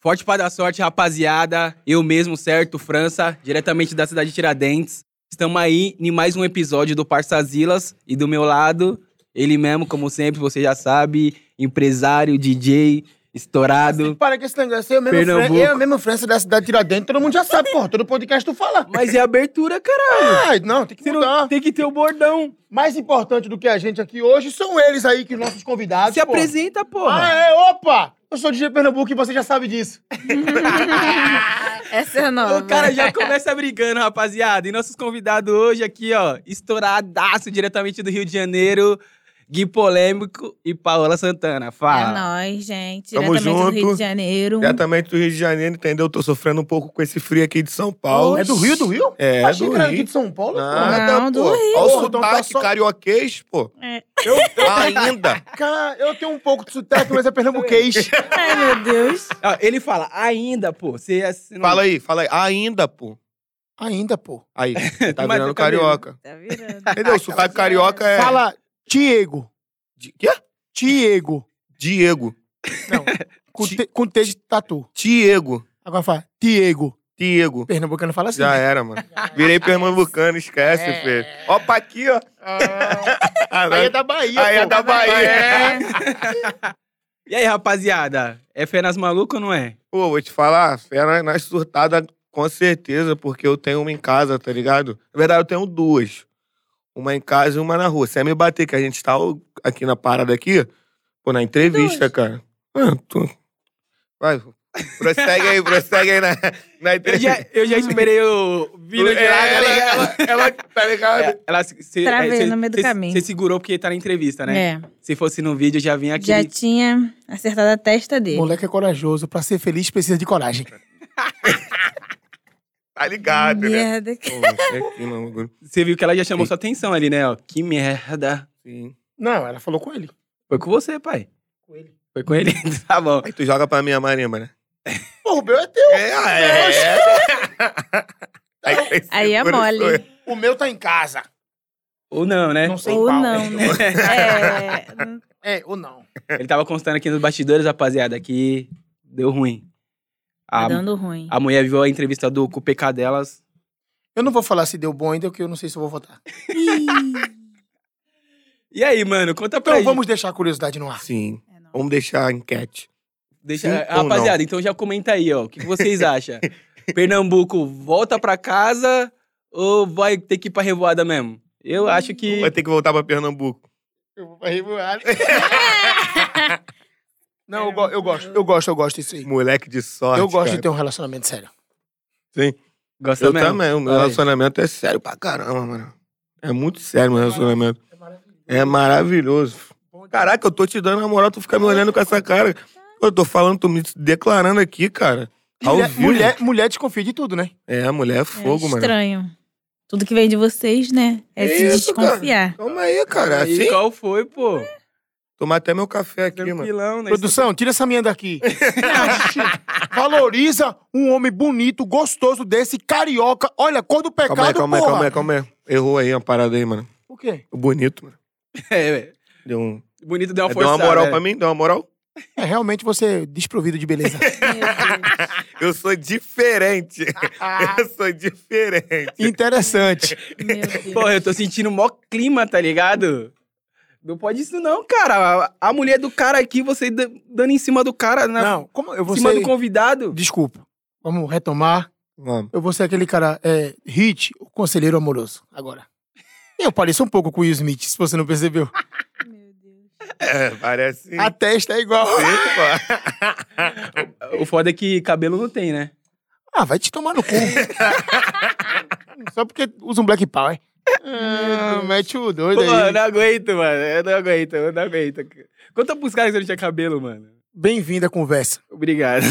Forte para dar sorte, rapaziada. Eu mesmo, certo? França, diretamente da cidade de Tiradentes. Estamos aí em mais um episódio do Parçazilas. E do meu lado, ele mesmo, como sempre, você já sabe, empresário, DJ, estourado. Para que esse negócio, eu mesmo, Fran, Pernambuco. eu mesmo França da cidade de Tiradentes, todo mundo já sabe, porra, todo podcast tu fala. Mas é abertura, caralho. Ai, não, tem que Você não- mudar. tem que ter o bordão. Mais importante do que a gente aqui hoje são eles aí, que os nossos convidados. Se porra. apresenta, Ah, porra. é, opa! Eu sou DJ Pernambuco e você já sabe disso. Essa é nova. O cara já começa brigando, rapaziada. E nossos convidados hoje aqui, ó, estouradaço diretamente do Rio de Janeiro, Gui Polêmico e Paola Santana. É Fala. nóis, gente. Tamo Diretamente do Rio junto. tá- de Janeiro. Diretamente é do Rio de Janeiro, entendeu? Tô sofrendo um pouco com esse frio aqui de São Paulo. É do Rio, do Rio? É, Ah. Achei do que era aqui Rio. de São Paulo, porra. Nada, Não, do pô. Rio. Olha o Porra, então tá sotaque só- carioquês, pô. É. Eu ainda. Cara, eu tenho um pouco de sotaque, mas é pernambuquês. Ai, meu Deus. Ó, Ah, Ele fala, ainda, pô, você é- você não... Fala aí, fala aí. Ainda, pô. Ainda, pô. Aí, você tá Mas virando eu também, né? carioca. Tá virando. Entendeu? O sotaque carioca é... Fala, Diego. Di- Quê? Diego. Diego. Com, Ti- te, com T de tatu. Diego. Agora fala, Diego. Diego. Pernambucano fala assim. Já é. era, mano. Virei pernambucano, esquece, É. filho. Ó pra aqui, ó. Aí é da Bahia, Aí é pô. da Bahia. É. E aí, rapaziada? É fé nas malucas ou não é? Pô, vou te falar, fera nas surtadas, com certeza, porque eu tenho uma em casa, tá ligado? Na verdade, eu tenho duas. Uma em casa e uma na rua. Se é me bater, que a gente tá o- aqui na parada aqui, pô, na entrevista, Duas. cara. Ah, tu- Vai, prossegue aí, prossegue aí na, na Eu já, entrevista. eu já esperei o Vino de lá, É, ela, galera. ela, ela- tá ligado? É, ela se- se- Travei é, se- no meio do se- caminho. Você segurou porque tá na entrevista, né? É. Se fosse no vídeo, eu já vinha aqui. Já tinha acertado a testa dele. Moleque é corajoso. Pra ser feliz, precisa de coragem. Tá ligado, né? Merda. Pô, não sei aqui, não, bagulho. Você viu que ela já chamou sua atenção ali, né? Ó, que merda. Sim. Não, ela falou com ele. Foi com você, pai. Foi com ele? tá bom. Aí tu joga pra mim a marimba, né? Pô, o meu é teu. É, é. Aí, Aí é segura, mole. O meu tá em casa. Ou não, né? Não sei Ou qual. não, né? É. É, ou não. Ele tava constando aqui nos bastidores, rapaziada, que deu ruim. Tá Ah, A, dando ruim. a mulher viu a entrevista do com o PK delas. Eu não vou falar se deu bom ainda, porque eu não sei se eu vou votar. E aí, mano, conta pra Então gente. vamos deixar a curiosidade no ar. Sim. É, não. Vamos deixar a enquete. Deixa, Sim ou rapaziada, então já comenta aí, ó. O que que vocês acham? Pernambuco volta pra casa ou vai ter que ir pra revoada mesmo? Eu acho que. Vai ter que voltar pra Pernambuco. Eu vou arribar. Não, eu, go- eu gosto, eu gosto, eu gosto disso aí. Moleque de sorte. eu gosto de um cara. ter um relacionamento sério. Gosta Eu mesmo. também. O meu Olha aí. relacionamento é sério pra caramba, mano. É muito sério meu relacionamento. É maravilhoso. Caraca, eu tô te dando a moral, tu fica me olhando com essa cara. Pô, Eu tô falando, tu me declarando aqui, cara. Ao Mulher, vivo. mulher, mulher desconfia de tudo, né? É, mulher é fogo, é mano. estranho. Tudo que vem de vocês, né? É Que se isso, cara? desconfiar. Toma aí, cara. E Assim, qual foi, pô? tomar até meu café aqui, mano. Tranquilão, né? Produção, tira essa minha daqui. Valoriza um homem bonito, gostoso desse, carioca. Olha, cor do pecado, Calma aí, calma aí, É porra. calma aí, calma aí. Errou aí uma parada aí, mano. O quê? O bonito, mano. É, velho. Deu, um... Bonito deu uma deu forçada. uma moral né? pra mim, deu uma moral. É, realmente você é desprovido de beleza. Meu Deus. Eu sou diferente. Eu sou diferente. Ah, Interessante. Meu Deus. Porra, eu tô sentindo mó clima, tá ligado? Não pode isso não, cara. A, a mulher do cara aqui, você da- dando em cima do cara, na, Não, como eu em vou cima ser... do convidado. Desculpa. Vamos retomar. Vamos. Eu vou ser aquele cara, é, Hit, o conselheiro amoroso, agora. Eu pareço um pouco com o Will Smith, se você não percebeu. Meu Deus. É, parece. A testa é igual. O foda é que cabelo não tem, né? Ah, vai te tomar no cu. Só porque usa um Black Power. Ah, mete o doido Pô, né? eu aí. não aguento, mano. Eu não aguento, eu não aguento. Conta pros caras que eu não tinha cabelo, mano. Bem-vindo à conversa. Obrigado.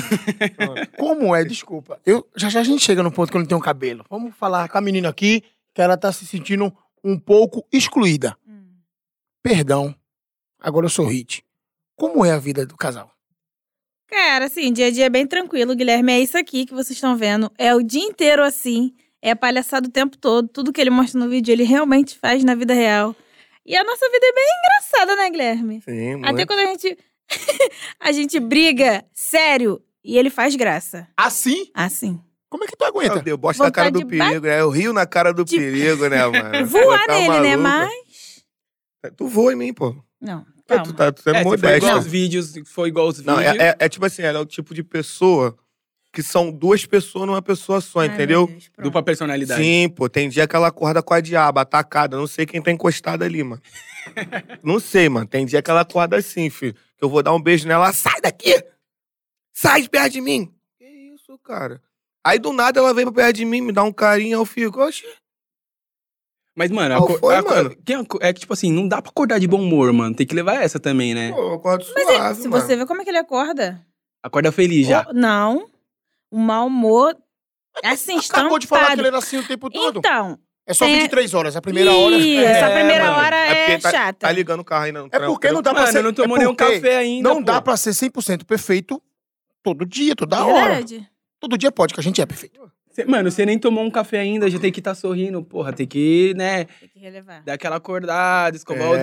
Como é, desculpa. Eu, já já a gente chega no ponto que eu não tenho cabelo. Vamos falar com a menina aqui, que ela tá se sentindo um pouco excluída. Hum. Perdão. Agora eu sou Hit. Como é a vida do casal? Cara, assim, dia a dia é bem tranquilo, Guilherme. É isso aqui que vocês estão vendo. É o dia inteiro assim. É palhaçada o tempo todo. Tudo que ele mostra no vídeo, ele realmente faz na vida real. E a nossa vida é bem engraçada, né, Guilherme? Sim, Até muito. quando a gente. a gente briga, sério, E ele faz graça. Assim? Assim. Como é que tu É o aguenta? deboche na cara do Vontade de perigo, né? Eu rio na cara do de- perigo, né, mano? Voar Pô, tá nele, né? maluco. Mas. Tu voa em mim, pô. Não. É, Calma. Tu tá tu é, se foi modesto. igual aos vídeos, se foi igual aos vídeos. Não, é, é- é tipo assim, ela é o tipo de pessoa que são duas pessoas numa pessoa só, Ai, meu entendeu? Deus, pronto. Dupla personalidade. é- Sim, pô. Tem dia que ela acorda com a diaba atacada. Não sei quem tá encostado ali, mano. não sei, mano. Tem dia que ela acorda assim, filho. Que eu vou dar um beijo nela. Sai daqui! Sai de perto de mim! Que isso, cara? Aí do nada ela vem pra perto de mim, me dá um carinho, eu fico, oxe. Mas, mano, Qual acor- foi, acor- mano? quem acor- é que, tipo assim, não dá pra acordar de bom humor, mano. Tem que levar essa também, né? Pô, eu acordo Mas suave, ele- se mano. você ver como é que ele acorda. Acorda feliz já. O- não. O mau humor. Assim, Acabou de falar que estampado. ele era assim o tempo todo. Então. É só é- 23 horas, a primeira hora. Ih, É, essa É, primeira mano. hora É é, porque chata. Tá ligando o carro ainda. no É porque não dá pra Mano, ser. eu não tomou é nenhum porque café ainda. Não pô. dá pra ser 100% perfeito todo dia, toda hora. É Verdade. Todo dia pode, que a gente é perfeito. Cê- mano, você nem tomou um café ainda, já tem que estar sorrindo. Porra, tem que, né, Tem que relevar. dar aquela acordada, escovar É, o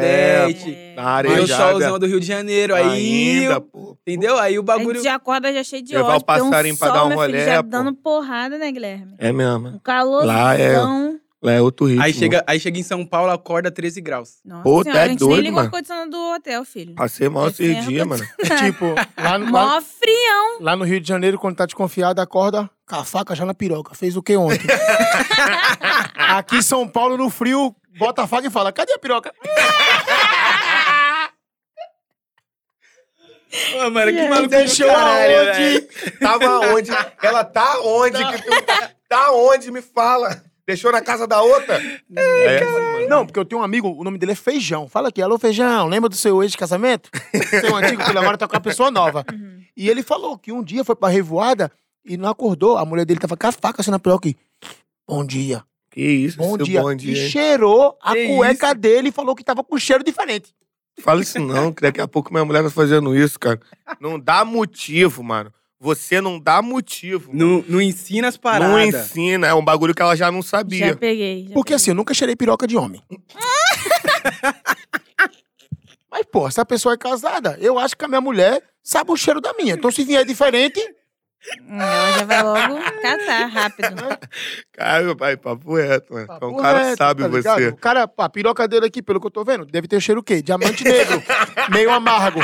dente. É. Na Ver o arejada. solzão do Rio de Janeiro. Aí, Ainda, É pô. entendeu? Aí o A bagulho... gente já acorda já cheio de Levar ódio. o passarinho porque pra um dar sol, um meu filho, rolê, já pô. dando porrada, né, Guilherme? É mesmo. Um calorzão. Lá é- Lá é outro ritmo. Aí chega, aí chega em São Paulo, acorda 13 graus. Nossa Pô, senhora, tá a gente doido, nem ligou mano. a condição do hotel, filho. Passei mal Esse esses é dias, o mano. tipo, lá, no- lá, Mó frião. lá no Rio de Janeiro, quando tá desconfiado, acorda com a faca já na piroca. Fez o que ontem? Aqui em São Paulo, no frio, bota a faca e fala: cadê a piroca? Ô, mano, que maluco Deixou do caralho, velho. aonde? Tava onde? Ela tá onde? Que tu- tá onde? Me fala. Deixou na casa da outra? É, mano. Não, porque eu tenho um amigo, o nome dele é Feijão. Fala aqui, alô Feijão, lembra do seu ex de casamento? Seu antigo, que ele agora tá com uma pessoa nova. Uhum. E ele falou que um dia foi pra revoada e não acordou. A mulher dele tava com a faca assim na piroca e... Bom dia, Que isso, bom seu dia. bom E dia. hein? cheirou a Que cueca dele e falou que tava com um cheiro diferente. Fala isso não, que daqui a pouco minha mulher tá fazendo isso, cara. Não dá motivo, mano. Você não dá motivo. mano. Não, não ensina as Não paradas. ensina. É um bagulho que ela já não sabia. Já peguei. já Porque assim, eu nunca cheirei piroca de homem. Mas, pô, essa pessoa é casada. Eu acho que a minha mulher sabe o cheiro da minha. Então, se vier diferente, assim- peguei. Hum, Ela já vai logo catar rápido. Cara, pai, papo reto, mano. Papo Então o cara reto, sabe tá ligado? você. O cara, pá, a piroca dele aqui, pelo que eu tô vendo, deve ter cheiro o quê? Diamante negro, meio amargo.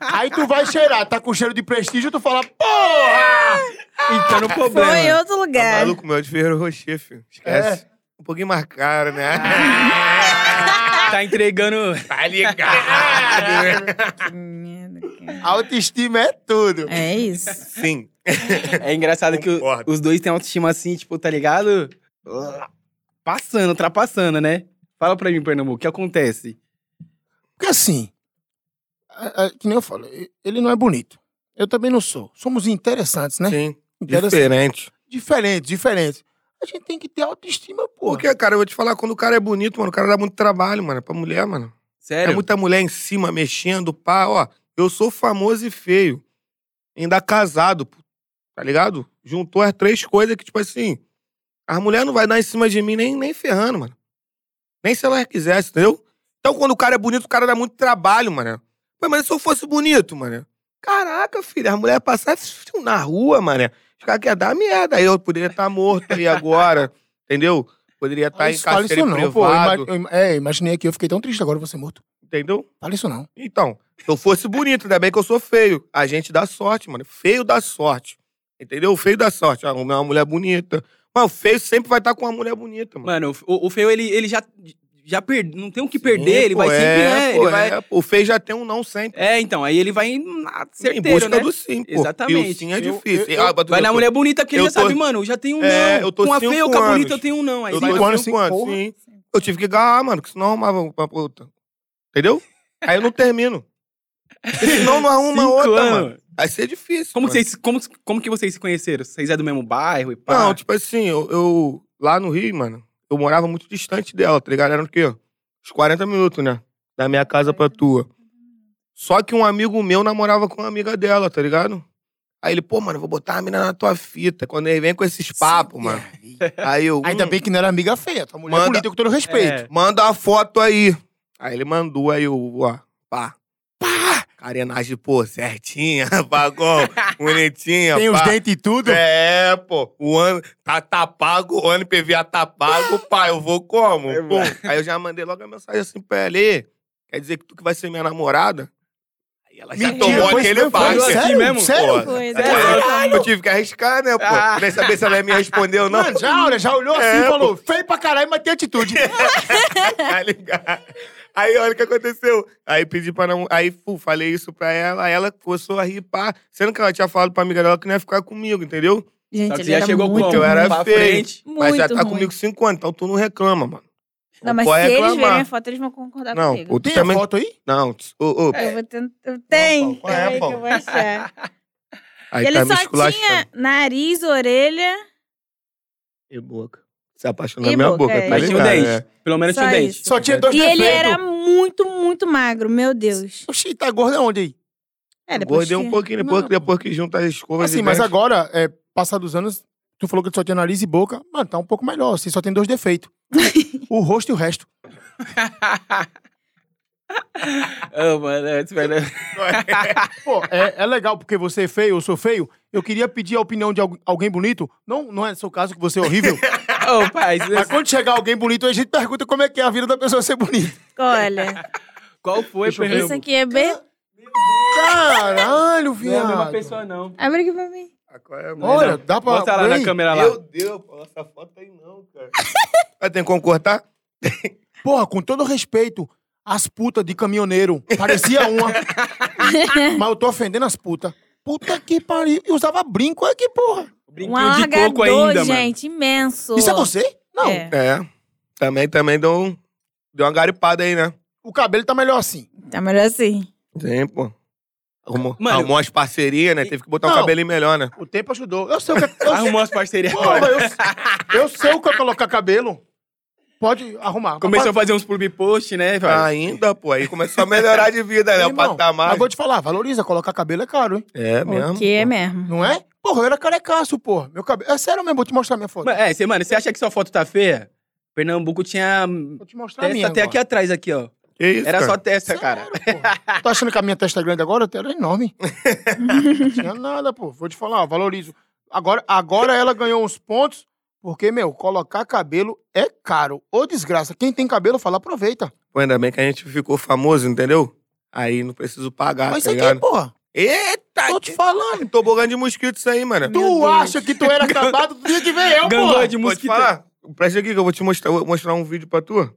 Aí tu vai cheirar, tá com cheiro de prestígio, tu fala, porra! Então Ah, no problema. Foi em outro Tá lugar. maluco meu é de Ferreiro Rocher, filho. Esquece. Um pouquinho mais caro, né? Tá entregando. tá ligado? né? Que merda, cara. Autoestima é tudo. É isso. Sim. É engraçado que o- Concordo. os dois têm autoestima assim, tipo, tá ligado? Passando, ultrapassando, né? Fala pra mim, Pernambuco, o que acontece? Porque assim, é- é que nem eu falo, ele não é bonito. Eu também não sou. Somos interessantes, né? Sim. Interessantes. Diferente. Diferentes, diferentes. A gente tem que ter autoestima, pô. Porque, cara, eu vou te falar, quando o cara é bonito, mano, o cara dá muito trabalho, mano, pra mulher, mano. É Sério? muita mulher em cima, mexendo, pá, ó. Eu sou famoso e feio. Ainda casado, pô. tá ligado? Juntou as três coisas que, tipo assim, as mulheres não vai dar em cima de mim nem, nem ferrando, mano. Nem se elas quisessem, entendeu? Então, quando o cara é bonito, o cara dá muito trabalho, mano. Pô, mas se eu fosse bonito, mano? Caraca, filho, as mulheres passassem na rua, mano. Os caras querem dar merda. Eu poderia estar morto aí agora, entendeu? Poderia estar tá em Isso, fala cárcere isso não, pô. privado, Eu ima- eu- é, imaginei aqui, eu fiquei tão triste agora você morto. entendeu? Fala isso não. Então, se eu fosse bonito, ainda bem que eu sou feio. A gente dá sorte, mano. Feio dá sorte. Entendeu? Feio dá sorte. Ah, uma mulher bonita. Mas o feio sempre vai estar com uma mulher bonita, mano. Mano, o, o Feio, ele, ele já, já perde, não tem o que Sim, perder, ele pô, vai sempre, né? pô, ele vai- é, pô. o feio já tem um não sempre. É, então, aí ele vai na certeira, em busca né? do sim, pô. Exatamente. E o sim é Eu- difícil. eu- eu- Ah, mas tu Vai viu, na pô, mulher bonita, que ele Eu já sabe, tô- mano, já tem um É, não. eu tô com a cinco feia, com a anos. bonita, eu tenho um não. Aí Eu vai- tô Cinco anos, anos, cinco cinco anos, porra. sim. Eu tive que ganhar, mano, porque senão eu arrumava pra puta. Entendeu? Aí eu não termino. Porque senão não arruma Cinco outra, anos. mano. Vai ser difícil. Como, que mano. vocês, como, como que vocês se conheceram? Vocês é do mesmo bairro e pá? Não, tipo assim, eu, eu- lá no Rio, mano, eu morava muito distante dela, tá ligado? Era o quê? Uns 40 minutos, né? Da minha casa pra tua. Só que um amigo meu namorava com uma amiga dela, tá ligado? Aí ele, pô, mano, vou botar a mina na tua fita. Quando ele vem com esses papos, mano. Aí eu. Ainda hum, bem que não era amiga feia, tua mulher Manda- é bonita com todo o respeito. É. Manda a foto aí. Aí ele mandou, aí eu, ó, pá. Pá! Carenagem, pô, certinha, pagou, bonitinha. Tem os pá. dentes e tudo. É, pô. O ano tá, tá pago, o ano PVA tá pago, pai, eu vou como? É, Pô, Aí eu já mandei logo a mensagem assim pra ela, "Ê, quer dizer que tu que vai ser minha namorada? Aí ela já Mentira, tomou foi- aquele foi- baque. foi aqui sério? Sério? pô. é Coisa. Aí Eu, eu tive que arriscar, né, pô? Ah. Nem saber se ela ia me responder ou não. Mano, já, olha, já olhou assim É, e falou, feio pra caralho, mas tem atitude. tá ligado? Aí olha o que aconteceu. Aí pedi pra não. Aí fu, falei isso pra ela, aí ela começou a rir, pá. Sendo que ela tinha falado pra amiga dela que não ia ficar comigo, entendeu? Gente, Só que ele você já era chegou muito, como? Eu era pra feio. frente. Muito mas já tá ruim. comigo cinco anos, então tu não reclama, mano. Não, mas se pode eles reclamar. verem a foto, eles vão concordar Não, comigo. o- Tem a Também- foto aí? Não, tss, ô, ô. Eu vou tentar. eu- Tem! É. Não, Paulo, Peraí que qual é, Paulo? eu vou achar. Aí ele tá me só esculachando. tinha nariz, orelha. E boca. Se apaixonou E na minha boca, boca, é. tá Mas tinha um ligado? dente. Pelo menos Só tinha um dente. isso. Só tinha dois E ele defeitos. era muito, muito magro, meu Deus. Oxi, tá gordo aonde aí? É, É. depois Gordei um que- pouquinho, Não. depois, que- depois que junta as escovas Assim, de mas dente. agora, é, passados anos, tu falou que tu só tinha nariz e boca. Mano, tá um pouco melhor. Você só tem dois defeitos. o rosto e o resto. Ah, mano, é, isso, velho. Pô, é, é legal porque você é feio, eu sou feio. Eu queria pedir a opinião de algu- alguém bonito. Não, não é seu caso que você é horrível. Ô, pai, isso- é- mas quando chegar alguém bonito, a gente pergunta como é que é a vida da pessoa ser bonita. Olha, qual foi, Deixa eu ver. Pernambuco? isso aqui é bem. Caralho, Não é a viado. mesma pessoa, não. Abre aqui pra mim. Ah, qual é, mano? Olha, dá pra... Bota lá na Ei, câmera lá. Meu Deus, pô, essa foto aí não, cara. Mas tem como cortar? Porra, com todo respeito, as putas de caminhoneiro. Parecia uma. mas eu tô ofendendo as putas. Puta que pariu. E usava brinco, é que porra. Brinquinho Um de coco alargador, ainda, mano. gente, imenso. Isso é você? Não. É. É. Também, também deu, um, deu uma garipada aí, né? O cabelo tá melhor assim. Tá melhor assim. Sim, pô. Arrumou, Mano, arrumou as parcerias, né? Teve que botar um Não. cabelinho melhor, né? O tempo ajudou. Eu sei o que. é- Eu sei, Arrumou as parcerias porra, agora. eu, eu sei o que é colocar cabelo. Pode arrumar. Começou a fazer uns public post, né, velho? Ah, Ainda, pô. Aí começou a melhorar de vida, né? O Irmão, patamar. Mas vou te falar, valoriza. Colocar cabelo é caro, hein? É mesmo. O que é mesmo? Não é? Porra, eu era carecaço, porra. Meu cabelo. É sério mesmo, vou te mostrar minha foto. Mas, é, você, mano, você acha que sua foto tá feia? Pernambuco tinha Vou te mostrar a minha. testa até aqui agora. atrás, aqui, ó. Que isso, Era cara? só testa, Tá, cara. Sério, porra. Tá achando que a minha testa é grande agora? Ela Era enorme. Não tinha nada, pô. Vou te falar, ó, valorizo. Agora, agora ela ganhou uns pontos, porque, meu, colocar cabelo é caro. Ô, desgraça. Quem tem cabelo, fala, aproveita. Pô, ainda bem que a gente ficou famoso, entendeu? Aí não preciso pagar, Mas tá isso é aqui, ligado? porra. Eita! Tô te falando. Tô bogando de mosquito isso aí, mano. Tu acha que tu era acabado do dia que vem eu, Gangorra porra? de Vou mosquito. te falar. Presta aqui que eu vou te mostrar, vou mostrar um vídeo pra tu.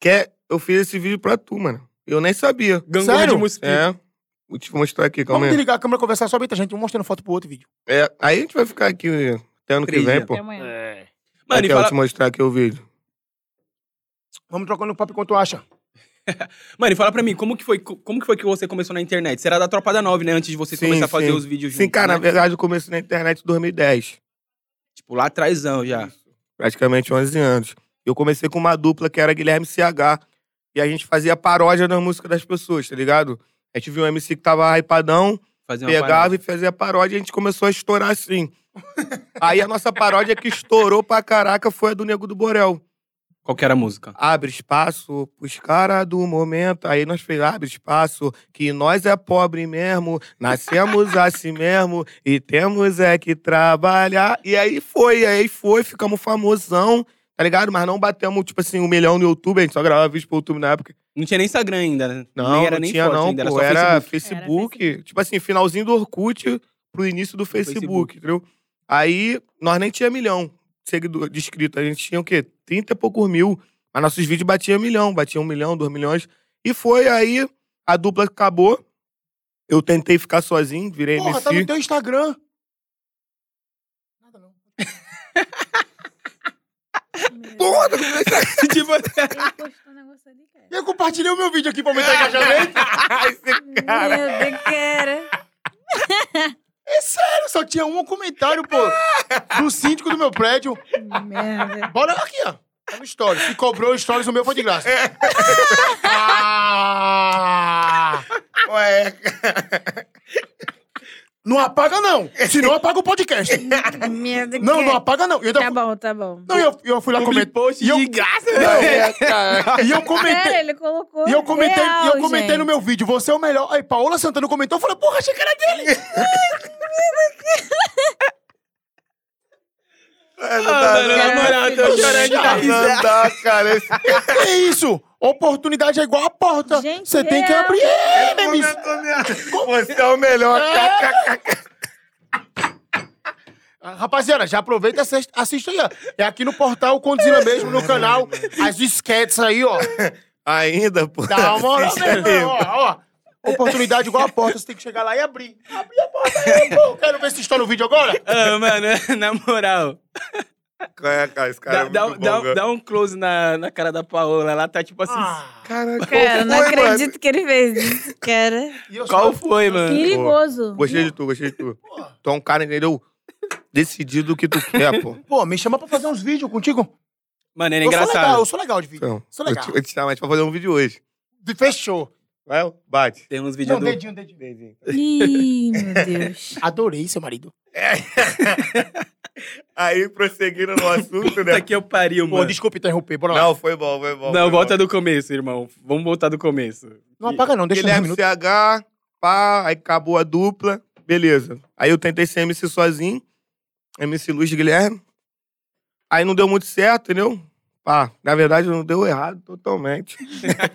Que é, eu fiz esse vídeo pra tu, mano. Eu nem sabia. Gangorra de Sério? mosquito. É. Vou te mostrar aqui, calma Vamos aí. desligar a câmera e conversar só bem, tá, gente? Um mostrando foto pro outro vídeo. É, aí a gente vai ficar aqui até ano que Três vem, dias. pô. Até amanhã. Mano, e aqui, eu fala- vou te mostrar aqui o vídeo. Vamos trocando o papo enquanto tu acha. Mano, e fala pra mim, como que, foi, como que foi que você começou na internet? Você era da Tropa da Nove, né? Antes de você Sim, começar a fazer sim. os vídeos juntos, Sim, cara, na né? verdade eu comecei na internet em 2010. Tipo, lá atrásão já. Praticamente 11 anos. Eu comecei com uma dupla que era Guilherme CH. E a gente fazia paródia das músicas das pessoas, tá ligado? A gente viu um MC que tava hypadão, Fazer uma pegava parada. e fazia paródia e a gente começou a estourar assim. Aí a nossa paródia que estourou pra caraca foi a do Nego do Borel. Qual que era a música? abre espaço pros caras do momento. Aí nós fez, abre espaço, que nós é pobre mesmo, nascemos assim mesmo e temos é que trabalhar. E aí foi, aí foi, ficamos famosão, tá ligado? Mas não batemos, tipo assim, um milhão no YouTube, a gente só gravava vídeo pro YouTube na época. Não tinha nem Instagram ainda, né? Não, nem era não nem tinha foto não, ainda, era pô, só era Facebook. Facebook. Facebook. Tipo assim, finalzinho do Orkut pro início do Facebook, Facebook. entendeu? Aí, nós nem tinha milhão de seguidor- de inscritos, a gente tinha o quê? 30 e poucos mil, mas nossos vídeos batiam milhão, batiam um milhão, dois milhões. E foi aí, a dupla acabou, eu tentei ficar sozinho, virei Porra, MC. tá no teu Instagram. Nada não. Porra, tá no meu Instagram. tipo, Ele postou um negócio ali, cara. Eu compartilhei o meu vídeo aqui pra aumentar engajamento. Esse cara. Meu Deus, cara. É sério, só tinha um comentário, pô. Do síndico do meu prédio. Merda. Bora aqui, ó. Tá no stories. Se cobrou o stories, o meu foi de graça. ah! Ué, Não apaga, não. Senão apaga o podcast. Medo Não, que- não apaga, não. E Eu, Tá ainda- bom, tá bom. não, eu, eu fui lá comentar. post e eu- de graça. É, E eu comentei. Sério, ele colocou. E eu comentei, É, real, e eu comentei no gente. meu vídeo, você é o melhor. Aí Paola Santana comentou, eu falei, porra, achei que era dele. É, não dá, mano, não. na moral, tô chorando de Tá dar risada. Não dá, cara. Esse Tá que isso? Oportunidade é igual a porta. Gente, Você tem que real. abrir. Ei, meu amigo. Você é o melhor. É. Ah, Rapaziada, já aproveita e assist- assiste aí, ó. É aqui no portal Conduzina mesmo, no canal. As esquetes aí, ó. Ainda, pô. Dá uma moral Assiste mesmo, aí, ó, ó. Oportunidade igual a porta, você tem que chegar lá e abrir. Abrir a porta aí, pô. Quero ver se estão no vídeo agora. Ah, mano, na moral. Qual é, cara? Esse cara dá, é dá- muito dá- bom, velho. dá um close na, na cara da Paola. Ela tá tipo assim. Ah, Caraca, Cara, não qual foi, acredito que ele fez isso, cara. e eu Qual sou- foi, mano? Perigoso. mano? Gostei de tu, gostei de tu. Tu é um cara, entendeu? Decidido o que tu quer, pô. Pô, me chama pra fazer uns vídeos contigo. Mano, era eu sou legal, eu É engraçado. sou legal de vídeo. Então, Isso é eu legal. te, eu te chamar pra fazer um vídeo hoje. Fechou. Vai, bate. Tem uns Não, vídeos do. dedinho, dedinho. Ih, meu Deus. Adorei seu marido. Aí, prosseguindo no assunto, Puta né? que eu pariu, Pô, mano. desculpa interromper, bora lá. Não, foi bom, foi bom. Não, foi volta bom. do começo, irmão. Vamos voltar do começo. Não apaga não, deixa um Guilherme minuto. CH, pá, aí acabou a dupla, beleza. Aí eu tentei ser MC sozinho, MC Luiz Guilherme. Aí não deu muito certo, entendeu? Pá, na verdade não deu errado totalmente.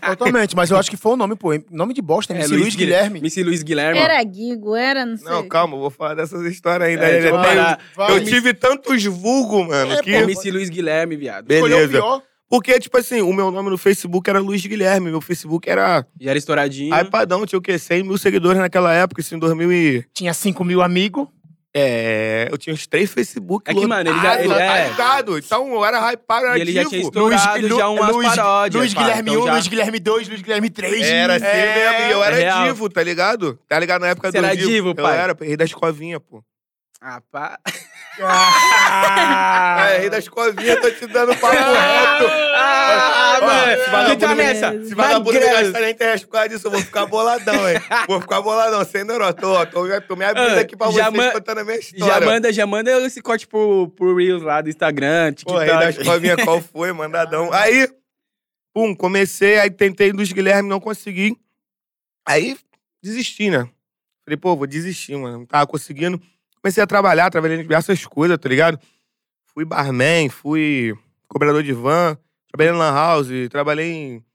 Totalmente, mas eu acho que foi o nome, pô. Nome de bosta, MC Luiz Guilherme. É MC Luiz Guilherme. Era Guigo, era não sei. Não, calma, eu vou falar dessas histórias né? ainda. É, Eu vamos tenho- parar. Vai, eu tive tantos vulgo, mano, É, que... Pô, MC Luiz Guilherme, viado. escolheu o Beleza. pior. Porque, tipo assim, o meu nome no Facebook era Luiz Guilherme, meu Facebook era Já era estouradinho. iPadão, tinha o quê? 100 mil seguidores naquela época, isso em 2000 e... Tinha 5 mil amigos. É, eu tinha uns três Facebook. É que, mano, ele já- ele lotado, é- lotado. Então eu era hypado, era E ele já tinha ativo. estourado Lu- já umas Luiz- paródias. Luiz pá, Guilherme então 1, já- Luiz Guilherme 2, Luiz Guilherme 3. Era assim mesmo, e eu era É real. ativo, tá ligado? Tá ligado na época Você do era divo, Eu pai? era, rei da escovinha, pô. Ah, pá. Ah, rei da escovinha, tô te dando papo reto. Ah, Ó, mano. esse vagabundo Que tá me- nessa? Se vagabundo me Magrelo. gastar na internet por causa disso, eu vou ficar boladão, hein? Vou ficar boladão, sem neurônio. Tô, tô, tô me abrindo Ah, aqui pra já vocês, ma- contando a minha história. Já manda, já manda esse corte pro, pro Reels lá do Instagram, Pô, aí da TikTok. escovinha qual foi, mandadão. Aí, pum, comecei, aí tentei dos Guilherme, não consegui. Aí, desisti, né? Falei, pô, vou desistir, mano. Não tava conseguindo. Comecei a trabalhar, trabalhei em diversas coisas, tá ligado? Fui barman, fui cobrador de van, trabalhei em lan house, trabalhei em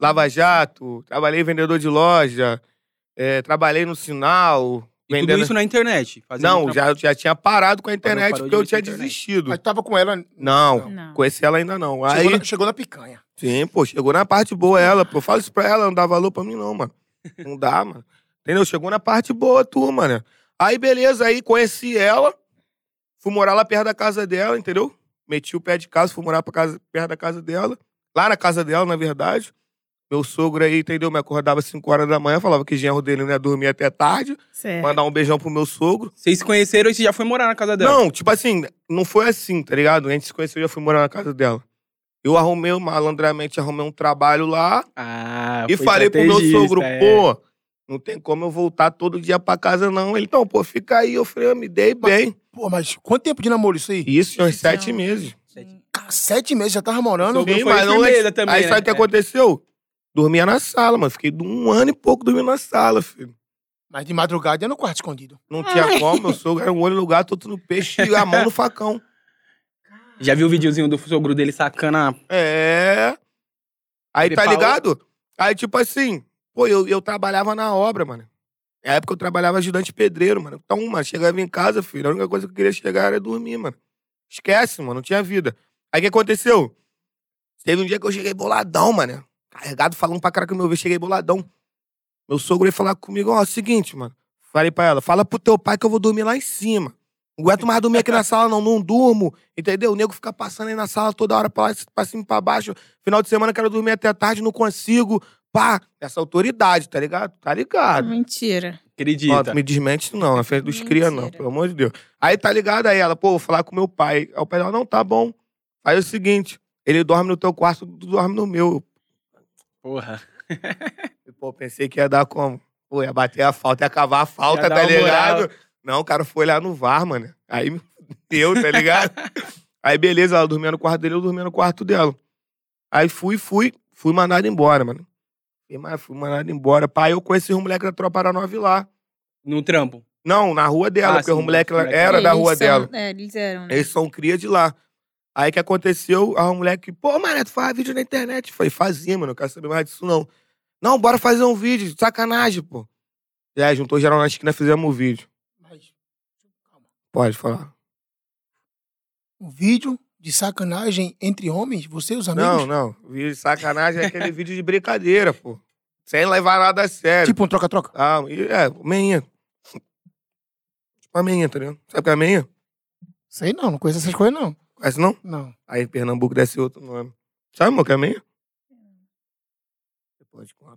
Lava Jato, trabalhei vendedor de loja, eh, trabalhei no sinal, E tudo vendendo... isso na internet. fazendo Não, tra- já, já tinha parado com a internet, parou de porque eu mexer tinha na internet. Ah, tá. desistido. Mas tava com ela. Não, Não. Conheci ela ainda não. Aí, Chegou, na, chegou na picanha. sim, pô, chegou na parte boa ela, pô. Fala isso pra ela, não dá valor pra mim não, mano. Não dá, mano. Entendeu? Chegou na parte boa tu, mano. Aí, beleza, aí conheci ela, fui morar lá perto da casa dela, entendeu? Meti o pé de casa, fui morar pra casa, perto da casa dela. Lá na casa dela, na verdade. Meu sogro aí, entendeu? Me acordava às 5 horas da manhã, falava que genro dele não ia dormir até tarde. Certo. Mandar um beijão pro meu sogro. Vocês se conheceram e você já foi morar na casa dela. Não, tipo assim, não foi assim, tá ligado? A gente se conheceu, eu já fui morar na casa dela. Eu arrumei, malandramente, arrumei um trabalho lá Ah, e foi falei pro meu estrategista, sogro, é. pô, não tem como eu voltar todo dia pra casa, não. Ele, então, pô, fica aí. Eu falei, eu me dei bem. Pô, mas quanto tempo de namoro isso aí? E Isso, então. uns Sim. sete meses. Ca- Ah, Sete meses já tava morando. Sou- Sogro Sim, foi mas não- firmeza também, Aí né? sabe o que É. aconteceu? Dormia na sala, mano. Fiquei um ano e pouco dormindo na sala, filho. Mas de madrugada ia no quarto escondido. Não tinha como, meu sogro era um olho no gato, outro no peixe e a mão no facão. Já viu o videozinho do sogro dele sacando a... É. Aí Ele tá falou- ligado? Aí, tipo assim, pô, eu, eu trabalhava na obra, mano. Na época eu trabalhava ajudante pedreiro, mano. Então, mano, chegava em casa, filho, a única coisa que eu queria chegar era dormir, mano. Esquece, mano, não tinha vida. Aí o que aconteceu? Teve um dia que eu cheguei boladão, mano. Carregado falando pra caraca meu ver, cheguei boladão. Meu sogro ia falar comigo, ó, seguinte, mano. Falei pra ela, fala pro teu pai que eu vou dormir lá em cima. Não aguento mais dormir aqui na sala, não. Não durmo, entendeu? O nego fica passando aí na sala toda hora pra, lá, pra cima e pra baixo. Final de semana eu quero dormir até tarde, não consigo. Pá, essa autoridade, tá ligado? Tá ligado. Mentira. Ó, Acredita. tu me desmente isso não, na frente dos cria não, Mentira. pelo amor de Deus. Aí tá ligado aí ela, pô, vou falar com meu pai. Aí o pai dela, não, tá bom. Faz o seguinte, ele dorme no teu quarto, tu dorme no meu. Porra. E, Pô, pensei que ia dar como? Pô, ia bater a falta, ia cavar a falta, Ia dar tá uma moral. ligado? Não, o cara foi lá no VAR, mano. Aí me deu, tá ligado? Aí beleza, ela dormia no quarto dele, eu dormia no quarto dela. Aí fui, fui, fui mandado embora, mano. Fui, ma- fui mandado embora. Pai, eu conheci os moleques da Tropa Aeronove lá. No trampo. Não, na rua dela, Ah, porque sim, os moleques os lá- moleques. era da Eles rua são- dela. É, eles eram, né? Eles são cria de lá. Aí o que aconteceu? A moleque, pô, mané, tu faz vídeo na internet. Falei, fazia, mano, não quero saber mais disso, não. Não, bora fazer um vídeo, sacanagem, pô. E aí, juntou geral na esquina, fizemos o vídeo. Mas, calma. Pode falar. Um vídeo de sacanagem entre homens, você e os amigos? Não, não. Vídeo de sacanagem é aquele vídeo de brincadeira, pô. Sem levar nada a sério. Tipo um troca-troca? Ah, e é, meinha. Tipo a meinha, tá ligado? Sabe o que é a meinha? Sei não, não conheço essas coisas não. Conhece não? Não. Aí em Pernambuco deve ser outro nome. Sabe, amor, o que é a meinha? Depois de conta.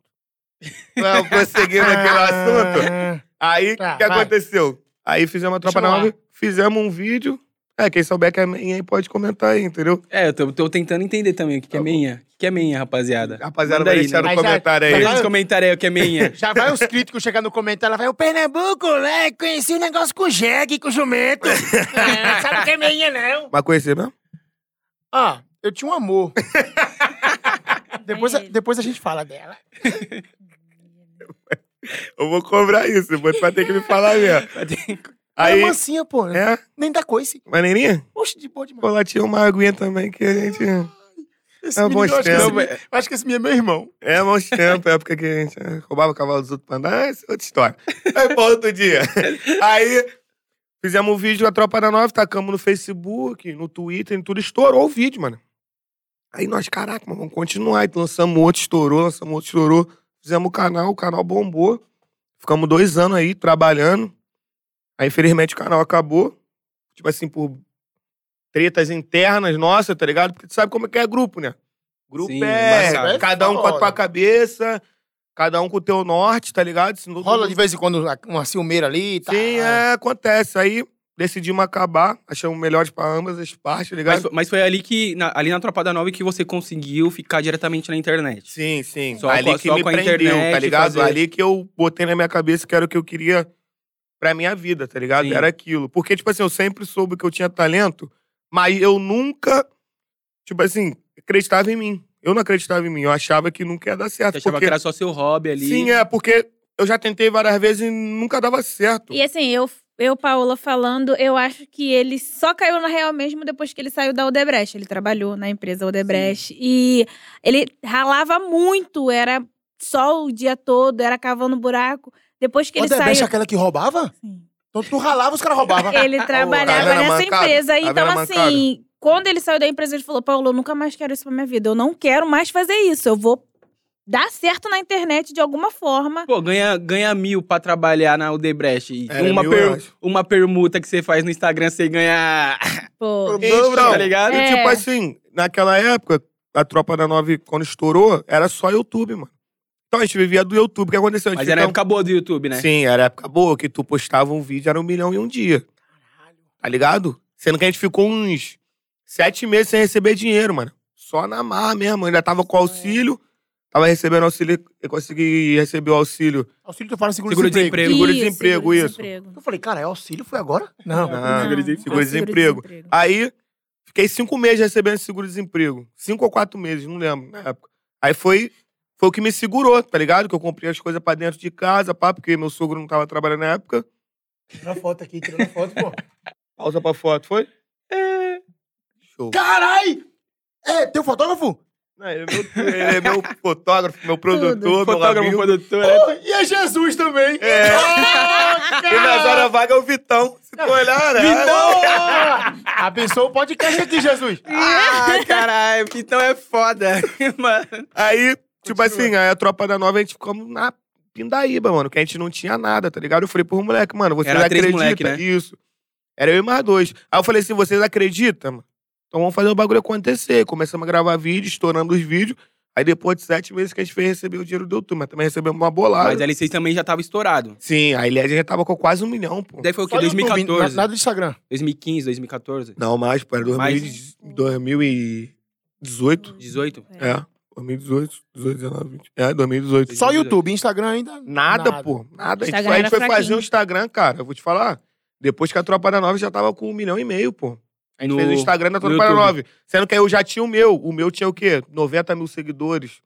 Não, prosseguindo aqui no assunto. Ah, Aí, o Tá, que vai. aconteceu? Aí fizemos a tropa Deixa eu nova, fizemos um vídeo. É, quem souber que é meinha aí pode comentar aí, entendeu? É, eu tô, tô tentando entender também o que, que é Tá bom. Ah, meinha. O que é meinha, rapaziada? Rapaziada, Manda vai aí, né? deixar no Mas já- comentário aí. já- Deixa nos comentários aí o que é meinha. Já vai os críticos chegar no comentário, ela vai, o Pernambuco, né? Conheci um negócio com jegue, com jumento. Não sabe o que é meinha, não. Vai conhecer mesmo? Ah, eu tinha um amor. depois, a, Aí. depois a gente fala dela. Eu vou cobrar isso, você vai ter que me falar mesmo. Aí... Aí, É mansinha, pô. é, Nem dá coice. maneirinha? Oxe, de boa demais. Pô, lá tinha uma aguinha também que a gente... Esse é um bom menino, eu acho que extremo. esse menino- eu acho que esse menino é meu irmão. É, bons tempos, época que a gente eh, roubava o cavalo dos outros pra andar, essa é outra história. Aí, pô, outro dia. Aí, fizemos um vídeo da Tropa da Nove, tacamos no Facebook, no Twitter, em tudo, estourou o vídeo, mano. Aí nós, caraca, mano, vamos continuar. Aí lançamos um outro, estourou, lançamos outro, estourou. Fizemos o canal, o canal bombou. Ficamos dois anos aí trabalhando. Aí, infelizmente, o canal acabou. Tipo assim, por tretas internas, nossa, tá ligado? Porque tu sabe como é que é grupo, né? Grupo Sim, é. embaçado. Cada um com a tua cabeça, cada um com o teu norte, tá ligado? Se não- Rola de vez em quando uma ciumeira ali Tá. e tal. Sim, é, acontece. Aí decidimos acabar, achamos melhores pra ambas as partes, tá mas, ligado? foi- mas foi ali que, na, ali na Tropada 9 que você conseguiu ficar diretamente na internet. Sim, sim. Só ali com a- que só me com a prendeu, internet, tá ligado? fazer- Ali que eu botei na minha cabeça que era o que eu queria pra minha vida, tá ligado? Sim. Era aquilo. Porque, tipo assim, eu sempre soube que eu tinha talento, mas eu nunca, tipo assim, acreditava em mim. Eu não acreditava em mim. Eu achava que nunca ia dar certo. Você achava porque... que era só seu hobby ali. Sim, é, porque eu já tentei várias vezes e nunca dava certo. E assim, eu, eu, Paola, falando, eu acho que ele só caiu na real mesmo depois que ele saiu da Odebrecht. Ele trabalhou na empresa Odebrecht. E ele ralava muito, era sol o dia todo, era cavando buraco. Depois que ele Quando é saiu. aquela que roubava? Sim. Então tu ralava, os caras roubavam. Ele Tá trabalhava vendo a nessa mancada? empresa. Tá então, vendo a assim, quando ele saiu da empresa, ele falou: Paulo, eu nunca mais quero isso pra minha vida. Eu não quero mais fazer isso. Eu vou dar certo na internet de alguma forma. Pô, ganha, ganha mil pra trabalhar na Udebrecht. E Era uma, mil per- reais. uma permuta que você faz no Instagram, você ganha. Pô. Então, Então, tá ligado? É. E, tipo assim, naquela época, a Tropa da Nove, quando estourou, era só YouTube, mano. Então a gente vivia do YouTube. O que aconteceu? A gente Mas era ficava- época boa do YouTube, né? Sim, era época boa, que tu postava um vídeo, era um milhão em um dia. Tá ligado? Sendo que a gente ficou uns sete meses sem receber dinheiro, mano. Só na marra mesmo. Ainda tava com auxílio. Tava recebendo auxílio, eu consegui receber o auxílio. Auxílio, tu fala seguro, Seguro de de emprego. emprego. seguro-desemprego, seguro-desemprego. Eu falei, cara, é auxílio? Foi agora? Não. é Ah, seguro-desemprego. seguro-desemprego. Aí, fiquei cinco meses recebendo esse seguro-desemprego. Cinco ou quatro meses, não lembro, na época. Aí foi, foi o que me segurou, tá ligado? Que eu comprei as coisas pra dentro de casa, pá, porque meu sogro não tava trabalhando na época. Tira a foto aqui, tirando a foto, pô. Pausa pra foto, foi? Show. Carai! É, teu fotógrafo? Não, ele, é meu, ele é meu fotógrafo, meu produtor, meu Fotógrafo, amigo. produtor. né? Pô, e é Jesus também. É. E nas horas vagas é o Vitão. Se tu olhar, né? Vitão! Abençoa o podcast aqui, Jesus. Ah, caralho, então é foda, mano. Aí, tipo assim, aí a tropa da nova, a gente ficou na pindaíba, mano, que a gente não tinha nada, tá ligado? Eu falei pros moleque, mano, vocês Era três acreditam? moleque, né? Isso. Era eu e mais dois. Aí eu falei assim, vocês acreditam, mano? Então vamos fazer o bagulho acontecer. Começamos a gravar vídeo, estourando os vídeos. Aí depois de sete meses que a gente fez receber o dinheiro do YouTube, mas também recebemos uma bolada. Mas a L6 também já tava estourado. Sim, aí a gente já tava com quase um milhão, pô. Daí foi o quê? Só YouTube, 2014? na- Nada do Instagram. 2015, 2014? Não, mais, pô, era 2000 Mais? 2018. 18? É. 2018, 18, 19, 20. É, 2018. Só YouTube, Instagram ainda. Nada, pô. Nada. A gente, Instagram a gente era foi fraquinho. fazer o Instagram, cara. Eu vou te falar. Depois que a Tropa da Nove já tava com um milhão e meio, pô. A gente No- fez o Instagram no da Tropa da YouTube. Nove. Sendo que aí eu já tinha o meu. O meu tinha o quê? 90 mil seguidores.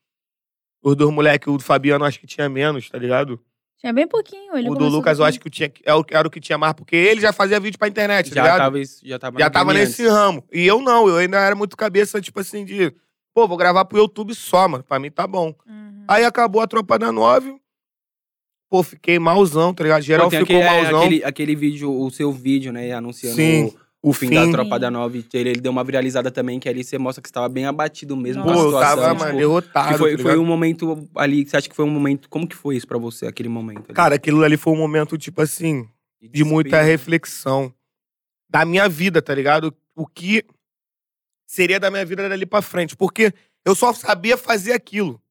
Os dois moleques, o do Fabiano, acho que tinha menos, tá ligado? Tinha bem pouquinho. Ele o do começou Lucas, eu com- acho que eu tinha, é o- era o que tinha mais, porque ele já fazia vídeo pra internet, tá Já ligado? tava, isso- já tava, já na tava caminhada. nesse ramo. E eu não, eu ainda era muito cabeça, tipo assim, de. Pô, vou gravar pro YouTube só, mano. Pra mim tá bom. Uhum. Aí acabou a Tropa da Nove. Pô, fiquei malzão, tá ligado? Geral Pô, tem ficou aquele, é, malzão. Aquele, aquele vídeo, o seu vídeo, né? Anunciando Sim, o, o fim, fim. da Tropa da Nove. Ele, ele deu uma viralizada também, que ali você mostra que você tava bem abatido mesmo Pô, com a eu situação. tava, tipo, mano, derrotado. que foi, foi tá ligado? um momento ali, você acha que foi um momento... Como que foi isso pra você, aquele momento? ali? Cara, aquilo ali foi um momento, tipo assim, de muita desespero. reflexão da minha vida, tá ligado? O que seria da minha vida dali pra frente. Porque eu só sabia fazer aquilo.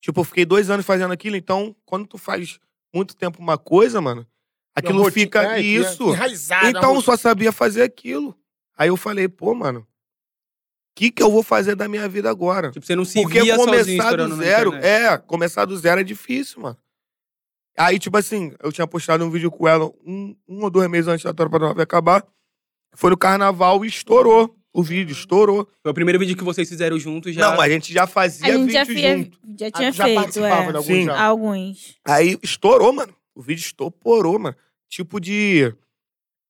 Tipo, eu fiquei dois anos fazendo aquilo, então quando tu faz muito tempo uma coisa, mano, aquilo Uma fica rotina- é, que é isso. Enraizada. Então eu uma- só sabia fazer aquilo. Aí eu falei, pô, mano, o que que eu vou fazer da minha vida agora? Tipo, você não se Porque via sozinho começar estourando do na zero, internet. é, começar do zero é difícil, mano. Aí, tipo assim, eu tinha postado um vídeo com ela um, um ou dois meses antes da Tropa da Nova acabar. Foi no carnaval e estourou. O vídeo estourou. Foi o primeiro vídeo que vocês fizeram juntos Uhum. já. é- Não, a gente já A fazia gente vídeo já, fia, junto. já Ah, tinha tu já feito, participava é. de algum Sim. já. Alguns. Aí estourou, mano. O vídeo estourou, mano. Tipo de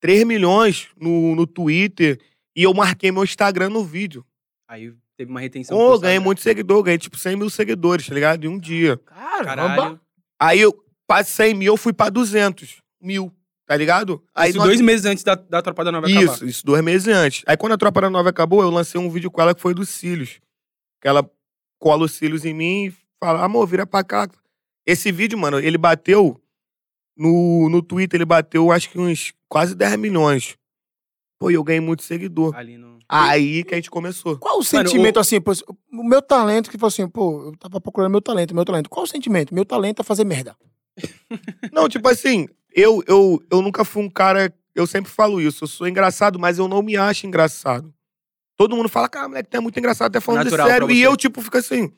3 milhões no, no Twitter. E eu marquei meu Instagram no vídeo. Aí teve uma retenção. Pô, forçada. ganhei muito seguidor. Ganhei tipo 100 mil seguidores, tá ligado? Em um dia. Caramba. Caralho. Aí eu, quase 100 mil, eu fui pra 200 mil, tá ligado? Aí Isso nós- dois meses antes da, da Tropa da Nova acabar. Isso, isso, dois meses antes. Aí quando a Tropa da Nova acabou, eu lancei um vídeo com ela que foi dos cílios. Que ela cola os cílios em mim e fala, amor, vira pra cá. Esse vídeo, mano, ele bateu no, no Twitter, ele bateu acho que uns quase 10 milhões. Pô, e eu ganhei muito seguidor. Ali no... Aí que a gente começou. Qual o sentimento, assim, pô, o meu talento, que foi assim, pô, eu tava procurando meu talento, meu talento. Qual o sentimento? Meu talento é fazer merda. Não, tipo assim, eu, eu, eu nunca fui um cara. Eu sempre falo isso, eu sou engraçado, mas eu não me acho engraçado. Todo mundo fala, cara, moleque, tu é muito engraçado, até falando Natural sério. pra E você. eu, tipo, fico assim,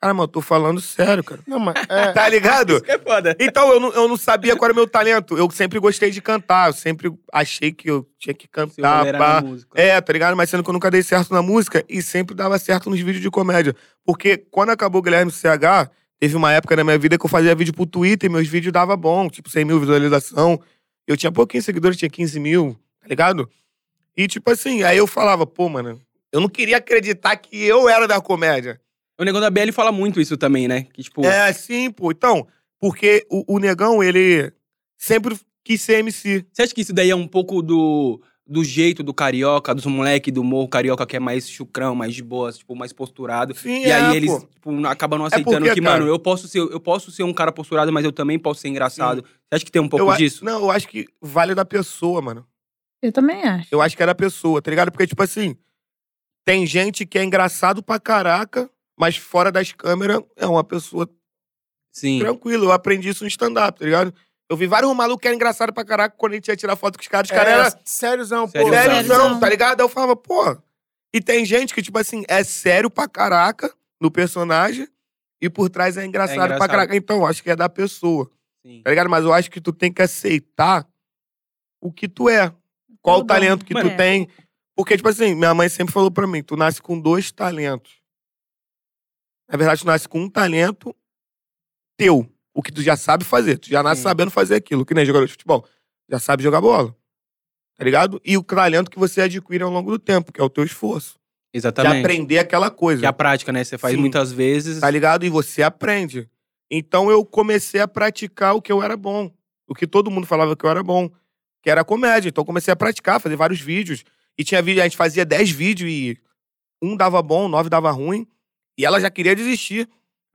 cara, mano, eu tô falando sério, cara. Não, mas é, Tá ligado? É foda. Então, eu não, eu não sabia qual era o meu talento. Eu sempre gostei de cantar, eu sempre achei que eu tinha que Seu rolê cantar, era pá. na música. É, tá ligado? Mas sendo que eu nunca dei certo na música e sempre dava certo nos vídeos de comédia. Porque quando acabou o Guilherme CH, teve uma época na minha vida que eu fazia vídeo pro Twitter e meus vídeos dava bom, tipo 100 mil visualização. Eu tinha pouquinhos seguidores, tinha 15 mil, tá ligado? E tipo assim, aí eu falava, pô, mano, eu não queria acreditar que eu era da comédia. O negão da BL fala muito isso também, né? Que tipo, É assim, pô. Então, porque o, o negão, ele sempre quis ser MC. você acha que isso daí é um pouco do, do jeito do carioca, dos moleque do morro carioca que é mais chucrão, mais de boas, tipo, mais posturado. Sim, E aí é, eles pô. É tipo, não- acabam não aceitando porque, que, cara- mano, eu posso, ser, eu posso ser um cara posturado, mas eu também posso ser engraçado. Você acha que tem um pouco eu, a- disso? Não, eu acho que vale da pessoa, mano. Eu também acho. Eu acho que era a pessoa, tá ligado? Porque, tipo assim, tem gente que é engraçado pra caraca, mas fora das câmeras é uma pessoa Sim. tranquila. Eu aprendi isso no stand-up, tá ligado? Eu vi vários malucos que eram engraçados pra caraca quando a gente ia tirar foto com os caras. Os É, caras eram é sériozão, pô. Sériozão. sériozão, Sériozão. tá ligado? Aí eu falava, pô. E tem gente que, tipo assim, é sério pra caraca no personagem e por trás é engraçado, pra engraçado. caraca. Então, eu acho que é da pessoa, Sim. tá ligado? Mas eu acho que tu tem que aceitar o que tu é qual o Tudo. talento que Mano, tu tem. Porque, tipo assim, minha mãe sempre falou pra mim, tu nasce com dois talentos. Na verdade, tu nasce com um talento teu, o que tu já sabe fazer. Tu já nasce Sim. sabendo fazer aquilo, que nem jogador de futebol. Já sabe jogar bola, tá ligado? E o talento que você adquire ao longo do tempo, que é o teu esforço. Exatamente. De aprender aquela coisa Que é a prática, né? Você faz Sim. muitas vezes. tá ligado? E você aprende. Então eu comecei a praticar o que eu era bom. O que todo mundo falava que eu era bom. Que era comédia. Então eu comecei a praticar, fazer vários vídeos. E tinha vídeo, a gente fazia 10 vídeos e um dava bom, nove dava ruim. E ela já queria desistir.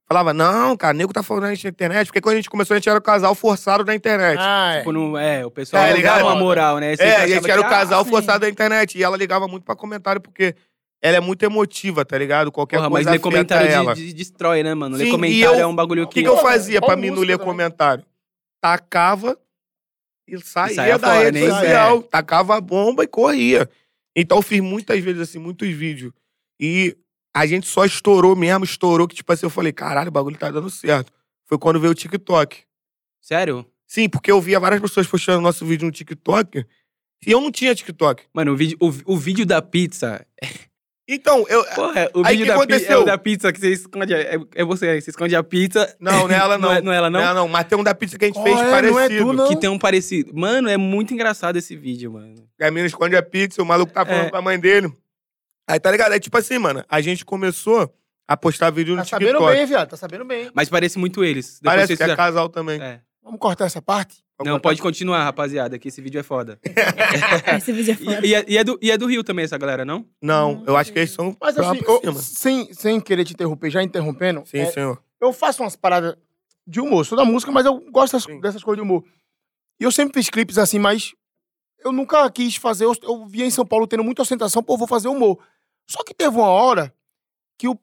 Falava, não, cara, nego tá falando a gente na internet. Porque quando a gente começou, a gente era o casal forçado da internet. Ah, é. Tipo, não- é, o pessoal Tá não dá ligado? uma moral, né? Você é, a achava gente era que, assim. o casal sim. forçado da internet. E ela ligava muito pra comentário, porque ela é muito emotiva, tá ligado? Qualquer Porra, mas coisa ler afeta comentário ela. de- de- destrói, né, mano? Sim, ler e comentário eu- é um bagulho O que. que, que eu fazia Ou pra mim não música ler também. comentário? Tacava e saía, saía da fora, rede né? social. Tacava a bomba e corria. Então eu fiz muitas vezes, assim, muitos vídeos. E a gente só estourou mesmo, estourou, que tipo assim, eu falei, caralho, o bagulho tá dando certo. Foi quando veio o TikTok. Sério? Sim, porque eu via várias pessoas postando nosso vídeo no TikTok e eu não tinha TikTok. Mano, o vídeo, o, o vídeo da pizza. Então, eu. Porra, o Aí vídeo da, que pi- é aconteceu? o da pizza que você esconde. a- É, é você aí, você esconde a pizza. Não, não é ela não. Não é, não é ela, não? Não, não, mas tem um da pizza que a gente Oh, fez é? parecido. Não é tu, não? Que tem um parecido. Mano, é muito engraçado esse vídeo, mano. A mina esconde a pizza, o maluco tá falando É. com a mãe dele. Aí tá ligado? É tipo assim, mano. A gente começou a postar vídeo no Tá sabendo TikTok. bem, viado. Tá sabendo bem. Mas parece muito eles. Depois Parece vocês que é fizeram- casal também. É. Vamos cortar essa parte? Não, pode continuar, rapaziada, que esse vídeo é foda. Esse vídeo é foda. E, e é, e é do, e é do Rio também, essa galera, não? Não, eu acho que eles são Mas assim, pra eu- cima. sem, sem querer te interromper, já interrompendo, Sim, é, senhor. eu faço umas paradas de humor. Sou da música, mas eu gosto das- Sim. dessas coisas de humor. E eu sempre fiz clipes assim, mas eu nunca quis fazer. Eu, eu via em São Paulo tendo muita ostentação, pô, vou fazer humor. Só que teve uma hora que, o,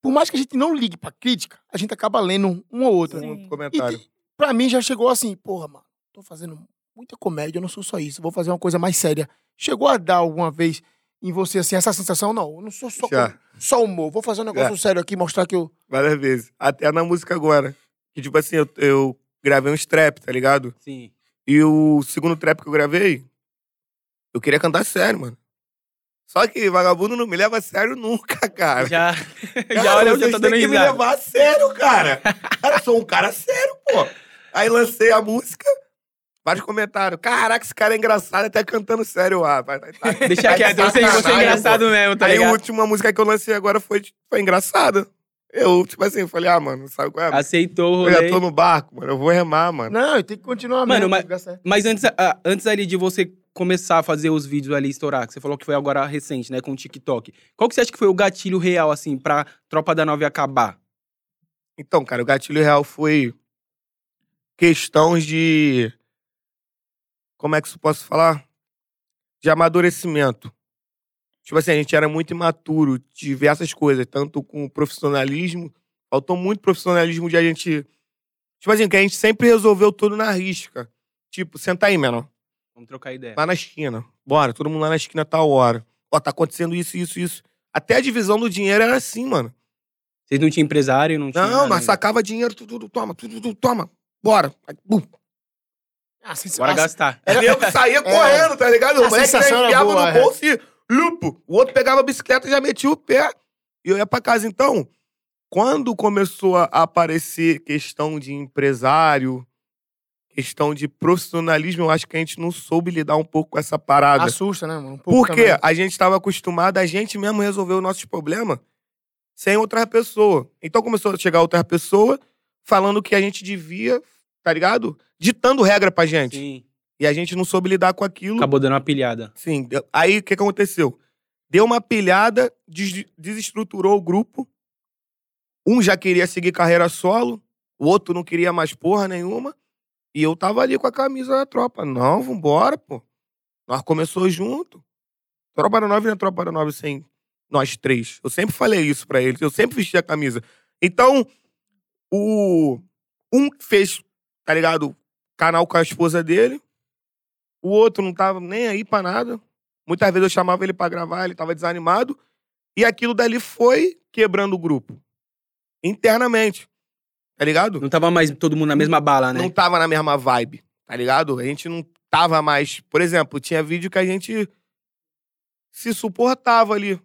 por mais que a gente não ligue pra crítica, a gente acaba lendo uma ou outra. Um Sim. E comentário. te- pra mim já chegou assim, porra, mano, tô fazendo muita comédia, eu não sou só isso, vou fazer uma coisa mais séria. Chegou a dar alguma vez em você assim, essa sensação? Não, eu não sou só, Já. com- só humor, vou fazer um negócio sério aqui, mostrar que eu. Várias vezes. Até na música agora. Que, tipo assim, eu, eu gravei uns trap, tá ligado? Sim. E o segundo trap que eu gravei, eu queria cantar sério, mano. Só que vagabundo não me leva a sério nunca, cara. Já, já Cara, olha, você vocês tá dando têm que me risada. levar a sério, cara. Cara, eu sou um cara sério, pô. Aí lancei a música, vários comentários. Caraca, esse cara é engraçado, até cantando sério. Ah, vai, vai, vai. Deixa Aí quieto, tá você, você é sacanagem, engraçado mesmo, tá Aí a ligado? última música que eu lancei agora foi, foi engraçada. Eu, tipo assim, falei, ah, mano, sabe qual é? Aceitou o eu já rolê. tô no barco, mano, eu vou remar, mano. Não, eu tenho que continuar Mano, mesmo. mas- dá certo. Mas antes, ah, antes ali de você começar a fazer os vídeos ali, estourar, que você falou que foi agora recente, né, com o TikTok. Qual que você acha que foi o gatilho real, assim, pra Tropa da Nove acabar? Então, cara, o gatilho real foi questões de. Como é que isso eu posso falar? De amadurecimento. Tipo assim, a gente era muito imaturo de diversas coisas, tanto com o profissionalismo. Faltou muito profissionalismo de a gente. Tipo assim, que a gente sempre resolveu tudo na risca. Tipo, senta aí, menor. Vamos trocar ideia. Lá na esquina. Bora, todo mundo lá na esquina tal hora. Ó, tá acontecendo isso, isso, isso. Até a divisão do dinheiro era assim, mano. Vocês não tinham empresário, não tinham... Não, nada mas ainda. sacava dinheiro, tudo, tudo, toma, tudo, tudo, toma. Bora. Aí, bum. A sensa- Bora a- gastar. Aí eu saía correndo, tá ligado? É A O moleque já sensação era enfiava boa, é. no bolso e lupo. O outro pegava a bicicleta e já metia o pé. E eu ia pra casa. Então, quando começou a aparecer questão de empresário, questão de profissionalismo, eu acho que a gente não soube lidar um pouco com essa parada. assusta, né, mano? Um pouco Por quê? também. A gente estava acostumado a gente mesmo resolver os nossos problemas sem outra pessoa. Então começou a chegar outra pessoa falando que a gente devia, tá ligado? Ditando regra pra gente. Sim. E a gente não soube lidar com aquilo. Acabou dando uma pilhada. Sim. deu- Aí o que que aconteceu? Deu uma pilhada, des- desestruturou o grupo. Um já queria seguir carreira solo, o outro não queria mais porra nenhuma. E eu tava ali com a camisa da tropa. Não, vambora, pô. Nós começou junto. Tropa da Nove não é Tropa da Nove sem nós três. Eu sempre falei isso pra eles. Eu sempre vesti a camisa. Então, o... Um fez, tá ligado, canal com a esposa dele. O outro não tava nem aí pra nada. Muitas vezes eu chamava ele pra gravar, ele tava desanimado. E aquilo dali foi quebrando o grupo. Internamente. Tá ligado? Não tava mais todo mundo na mesma bala, né? não tava na mesma vibe, tá ligado? A gente não tava mais. Por exemplo, tinha vídeo que a gente se suportava ali.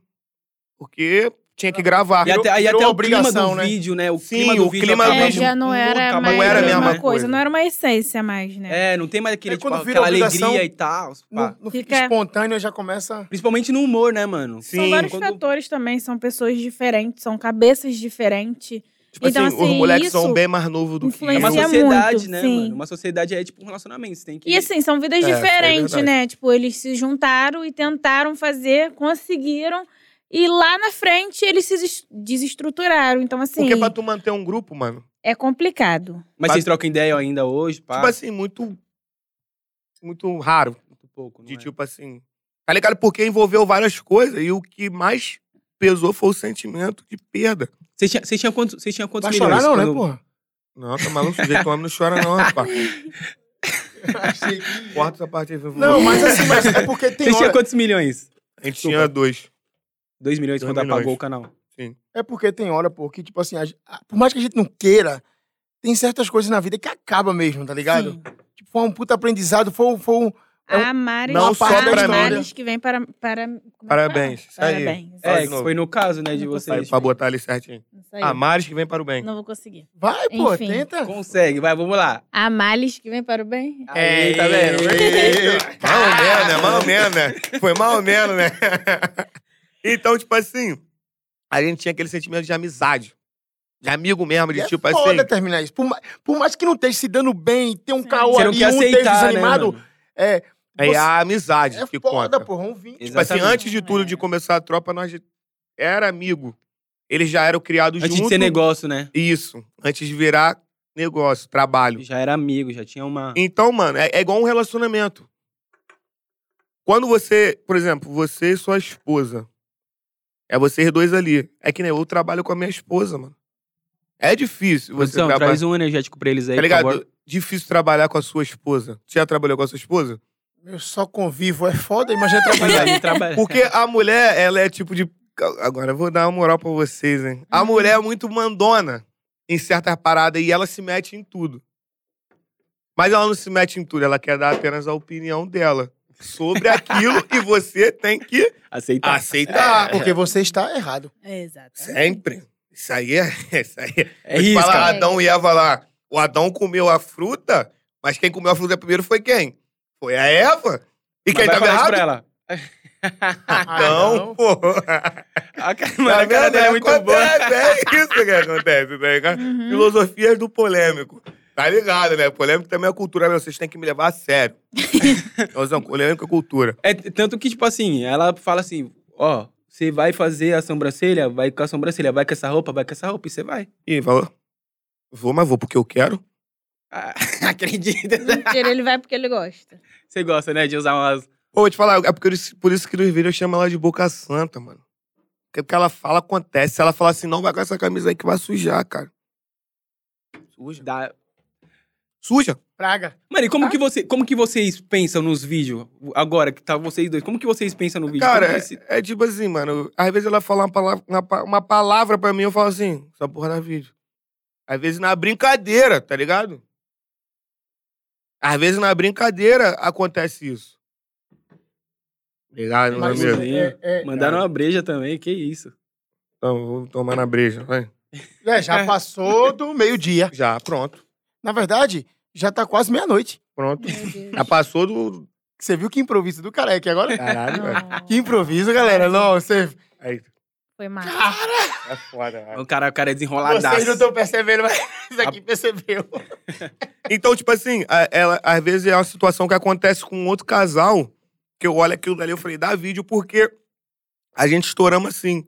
Porque tinha que gravar. Ah. E até, aí virou até o clima obrigação, do né? vídeo, né? O Sim, clima do o vídeo clima acaba do É, mas de- já não nunca era mais mais né? era a a mesma mesma coisa. coisa. não era uma essência mais, né? É, não tem mais aquele, É tipo, quando vira aquela obrigação- alegria e tal. pá. No, no Fica- espontâneo já começa. Principalmente no humor, né, mano? São Sim, vários quando- fatores também, são pessoas diferentes, são cabeças diferentes. Tipo Então, assim, assim, os moleques isso são bem mais novos do que É uma influencia eu. sociedade, muito, né, sim. mano? Uma sociedade é tipo um relacionamento. Você tem que. E assim, são vidas É, isso é diferentes, verdade. né? Tipo, eles se juntaram e tentaram fazer, conseguiram. E lá na frente eles se des- desestruturaram. Então, assim, Porque pra tu Tá manter um grupo, mano. é complicado. Mas Mas- vocês trocam ideia ainda hoje, pá? Tipo assim, muito. Muito raro. muito pouco, não De é? tipo assim. Tá ligado? Porque envolveu várias coisas e o que mais pesou foi o sentimento de perda. Vocês tinham vocês tinham quantos, vocês tinham quantos Vai chorar, milhões? não, né, quando- porra? Não, tá maluco, sujeito homem não chora, não, rapaz. Achei que- Corta essa parte aí, por favor. Não, mas assim, mas é porque tem Vocês tinham hora, quantos milhões? A gente tinha dois. 2 milhões Dois quando apagou milhões. o canal. é porque tem hora, pô, que tipo assim, a- a- por mais que a gente não queira, tem certas coisas na vida que acaba mesmo, tá ligado? Sim. Tipo, foi um puta aprendizado, foi, um- foi um. É um- A Maris, Não só a pra mim, Maris que vem para... para como é que Parabéns. Isso fala? aí. Parabéns. isso Fala É, de que novo. foi no caso, né, de Aí, vocês. pra botar ali certinho. aí. A Maris que vem para o bem. Não vou conseguir. Vai, pô, Enfim. tenta. Consegue, vai, vamos lá. A Males que vem para o bem? É, Aí, tá vendo? Mal ou menos, né? Mal ou menos, né? Foi mal ou menos, né? Então, tipo assim, a gente tinha aquele sentimento de amizade. De amigo mesmo, de É tipo assim. foda terminar isso. Por, ma- por mais que não esteja se dando bem, tem um caô Você não ali, quer um esteja aceitar, né, desanimado. mano? é, É você- a amizade é que foda, conta. porra. Um 20. Tipo assim, Exatamente. antes de tudo, de É. começar a tropa, nós já- era amigo. Eles já eram criados Antes de junto. ser negócio, né? Isso. Antes de virar negócio, trabalho. Já era amigo, já tinha uma... Então, mano, é, é igual um relacionamento. Quando você, por exemplo, você e sua esposa, é vocês dois ali. É que nem eu trabalho com a minha esposa, mano. É difícil você Produção, trabalhar. traz um energético pra eles aí, tá por ligado? favor. Difícil trabalhar com a sua esposa. Você já trabalhou com a sua esposa? Eu só convivo, é foda, imagina trabalhar. Trabalha, trabalha. Porque a mulher, ela é tipo de. Agora eu vou dar uma moral pra vocês, hein? A Uhum. mulher é muito mandona em certas paradas e ela se mete em tudo. Mas ela não se mete em tudo, ela quer dar apenas a opinião dela sobre aquilo e você tem que Aceitar. Ah, É. aceitar. Ah, Porque você está errado. Exato. Sempre. Isso aí é. Isso aí é. É isso, Fala, cara. Adão e Eva lá. O Adão comeu a fruta, mas quem comeu a fruta primeiro foi quem? Foi a Eva. E quem Mas vai tava falar isso errado? pra Ah, ela. Ah, então, Não, pô. A cara, mano, a cara dela é muito boa. Tá né? acontece, É isso que acontece, tá ligado? Uhum. Filosofias do polêmico. Tá ligado, né? Polêmico também é cultura, meu. Vocês têm que me levar a sério. Nós não, polêmico é cultura. É, t- tanto que, tipo assim, ela fala assim, ó, você vai fazer a sobrancelha, vai com a sobrancelha, vai com essa roupa, vai com essa roupa, e você vai. Ih, falou. Vou, mas vou porque eu quero. Ah, acredita? Mentira, ele vai porque ele gosta. Você gosta, né, de usar umas... Pô, vou te falar, é porque eles- por isso que nos vídeos eu chamo ela de boca santa, mano. Porque o que ela fala acontece. Se ela falar assim, não, vai com essa camisa aí que vai sujar, cara. Suja. da- Suja. Praga. Mano, e Ah. como que, você, como que vocês pensam nos vídeos? Agora que tá vocês dois, como que vocês pensam no vídeo? Cara, Como que é, esse- é tipo assim, mano. Às vezes ela fala uma palavra, uma, pa- uma palavra pra mim, eu falo assim, essa porra da vídeo. Às vezes na brincadeira, tá ligado? Às vezes na brincadeira acontece isso. Ligado, meu Mas- amigo? é- Mandaram uma breja também, que isso. Então, vou tomar na breja, vai. É, já passou do meio-dia. Já, pronto. Na verdade, já tá quase meia-noite. Pronto. Meu Deus. Já passou do. Você viu que improviso do cara é aqui agora? Caralho, velho. Que improviso, galera. Não, você... Aí, Foi mal. é foda, velho. O cara, o cara é desenroladaço. vocês não estão percebendo, mas isso aqui percebeu. Então, tipo assim, a- ela, às vezes é uma situação que acontece com outro casal, que eu olho aquilo dali e eu falei, dá vídeo, porque a gente estouramos assim,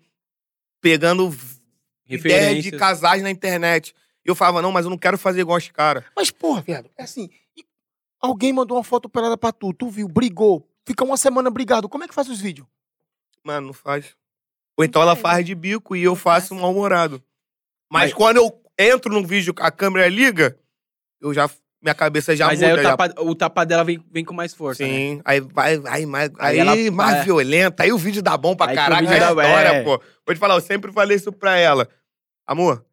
pegando ideias de Referência. casais na internet. E eu falava, não, mas eu não quero fazer igual esse cara. Mas, porra, viado, é assim. e- Alguém mandou uma foto pelada pra tu, tu viu, brigou, fica uma semana brigado. Como é que faz os vídeos? Mano, não faz. Ou então ela faz de bico e eu faço mal-humorado. Mas, Mas- quando eu entro num vídeo, a câmera liga, eu já. Minha cabeça já Mas muda. aí o já tapa, o tapa dela vem, vem com mais força, né? Sim, aí vai, vai mais, Aí aí ela- mais é. violenta, aí o vídeo dá bom pra Aí que o caraca, vídeo é dá- história, é. pô. Vou te falar, eu sempre falei isso pra ela. Amor,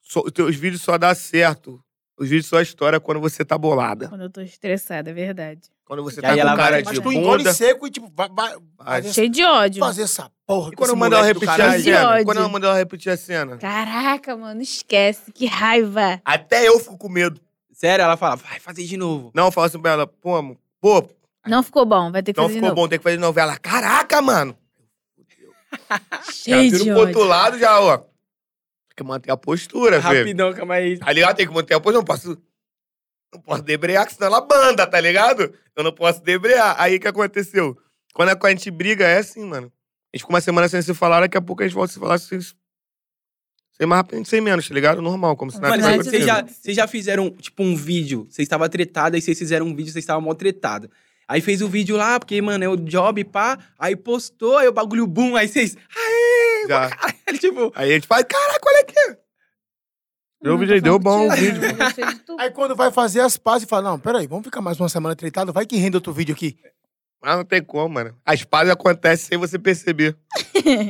só- os teus vídeos só dá certo. Os vídeos só é história quando você tá bolada. Quando eu tô estressada, é verdade. Quando você E tá aí com ela cara vai- Mas de tu engole bunda. seco e tipo, vai, vai, Vai. fazer, Cheio de ódio. fazer essa porra. E com quando eu esse mandar ela moleque do repetir a caralho. Cheio de cena? ódio. Quando eu mandar ela repetir a cena? Caraca, mano, esquece. Que raiva. Até eu fico com medo. Sério, ela fala, vai fazer de novo. Não, eu falo assim pra ela, pô, amor, pô, Não ficou bom, vai ter que não fazer de ficou novo. bom, tem que fazer de novela. Caraca, mano. Já Cheio vira de pro outro ódio. lado, já, ó. Tem que manter a postura, filho. Rapidão, calma aí. Tá ligado? Tem que manter a posição. Não posso. Não posso debrear, que senão ela banda, tá ligado? Eu não posso debrear. Aí o que aconteceu? Quando a gente briga, é assim, mano. A gente fica uma semana sem se falar, daqui a pouco a gente volta a se falar sem, sem mais rápido, sem menos, tá ligado? Normal, como se nada Mano, Mas tivesse aí vocês acontecido. já, vocês já fizeram, tipo, um vídeo. Vocês estavam tretados, aí vocês fizeram um vídeo, vocês estavam mal tretados. Aí fez o vídeo lá, porque, mano, é o job, pá. Aí postou, aí o bagulho, boom. Aí vocês... Aê! Já. Ele, tipo... Aí a gente fala, caraca, olha aqui. Meu vídeo aí deu bom, o vídeo. Eu gostei de tudo. Aí quando vai fazer as pazes, fala, não, peraí, vamos ficar mais uma semana tretado, vai que rende outro vídeo aqui. Mas não tem como, mano. As pazes acontecem sem você perceber.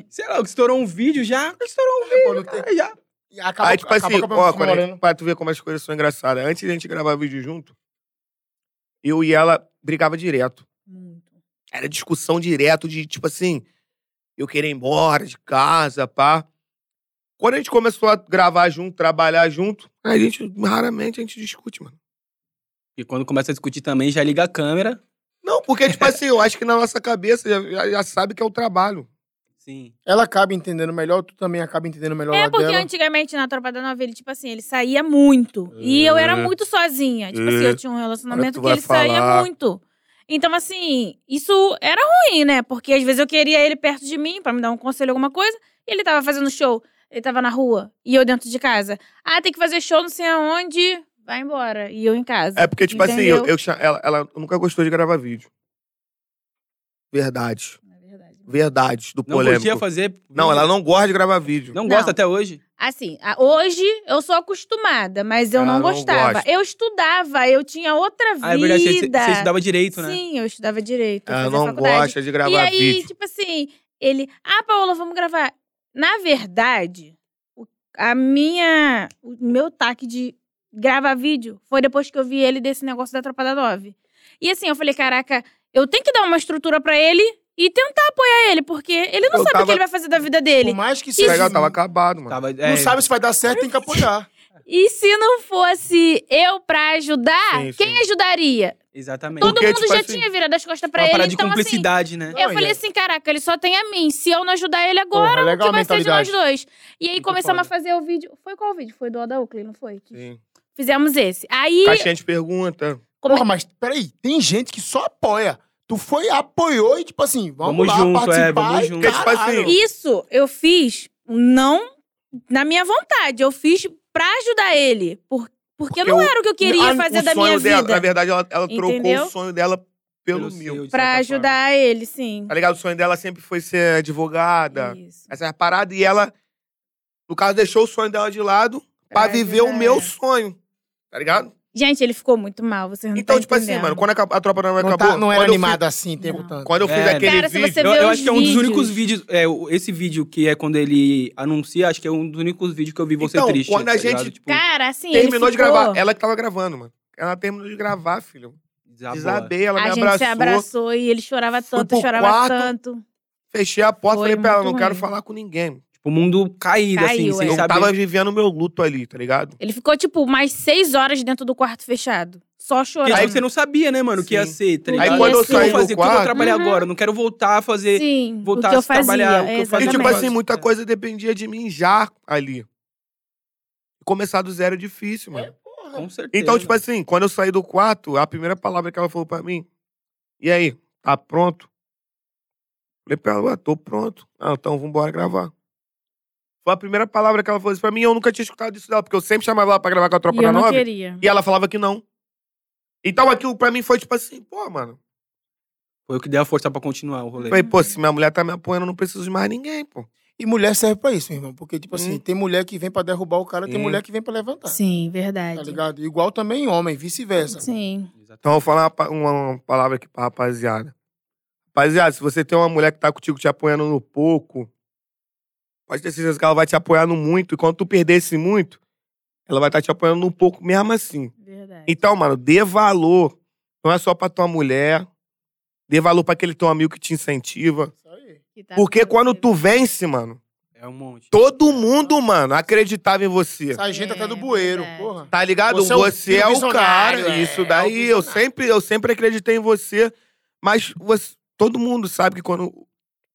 Sei lá, estourou um vídeo já. Estourou um vídeo, Pô, não tem- cara, já. E acaba, aí, tipo acaba assim, comemorando. ó, quando a gente, pra tu ver como as coisas são engraçadas. Antes de a gente gravar vídeo junto, eu e ela brigava direto. Muito. Era discussão direto de, tipo assim, eu querer ir embora de casa, pá. Quando a gente começou a gravar junto, trabalhar junto, a gente, raramente a gente discute, mano. E quando começa a discutir também, já liga a câmera. Não, porque, tipo assim, eu acho que na nossa cabeça já- já, já sabe que é o trabalho. Sim. Ela acaba entendendo melhor, tu também acaba entendendo melhor É, lá porque dela. antigamente na Tropa da Nova, ele, tipo assim, ele saía muito. E eu era É. muito sozinha. Tipo assim, É. eu tinha um relacionamento Agora tu que vai ele saía falar. muito. Então, assim, isso era ruim, né? Porque às vezes eu queria ele perto de mim pra me dar um conselho, alguma coisa, e ele tava fazendo show, ele tava na rua, e eu dentro de casa. Ah, tem que fazer show, não sei aonde, vai embora. E eu em casa. É porque, tipo assim, eu, Entendeu? eu cha- ela, ela nunca gostou de gravar vídeo. Verdade. Na É verdade. Verdade do Não polêmico. podia fazer. Não, ela não gosta de gravar vídeo. Não gosta Não. até hoje. Assim, a- hoje eu sou acostumada, mas eu Ela não Ah, não gostava. gosta. eu estudava, eu tinha outra vida. Ah, é verdade, você, você estudava direito, né? Sim, eu estudava direito. Ela fazia Ah, não faculdade. gosta de gravar E aí, vídeo. tipo assim, ele. Ah, Paola, vamos gravar. Na verdade, o- a minha. O meu taque de gravar vídeo foi depois que eu vi ele desse negócio da Tropa da Nove. E assim, eu falei, caraca, eu tenho que dar uma estrutura pra ele e tentar apoiar ele, porque ele não sabe Eu o que tava- ele vai fazer da vida dele. Por mais que Tá seja. ligado? Tava acabado, mano. Tava, Não é, sabe se vai dar certo, tem que apoiar. E se não fosse eu pra ajudar, Sim, sim. quem ajudaria? Exatamente. Todo Porque, mundo tipo já assim, tinha virado as costas pra Uma ele, parada de então assim. cumplicidade, né? Eu Não, falei e- assim, caraca, ele só tem a mim. Se eu não ajudar ele agora, Porra, é legal o que a vai ser de nós mentalidade. dois? E aí Muito começamos foda. a fazer o vídeo. Foi qual vídeo? Foi do Oda Oakley, não foi? Sim. Fizemos esse. Aí. Caixinha de pergunta. Como... Porra, mas peraí, tem gente que só apoia. Tu foi, apoiou e, tipo assim, vamos, Vamos lá junto, participar. é, vamos e junto. Porque, tipo caralho. assim, Isso eu fiz não na minha vontade. Eu fiz pra ajudar ele. Por... Porque, Porque não o- era o que eu queria a- fazer Ah, o da sonho minha dela, vida. Na verdade, ela, ela trocou Entendeu? o sonho dela pelo, seu, meu. de pra certa ajudar ele, sim. Tá ligado? O sonho dela sempre foi ser advogada. Isso. Essas paradas. E ela, no caso, deixou o sonho dela de lado pra Pra viver o ajudar meu ela. sonho. Tá ligado? Gente, ele ficou muito mal, você não Então, tá tipo assim, entendendo. mano, quando a, a tropa não Não, acabou. tá- não era quando eu fiz- animado assim, tempo Não. tanto. quando eu fiz É. aquele Cara, se vídeo. você Eu, vê eu os acho que é um dos vídeos. únicos vídeos. É, o- esse vídeo que é quando ele anuncia, acho que é um dos únicos vídeos que eu vi você Então, triste. quando a tá gente- ligado? Tipo, Cara, assim, Terminou ele de ficou... gravar. Ela que tava gravando, mano. Ela terminou de gravar, filho. desabou. Desabei, ela a me gente abraçou. se abraçou e ele chorava Fui tanto, pro chorava quarto. tanto. Fechei a porta, Foi falei pra ela, muito não quero ruim. falar com ninguém. Tipo, o mundo caído, Caiu, assim, sem é. Eu saber. tava vivendo o meu luto ali, tá ligado? Ele ficou, tipo, mais seis horas dentro do quarto fechado. Só Porque chorando. tipo, você não sabia, né, mano, o que ia Sim. ser, tá Aí ligado? quando eu O que vou saí do fazer? O que eu vou quarto- trabalhar Uhum. agora? Eu não quero voltar a fazer... Sim, voltar o que a eu se trabalhar, fazia. o que é, eu fazia. E tipo exatamente. assim, muita coisa dependia de mim já ali. Começar do zero é difícil, mano. Com certeza. é. Então, tipo assim, quando eu saí do quarto, a primeira palavra que ela falou pra mim, e aí, tá pronto? Falei pra ela, "Ué, tô pronto. Ah, então vambora gravar. Foi a primeira palavra que ela falou isso pra mim, e eu nunca tinha escutado isso dela, porque eu sempre chamava ela assim, pra gravar com a Tropa E eu da não Nove, queria. e ela falava que não. Então aquilo pra mim foi tipo assim, pô, mano. Foi o que deu a força pra continuar o rolê. Falei, pô, se minha mulher tá me apoiando, eu não preciso de mais ninguém, pô. E mulher serve pra isso, meu irmão. Porque, tipo assim, Hum. tem mulher que vem pra derrubar o cara, tem Sim. mulher que vem pra levantar. Sim, verdade. Tá ligado? Igual também homem, vice-versa. Sim. Exatamente. Então eu vou falar uma, pa- uma- uma palavra aqui pra rapaziada. Rapaziada, se você tem uma mulher que tá contigo te apoiando no pouco, pode ter certeza que ela vai te apoiar no muito. E quando tu perder esse muito, ela vai estar te apoiando no pouco mesmo assim. Verdade. Então, mano, dê valor. Não é só pra tua mulher. Dê valor pra aquele teu amigo que te incentiva. Isso aí. Que tá Porque tudo quando bem. tu vence, mano, É um monte. todo mundo, mano, acreditava em você. Sai gente até do É, bueiro, verdade. porra. Tá ligado? Você Você é é, o o visionário, cara. é, é Isso o daí, eu, visionário. sempre, eu sempre acreditei em você. Mas você- todo mundo sabe que quando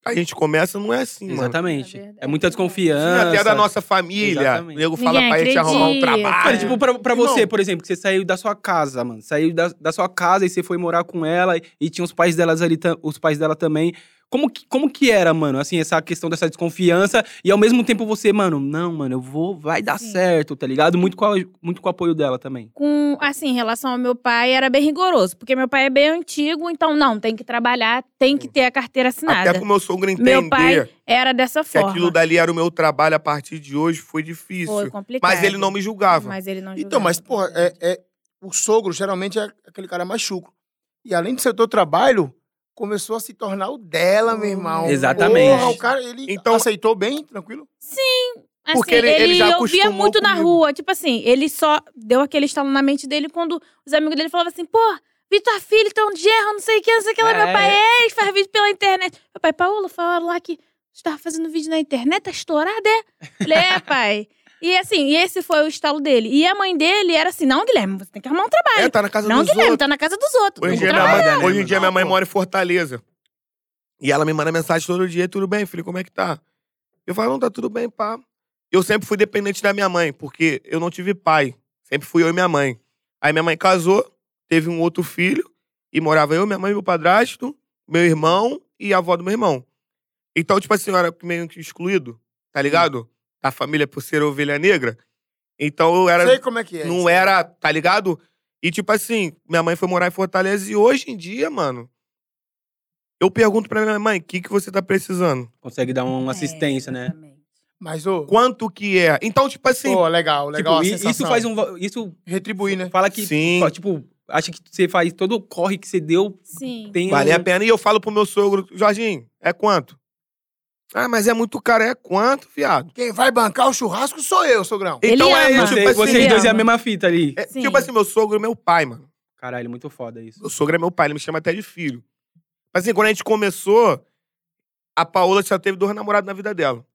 a gente começa, não é assim, mano. Exatamente. É verdade. É muita Sim, desconfiança. até da nossa família. Exatamente. O nego fala Ninguém pra gente arrumar um acredita. Cara, trabalho. É. tipo, pra, pra Irmão. você, por exemplo, que você saiu da sua casa, mano. Saiu da, da sua casa e você foi morar com ela e, e tinha os pais delas ali, tam- os pais dela também. Como que, como que era, mano, assim, essa questão dessa desconfiança e ao mesmo tempo você, mano, não, mano, eu vou, vai dar Sim. certo, tá ligado? Muito com, a- muito com o apoio dela também. com, assim, em relação ao meu pai, era bem rigoroso. Porque meu pai é bem antigo, então não, tem que trabalhar, tem que ter a carteira assinada. até pro meu sogro entender Meu pai Era dessa que forma. aquilo dali era o meu trabalho a partir de hoje foi difícil. Foi complicado. mas ele não me julgava. Mas ele não Então, mas, julgava. porra, é, é- o sogro geralmente é aquele cara mais chucro. E além de ser o teu trabalho, começou a se Uhum. tornar o dela, meu irmão. Exatamente. Porra, o cara, ele Então- aceitou bem, tranquilo? Assim, Porque ele- ele já ouvia acostumou muito na comigo. rua. Tipo assim, ele só deu aquele estalo na mente dele quando os amigos dele falavam assim, pô, Vitor Filho, tão de erro, um não sei o que, não sei o que lá. É. Meu pai é, faz vídeo pela internet. Meu pai, Paulo, falaram lá que você tava fazendo vídeo na internet, tá estourado, é? Falei, é, pai. E assim, e esse foi o estalo dele. E a mãe dele era assim, não, Guilherme, você tem que arrumar um trabalho. É, tá na casa não, dos Guilherme, outros. tá na casa dos outros. Hoje tem em dia, que minha trabalhar. mãe, trabalhando, hoje em dia, minha mãe pô. mora em Fortaleza. E ela me manda mensagem todo dia, tudo bem, filho, como é que tá? Eu falo, não, tá tudo bem, pá. Eu sempre fui dependente da minha mãe, porque eu não tive pai. Sempre fui eu e minha mãe. Aí minha mãe casou, teve um outro filho, e morava eu, minha mãe, meu padrasto, meu irmão e a avó do meu irmão. Então, tipo assim, eu era meio que excluído, tá ligado? Da família por ser ovelha negra. Então eu era Sei como é que é. não era, tá ligado? E tipo assim, minha mãe foi morar em Fortaleza e hoje em dia, mano, eu pergunto pra minha mãe, o que, que você tá precisando? Consegue dar É. uma assistência, né? Mas, ô. Quanto que é? Então, tipo assim, Pô, legal, Tipo, legal. a i- isso sensação. faz um. va- Isso Retribuir, né? fala que. Sim. ó, Tipo, acha que você faz todo o corre que você deu. Sim. Tem vale um- a pena. E eu falo pro meu sogro, Jorginho, é quanto? Ah, mas é muito caro, é quanto, fiado? Quem vai bancar o churrasco sou eu, sogrão. Ele então é ama. isso, Você, tipo assim, vocês ele dois é a ama. mesma fita ali. é, Sim. tipo assim, meu sogro e meu pai, mano. Caralho, muito foda isso. Meu sogro é meu pai, ele me chama até de filho. Mas assim, quando a gente começou, a Paola só teve dois namorados na vida dela.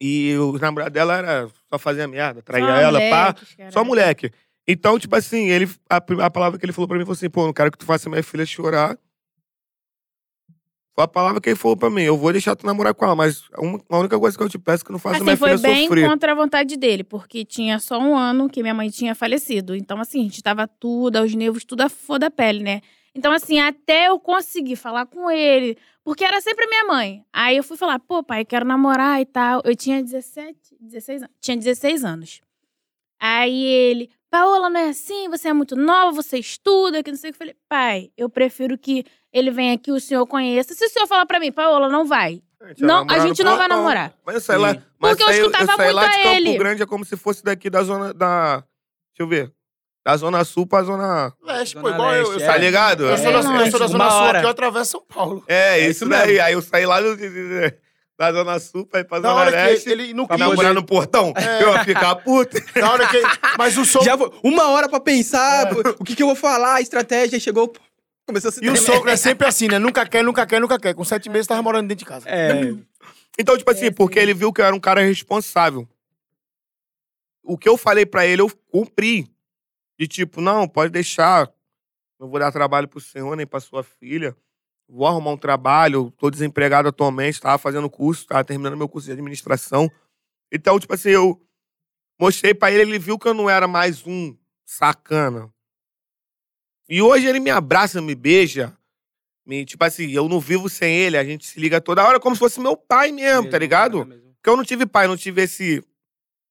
E os namorados dela era só fazer merda, traía ela, pá. Só moleque. Então, tipo assim, ele, a, prim- a palavra que ele falou pra mim foi assim: pô, não quero que tu faça minha filha chorar. Foi a palavra que ele falou pra mim: eu vou deixar tu namorar com ela, mas a un- a única coisa que eu te peço é que não faça Assim, minha foi filha bem sofrer. contra a vontade dele, porque tinha só um ano que minha mãe tinha falecido. Então, assim, a gente tava tudo, aos nervos, tudo a flor da pele, né? Então, assim, até eu conseguir falar com ele, porque era sempre minha mãe. Aí eu fui falar, pô, pai, quero namorar e tal. Eu tinha 17, 16 anos. Tinha 16 anos. Aí ele, Paola, não é assim? Você é muito nova, você estuda, que não sei o que. Eu falei, pai, eu prefiro que ele venha aqui, o senhor conheça. Se o senhor falar pra mim, Paola, não vai. Não, a gente não vai namorar. Mas eu saí lá. Sim. Mas Porque eu saí- escutava saí lá muito de a Campo ele. Grande é como se fosse daqui da zona da. Deixa eu ver. Da zona sul pra zona. Leste, pô, Zona igual eu. eu Leste, Tá saí- é. ligado? Eu sou, É, da, eu sou da uma Zona Sul hora. aqui, eu atravesso São Paulo. É, É isso, isso daí. mesmo. Aí eu saí lá do- da zona sul pra ir pra Na zona hora leste. que ele não Pra quis. poder- Namorar no portão, eu ia ficar puto. Na hora que. Mas o sogro. Já foi uma hora pra pensar pô, É. o que, que eu vou falar, a estratégia e chegou. pô, Começou a se E o tremer. sogro é sempre assim, né? Nunca quer, nunca quer, nunca quer. Com sete meses tava morando dentro de casa. É, Então, tipo assim, porque ele viu que eu era um cara responsável. O que eu falei pra ele, eu cumpri. De tipo, não, pode deixar. Não vou dar trabalho pro senhor nem pra sua filha. Vou arrumar um trabalho. Tô desempregado atualmente, tava fazendo curso, tava terminando meu curso de administração. Então, tipo assim, eu mostrei pra ele, ele viu que eu não era mais um sacana. E hoje ele me abraça, me beija. Me, tipo assim, eu não vivo sem ele, a gente se liga toda hora como se fosse meu pai mesmo, tá ligado? Porque eu não tive pai, não tive esse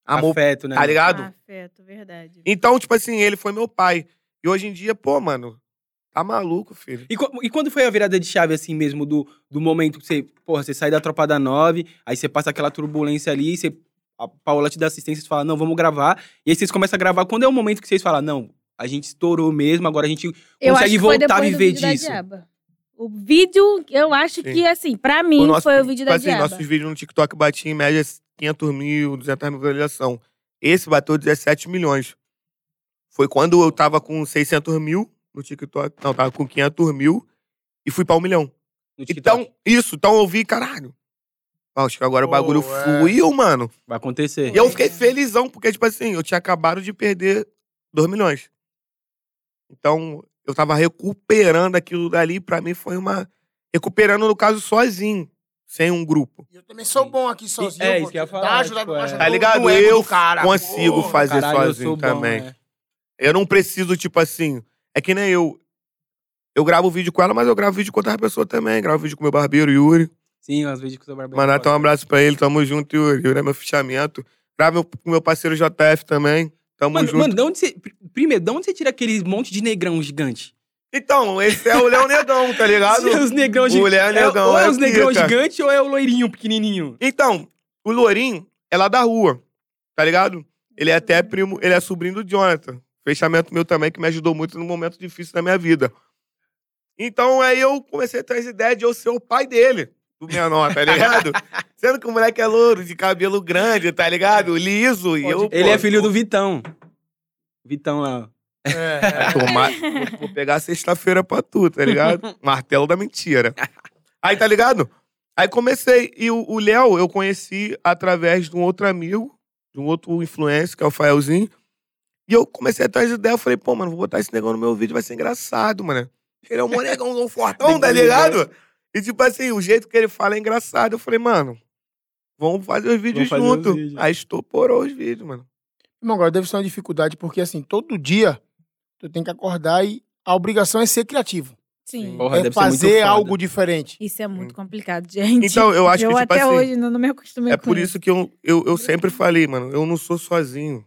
amor, Afeto, né? tá ligado? Ah, Afeto, verdade. Então, tipo assim, ele foi meu pai. E hoje em dia, pô, mano, tá maluco, filho. E, qu- e quando foi a virada de chave, assim mesmo, do, do momento que você, porra, você sai da tropa da nove, aí você passa aquela turbulência ali, você, a Paola te dá assistência, você fala, não, vamos gravar. E aí vocês começam a gravar. Quando é o momento que vocês falam, não, a gente estourou mesmo, agora a gente Eu consegue acho que foi voltar a depois do viver vídeo da disso. Diaba. O vídeo, eu acho Sim. que, assim, pra mim, foi o vídeo da tipo assim, Diaba. nossos vídeos no TikTok batiam em média 500 mil, 200 mil visualização. Esse bateu 17 milhões. Foi quando eu tava com 600 mil no TikTok. Não, tava com 500 mil e fui pra um milhão. No TikTok. Então, isso. Então eu vi, caralho. Ah, Acho que agora o Pô, bagulho é. fluiu, mano. Vai acontecer. E eu Pois fiquei é. felizão, porque, tipo assim, eu tinha acabado de perder 2 milhões. Então, eu tava recuperando aquilo dali, pra mim foi uma. Recuperando, no caso, sozinho, sem um grupo. Eu também sou bom aqui sozinho. é, pô. isso que eu ia Dá falar, ajuda- tipo, é. ajuda Tá Tá no- ligado? no ego eu do cara. consigo Porra. fazer Caralho, eu sozinho sou bom, também. é. né? Eu não preciso, tipo assim. É que nem eu. Eu gravo vídeo com ela, mas eu gravo vídeo com outras pessoas também. Gravo vídeo com meu barbeiro, Yuri. Sim, às vezes que eu sou barbeiro. Mandar até um abraço pra ele. Tamo junto, Yuri. Yuri é meu fichamento. Gravo com meu parceiro JF também. Tamo Mano, junto. mano, de onde você. pr- Primeiro, de onde você tira aquele monte de negrão gigante? Então, esse é o Léo Negão, tá ligado? os negrão O Léo gigante. Negão ou é é os negrão pica. gigante ou é o loirinho pequenininho? Então, o Lourinho é lá da rua, tá ligado? Ele é até Uhum. primo, ele é sobrinho do Jonathan. Fechamento meu também, que me ajudou muito num momento difícil da minha vida. Então, aí eu comecei a ter essa ideia de eu ser o pai dele. do menor, tá ligado? Sendo que o moleque é louro, de cabelo grande, tá ligado? Liso. E eu, Ele pô, é filho do Vitão. Vitão lá, ó. É. Tomar- vou, vou pegar sexta-feira pra tu, tá ligado? Martelo da mentira. Aí, tá ligado? Aí comecei. E o o Léo eu conheci através de um outro amigo, de um outro influencer, que é o Faelzinho. E eu comecei atrás de ideia. Eu falei, pô, mano, vou botar esse negão no meu vídeo, vai ser engraçado, mano. Ele é um monegão, um fortão, né? tá ligado? E tipo assim, o jeito que ele fala é engraçado. Eu falei, mano, vamos fazer os vídeos fazer os juntos. vídeos. Aí estoporou os vídeos, mano. Irmão, agora deve ser uma dificuldade, porque assim, todo dia tu tem que acordar e a obrigação é ser criativo. Sim. Porra, é deve ser muito fazer foda. algo diferente. Isso é muito complicado, gente. Então, eu acho eu que, tipo até assim, hoje não, não me acostumei É com por isso que eu, eu, eu sempre falei, mano, eu não sou sozinho.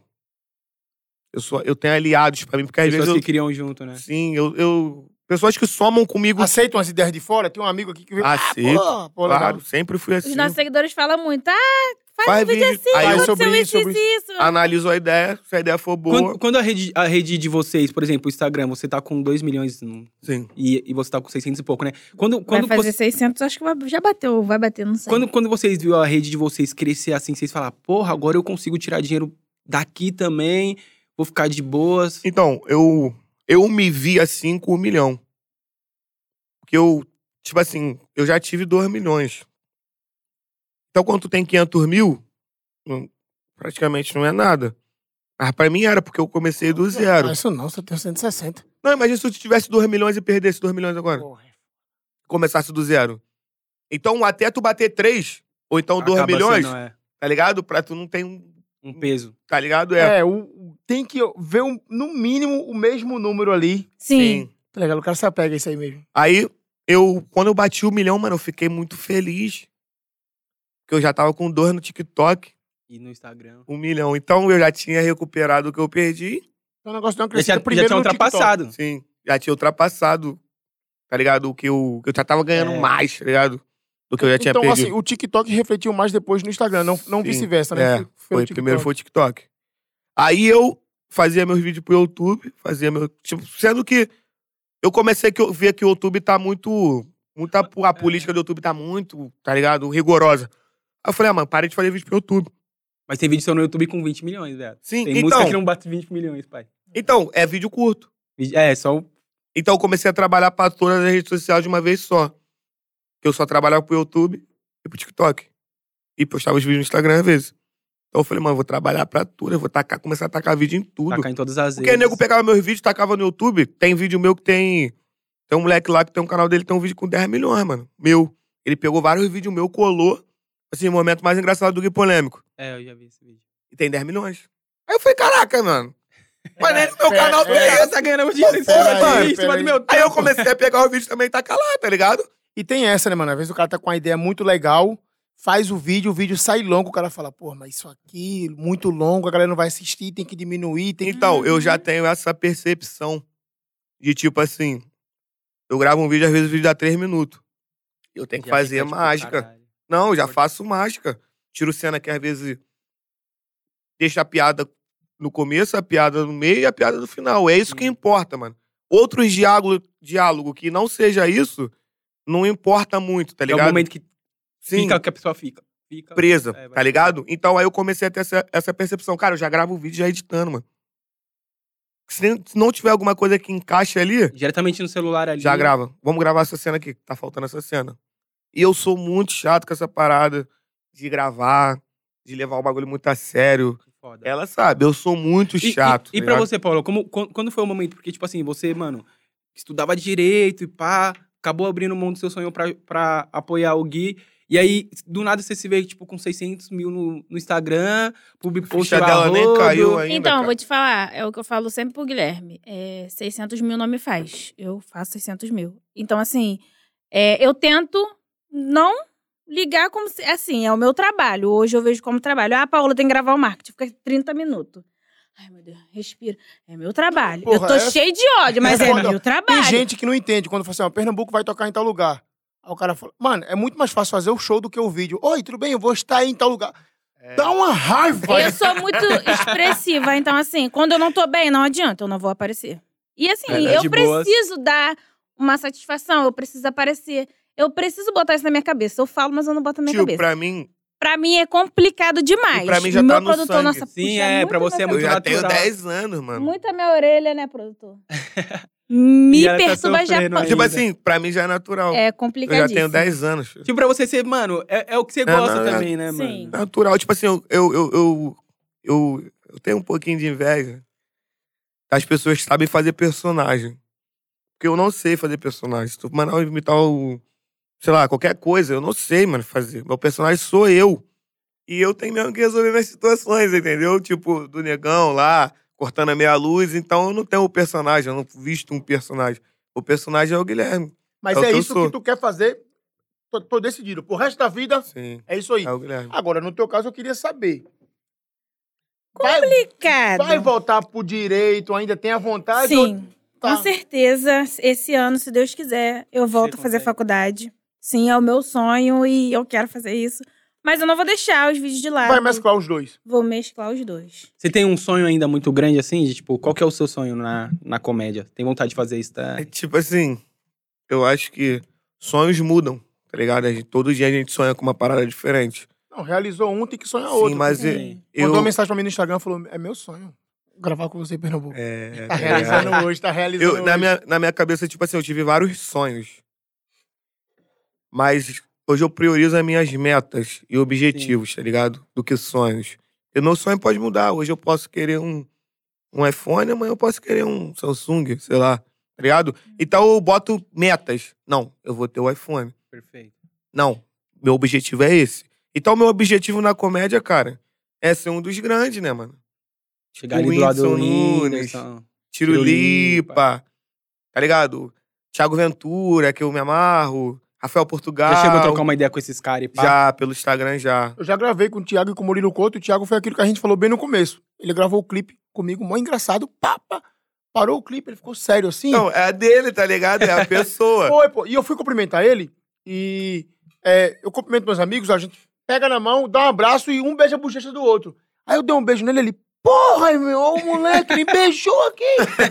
Eu, sou, eu tenho aliados pra mim, porque às Pessoas que vezes criam junto, né? eu. Sim, eu, eu- Pessoas que somam comigo. Aceitam as ideias de fora? Tem um amigo aqui que veio. Aceito, Ah, Pô, pô, legal. claro, sempre fui assim. Os nossos seguidores falam muito. Ah, faz, Faz um vídeo vídeo. assim, Aí eu- aconteceu sobre isso, isso, sobre isso, isso. Analiso a ideia, se a ideia for boa. Quando, quando a, rede, a rede de vocês, por exemplo, o Instagram, você tá com 2 milhões no- Sim. e, e você tá com 600 e pouco, né? Quando, quando, vai fazer você- 600, acho que vai- já bateu, vai bater, não sei. quando, quando vocês viram a rede de vocês crescer assim, vocês falaram, porra, agora eu consigo tirar dinheiro daqui também, vou ficar de boas. Então, eu, eu me vi assim com um milhão. Porque eu, tipo assim, eu já tive dois milhões. Então, quando tu tem 500 mil, não- praticamente não é nada. Mas pra mim era, porque eu comecei é do zero. Ah, isso não, só tenho 160. Não, imagina se tu tivesse 2 milhões e perdesse 2 milhões agora. Porra. é Começasse do zero. Então, até tu bater 3, ou então 2 Acaba milhões, sendo, é, tá ligado? Pra tu não ter um. um peso. Tá ligado? É. É, o- o- tem que ver um- no mínimo o mesmo número ali. Sim. Tá legal, o cara se apega a isso aí mesmo. Aí, eu, quando eu bati o milhão, mano, eu fiquei muito feliz. Porque eu já tava com 2 no TikTok, E no Instagram. um milhão. Então, eu já tinha recuperado o que eu perdi. Então o negócio não Já cresceu tinha, já primeiro tinha no TikTok. ultrapassado. Sim. Já tinha ultrapassado, tá ligado? O que eu, eu já tava ganhando É. mais, tá ligado? Do que eu já tinha então, perdido. assim, o TikTok refletiu mais depois no Instagram, não, não Sim, vice-versa, né? É, Foi- foi foi, o primeiro TikTok. foi o TikTok. Aí eu fazia meus vídeos pro YouTube, fazia meu. Tipo, sendo que eu comecei que eu via que o YouTube tá muito. muito a, a é. política do YouTube tá muito, tá ligado? Rigorosa. Aí eu falei, ah, mano, parei de fazer vídeo pro YouTube. Mas tem vídeo seu no YouTube com 20 milhões, velho. Sim, Tem música que então. não bate 20 milhões, pai. Então, é vídeo curto. Vídeo- É, só o. Então eu comecei a trabalhar pra todas as redes sociais de uma vez só. Que eu só trabalhava pro YouTube e pro TikTok. E postava os vídeos no Instagram às vezes. Então eu falei, mano, eu vou trabalhar pra tudo, eu vou tacar, começar a tacar vídeo em tudo. Tacar em todas as Porque o redes. nego pegava meus vídeos, tacava no YouTube. Tem vídeo meu que tem. Tem um moleque lá que tem um canal dele, tem um vídeo com 10 milhões, mano. Meu. Ele pegou vários vídeos meu, colou. Assim, o momento mais engraçado do que polêmico. É, eu já vi esse vídeo. E tem 10 milhões. Aí eu falei, caraca, mano. Mas nem no meu canal tem é. isso. tá ganhando dinheiro em cima Pera aí, de mim, em pera cima aí. do meu Aí eu comecei a pegar o vídeo também e tacar lá, tá ligado? E tem essa, né, mano? Às vezes o cara tá com uma ideia muito legal, faz o vídeo, o vídeo sai longo, o cara fala, pô, mas isso aqui, muito longo, a galera não vai assistir, tem que diminuir, tem que. Então, eu já tenho essa percepção de tipo assim. Eu gravo um vídeo, às vezes o vídeo dá 3 minutos. Eu tenho que Já fazer fica, tipo, mágica. tá caralho. Não, já Pode- faço mágica. Tiro cena que às vezes deixa a piada no começo, a piada no meio e a piada no final. É isso que Sim. importa, mano. Outros diálogo, diálogo que não seja isso, não importa muito, tá ligado? É o momento que Sim, fica, que a pessoa fica. Fica. presa, É, vai- tá ligado? Então aí eu comecei a ter essa, essa percepção. Cara, eu já gravo o vídeo já editando, mano. Se nem- se não tiver alguma coisa que encaixe ali, Diretamente no celular ali. já grava. Vamos gravar essa cena aqui. Tá faltando essa cena. E eu sou muito chato com essa parada de gravar, de levar o bagulho muito a sério. Foda. Ela sabe, eu sou muito E- e- chato. E, tá pra ligado? você, Paulo, como, quan- quando foi o momento? Porque, tipo assim, você, mano, estudava direito e pá, acabou abrindo mão do seu sonho pra, pra apoiar o Gui. E aí, do nada, você se vê, tipo, com 600 mil no, no Instagram, pub A post ficha dela nem caiu ainda. Então, cara. vou te falar, é o que eu falo sempre pro Guilherme. É, 600 mil não me faz. Eu faço 600 mil. Então, assim, é, eu tento não ligar como se. Assim, é o meu trabalho. Hoje eu vejo como trabalho. Ah, Paula, tem que gravar o marketing. Fica 30 minutos. Ai, meu Deus, respira. É meu trabalho. eu Porra, tô é- cheio de ódio, mas é Foda. Tem meu trabalho. gente que não entende quando fala assim, ó, Pernambuco vai tocar em tal lugar. Aí o cara fala, mano, é muito mais fácil fazer o show do que o vídeo. Oi, tudo bem? Eu vou estar aí em tal lugar. É. Dá uma raiva! Eu sou muito expressiva, então assim, quando eu não tô bem, não adianta, eu não vou aparecer. E assim, É, tá eu de boas. preciso dar uma satisfação, eu preciso aparecer. Eu preciso botar isso na minha cabeça. Eu falo, mas eu não boto na minha Tio, cabeça. Pra... pra mim, mim é complicado demais. E pra mim já Meu tá no produtor, sangue. nossa, Sim, puxa é, muito pra você é minha eu muito já tenho natural. 10 anos, mano. Muita minha orelha, né, produtor? Me E ela tá perturba já. sofrendo quando- ainda. Tipo assim, pra mim já é natural. é eu já complicadíssimo. tenho 10 anos. filho. Tipo, pra você ser, mano, é, é o que você gosta não, é. também, né, Sim. mano? Natural. Tipo assim, eu, eu, eu, eu, eu- eu tenho um pouquinho de inveja das pessoas que sabem fazer personagem. Porque eu não sei fazer personagem. Se tu mandar eu imitar o. Sei lá, qualquer coisa, eu não sei, mano, fazer. Meu personagem sou eu. E eu tenho mesmo que resolver minhas situações, entendeu? Tipo, do negão lá, cortando a meia luz. Então eu não tenho um personagem, eu não visto um personagem. O personagem é o Guilherme. Mas É o é, que eu isso sou. que tu quer fazer. Tô, tô decidido. Pro resto da vida, Sim. é isso aí. É o Guilherme. Agora, no teu caso, eu queria saber. Vai, Complicado. vai voltar pro direito, ainda tem a vontade? Sim. ou- Tá. Com certeza, esse ano, se Deus quiser, eu volto a fazer consegue. faculdade. Sim, é o meu sonho e eu quero fazer isso. Mas eu não vou deixar os vídeos de lado. Vai mesclar os dois. Vou mesclar os dois. Você tem um sonho ainda muito grande, assim? De, tipo, qual que é o seu sonho na, na comédia? Tem vontade de fazer isso, tá? É tipo assim, eu acho que sonhos mudam, tá ligado? A gente- todo dia a gente sonha com uma parada diferente. Não, realizou um, tem que sonhar Sim, outro. mas eu. Sim. eu- Mandou uma mensagem pra mim no Instagram falou: é meu sonho gravar com você em Pernambuco. é, Tá tá realizando ligado? hoje, tá realizando eu, hoje. na, minha, na minha cabeça, tipo assim, eu tive vários sonhos. Mas hoje eu priorizo as minhas metas e objetivos, tá ligado? Do que sonhos. E meu sonho pode mudar. Hoje eu posso querer um, um iPhone, amanhã eu posso querer um Samsung, sei lá. Tá ligado? Então eu boto metas. Não, eu vou ter o iPhone. Perfeito. Não, meu objetivo é esse. Então, meu objetivo na comédia, cara, é ser um dos grandes, né, mano? Tipo Chegar ali do lado do Whindersson Nunes, Whindersson. Tiro Tirolipa. Lipa, tá ligado? Thiago Ventura, que eu me amarro. Rafael Portugal. Já chegou a trocar uma ideia com esses caras e pá? Já, pelo Instagram, já. Eu já gravei com o Thiago e com o Murilo Couto. O Thiago foi aquilo que a gente falou bem no começo. Ele gravou o clipe comigo, mó engraçado, papa. Parou o clipe, ele ficou sério assim. Não, é a dele, tá ligado? É a pessoa. Foi, pô. E eu fui cumprimentar ele e é, eu cumprimento meus amigos, a gente pega na mão, dá um abraço e um beija a bochecha do outro. Aí eu dei um beijo nele, ele, porra, meu, ó, o moleque, ele beijou aqui.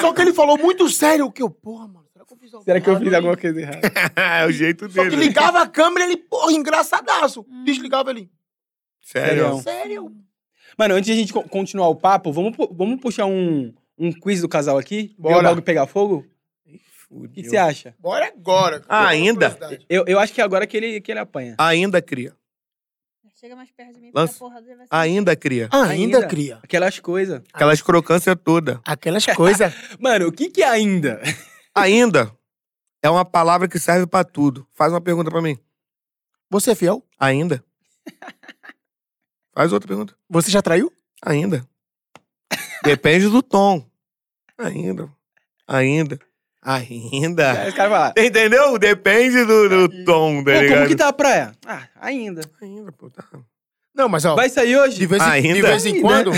Só que ele falou muito sério, o que eu, porra, mano, será que eu fiz alguma Será que eu fiz errado, alguma hein? coisa errada? é o jeito Só que dele. ligava a câmera, ele, porra, engraçadaço. Hum. Desligava ele, Sério. Serião. sério? Mano, antes de a gente co- continuar o papo, vamos, pu- vamos puxar um, um quiz do casal aqui? Ver Bora. o bagulho pegar fogo? O que que você acha? Bora agora. Ah, ainda? curiosidade. Eu, eu acho que é agora que ele, que ele apanha. Ainda cria. Chega mais perto de mim, Lança. porque a porra dele vai ser- Ainda cria. Ainda, Ainda? cria. Aquelas coisas. Aquelas crocâncias todas. Aquelas coisas. Mano, o que que é ainda? Ainda é uma palavra que serve pra tudo. Faz uma pergunta pra mim. Você é fiel? Ainda. Faz outra pergunta. Você já traiu? Ainda. Depende do tom. Ainda. Ainda. Ainda. Aí os caras É. falam, Entendeu? Depende do, do tom, tá pô, como ligado? que tá a praia? Ah, ainda. Ainda, pô, tá. Não, mas ó. Vai sair hoje? De vez, em- de Ainda? vez em Ainda? quando,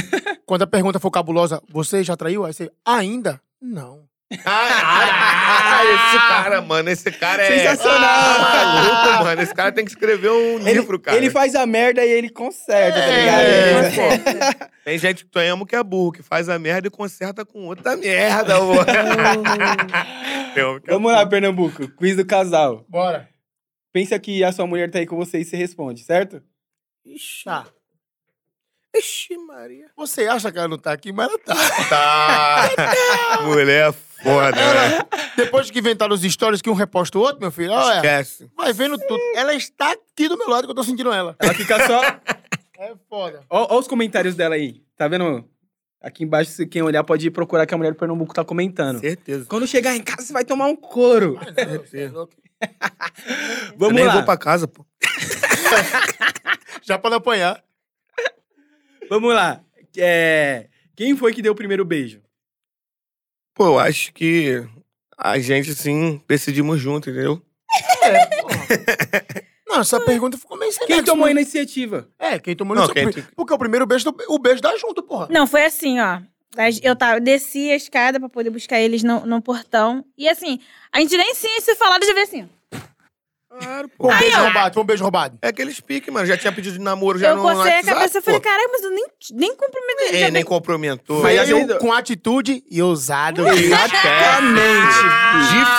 quando a pergunta for cabulosa, você já traiu? Aí você, ainda? Não. Ah, esse cara, mano, esse cara é... Sensacional. Ah, maluco, mano. Esse cara tem que escrever um Ele, livro, cara. ele faz a merda e ele conserta, tá ligado? É. Ele- Tem gente que tu ama que é burro, que faz a merda e conserta com outra merda, mano. Tem homem que é Vamos lá, Pernambuco. Quiz do casal. Bora. Pensa que a sua mulher tá aí com você e você responde, certo? Ixi, Tá. Ixi, Maria. Você acha que ela não tá aqui, mas ela tá. Tá. Mulher é foda, né? Depois que inventaram os stories que um reposta o outro, meu filho, olha, Esquece. vai vendo tudo. Ela está aqui do meu lado que eu tô sentindo ela. Ela fica só... É foda. Ó, ó os comentários dela aí. Tá vendo? Aqui embaixo, se quem olhar pode procurar que a mulher do Pernambuco tá comentando. Certeza. Quando chegar em casa, você vai tomar um couro. é, Eu Vamos nem lá. vou pra casa, pô. Já pode apanhar. Vamos lá. É, Quem foi que deu o primeiro beijo? Pô, eu acho que a gente, assim, decidimos junto, entendeu? Não, essa pergunta ficou meio sem Quem nexo, tomou a né? iniciativa? É, quem tomou Não, não, quem pri- Porque o primeiro beijo, o beijo dá junto, porra. Não, foi assim, ó. A gen- Eu tava, eu desci a escada pra poder buscar eles no, no portão. E assim, a gente nem tinha se falado, já vi assim. Claro, Foi um beijo roubado, foi um beijo roubado. É aqueles piques, mano. Já tinha pedido de namoro, já eu não cocei a cabeça e falei, pô. caralho, mas eu nem, nem cumprimentei. ele, já É, vi- nem comprometeu. Mas Veio a gente- um com atitude e ousado. Exatamente. Exatamente.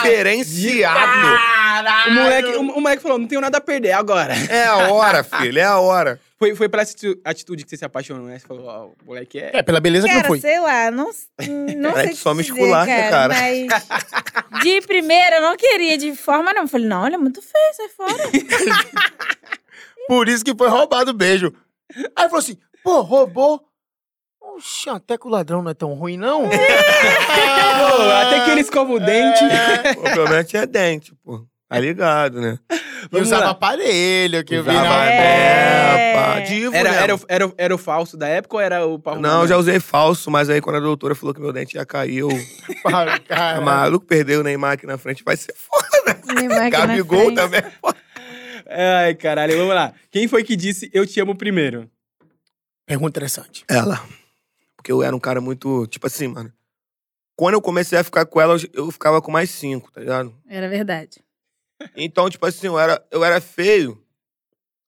Diferenciado. O moleque, o, o moleque falou, não tenho nada a perder agora. É a hora, filho, é a hora. Foi, foi pra essa atitude que você se apaixonou, né? Você falou, ó, o moleque é... É, pela beleza que Cara, não foi. sei lá, não, não Cara, sei o tu É só me dizer, esculacha, cara. Mas de primeira eu não queria, de forma não. Eu Falei, não, ele é muito feio, sai fora. Por isso que foi roubado o beijo. Aí falou assim, pô, roubou? Oxe, até que o ladrão não é tão ruim, não? Pô, até que ele escova o dente. O problema tinha dente, pô. Tá ligado, né? E Vamos usava lá. aparelho, que eu vi né? Usava- na É, É. pá. Divo, Era, né? era, o- né? era, o- era o falso da época ou era o pau Não, já usei falso, mas aí quando a doutora falou que meu dente ia cair, eu... época, Tá cara. maluco, perdeu o Neymar aqui na frente, vai ser foda. Neymar aqui na Gabigol frente. também. Ai, caralho, vamos lá. Quem foi que disse eu te amo primeiro? Pergunta interessante. Ela. Porque eu era um cara muito, tipo assim, mano. Quando eu comecei a ficar com ela, eu- eu ficava com mais cinco, tá ligado? Era verdade. Então, tipo assim, eu era, eu era feio,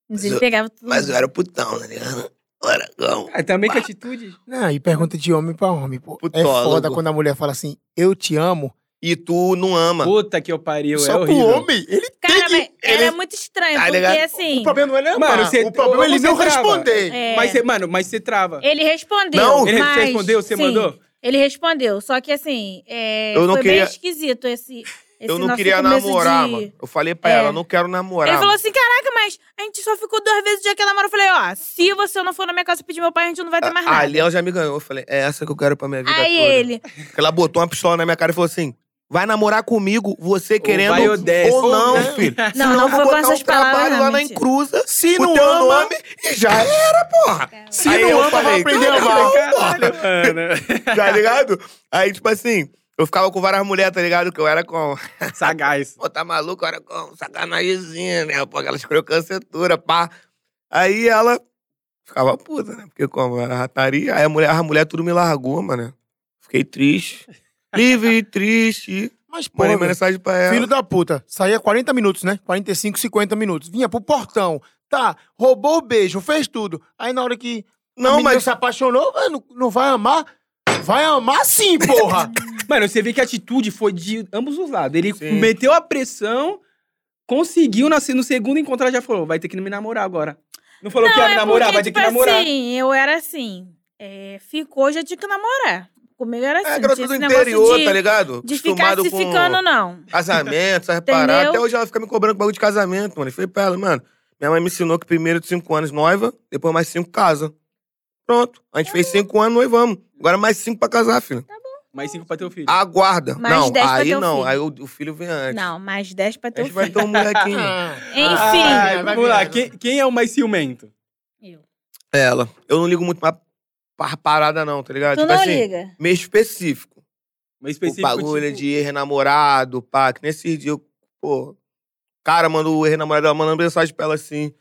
Mas Mas ele eu- pegava tudo. mas eu era putão, tá ligado? Eu era gão. Ah, também que atitude. Não, e pergunta de homem pra homem, pô. É Putólogo. foda quando a mulher fala assim, eu te amo. E tu não ama. Puta que eu pariu, é Só pro horrível. homem. Ele Cara, tem mas que... era ele- muito estranho, Tá porque ligado? O assim. problema não é ele amar. Mano, você- o problema é ele você não trava. responder. é, Mas, você, mano, mas você trava. Ele respondeu. Não, Ele mas, você respondeu, você sim, mandou? Ele respondeu. Só que assim, é, Eu não foi queria- bem esquisito esse. esse eu não nosso queria começo namorar, de- mano. Eu falei pra É. ela, eu não quero namorar. Ele falou assim: caraca, mas a gente só ficou duas vezes o dia que ela namorou. Eu falei: ó, se você não for na minha casa pedir meu pai, a gente não vai ter mais Ah, nada. Ali ela já me ganhou. Eu falei, é essa que eu quero pra minha vida Aí toda. ele, Porque ela botou uma pistola na minha cara e falou assim: vai namorar comigo, você querendo vai ou desce. ou não, Ou não. filho. Não, Senão não eu vou foi com botar essas um trabalho palavras, lá não, na mentira. encruza, Se o não teu ama- nome e já era, porra. Se Aí eu não ama, vai falei, aprender a "Tá amar. bom, Caralho, mano. Tá ligado? Aí, tipo assim, eu ficava com várias mulheres, tá ligado? Que eu era com. Sagaz. Pô, tá maluco? Eu era com sacanagemzinha, né? Pô, aquelas crocanceturas, pá. Aí ela ficava puta, né? Porque como era rataria, aí a mulher, a mulher tudo me largou, mano. Fiquei triste. Livre e triste. Mas, pô, Mandei velho, mensagem pra ela. Filho da puta. Saía 40 minutos, né? 45, 50 minutos. Vinha pro portão. Tá, roubou o beijo, fez tudo. Aí na hora que a Não, menina mas. se apaixonou, ah, não, não vai amar? Vai amar sim, porra! Mano, você vê que a atitude foi de ambos os lados. Ele Sim. meteu a pressão, conseguiu nascer no segundo encontro, ela já falou, vai ter que me namorar agora. Não falou que ia me é namorar, porque, vai ter tipo que namorar. assim, eu era assim. é, ficou, já tinha que namorar. Comigo era assim. É, não garoto tinha do esse negócio interior, de, tá ligado? De ficar se ficando, não. casamento, essas paradas. Entendeu? Até hoje ela fica me cobrando com bagulho de casamento, mano. Eu falei pra ela, mano, minha mãe me ensinou que primeiro de cinco anos noiva, depois mais cinco casa. Pronto. A gente fez cinco anos, noivamos. Agora mais cinco pra casar, filho. Mais cinco pra teu filho. Ah, Aguarda. Mais não, dez pra aí ter o não. filho. Aí o, o filho vem antes. Não, mais 10 pra A teu gente filho. vai ter um molequinho. Enfim. Ai, vai Ah, vamos lá, virando. quem, quem é o mais ciumento? Eu. Ela. Eu não ligo muito pra pra parada, não, tá ligado? Tu tipo não assim, liga. meio específico. Mais o específico. bagulho tipo- de ex-namorado, pá, que nesse dia, eu, pô, o cara mandou o ex-namorado dela mandando mensagem pra ela assim,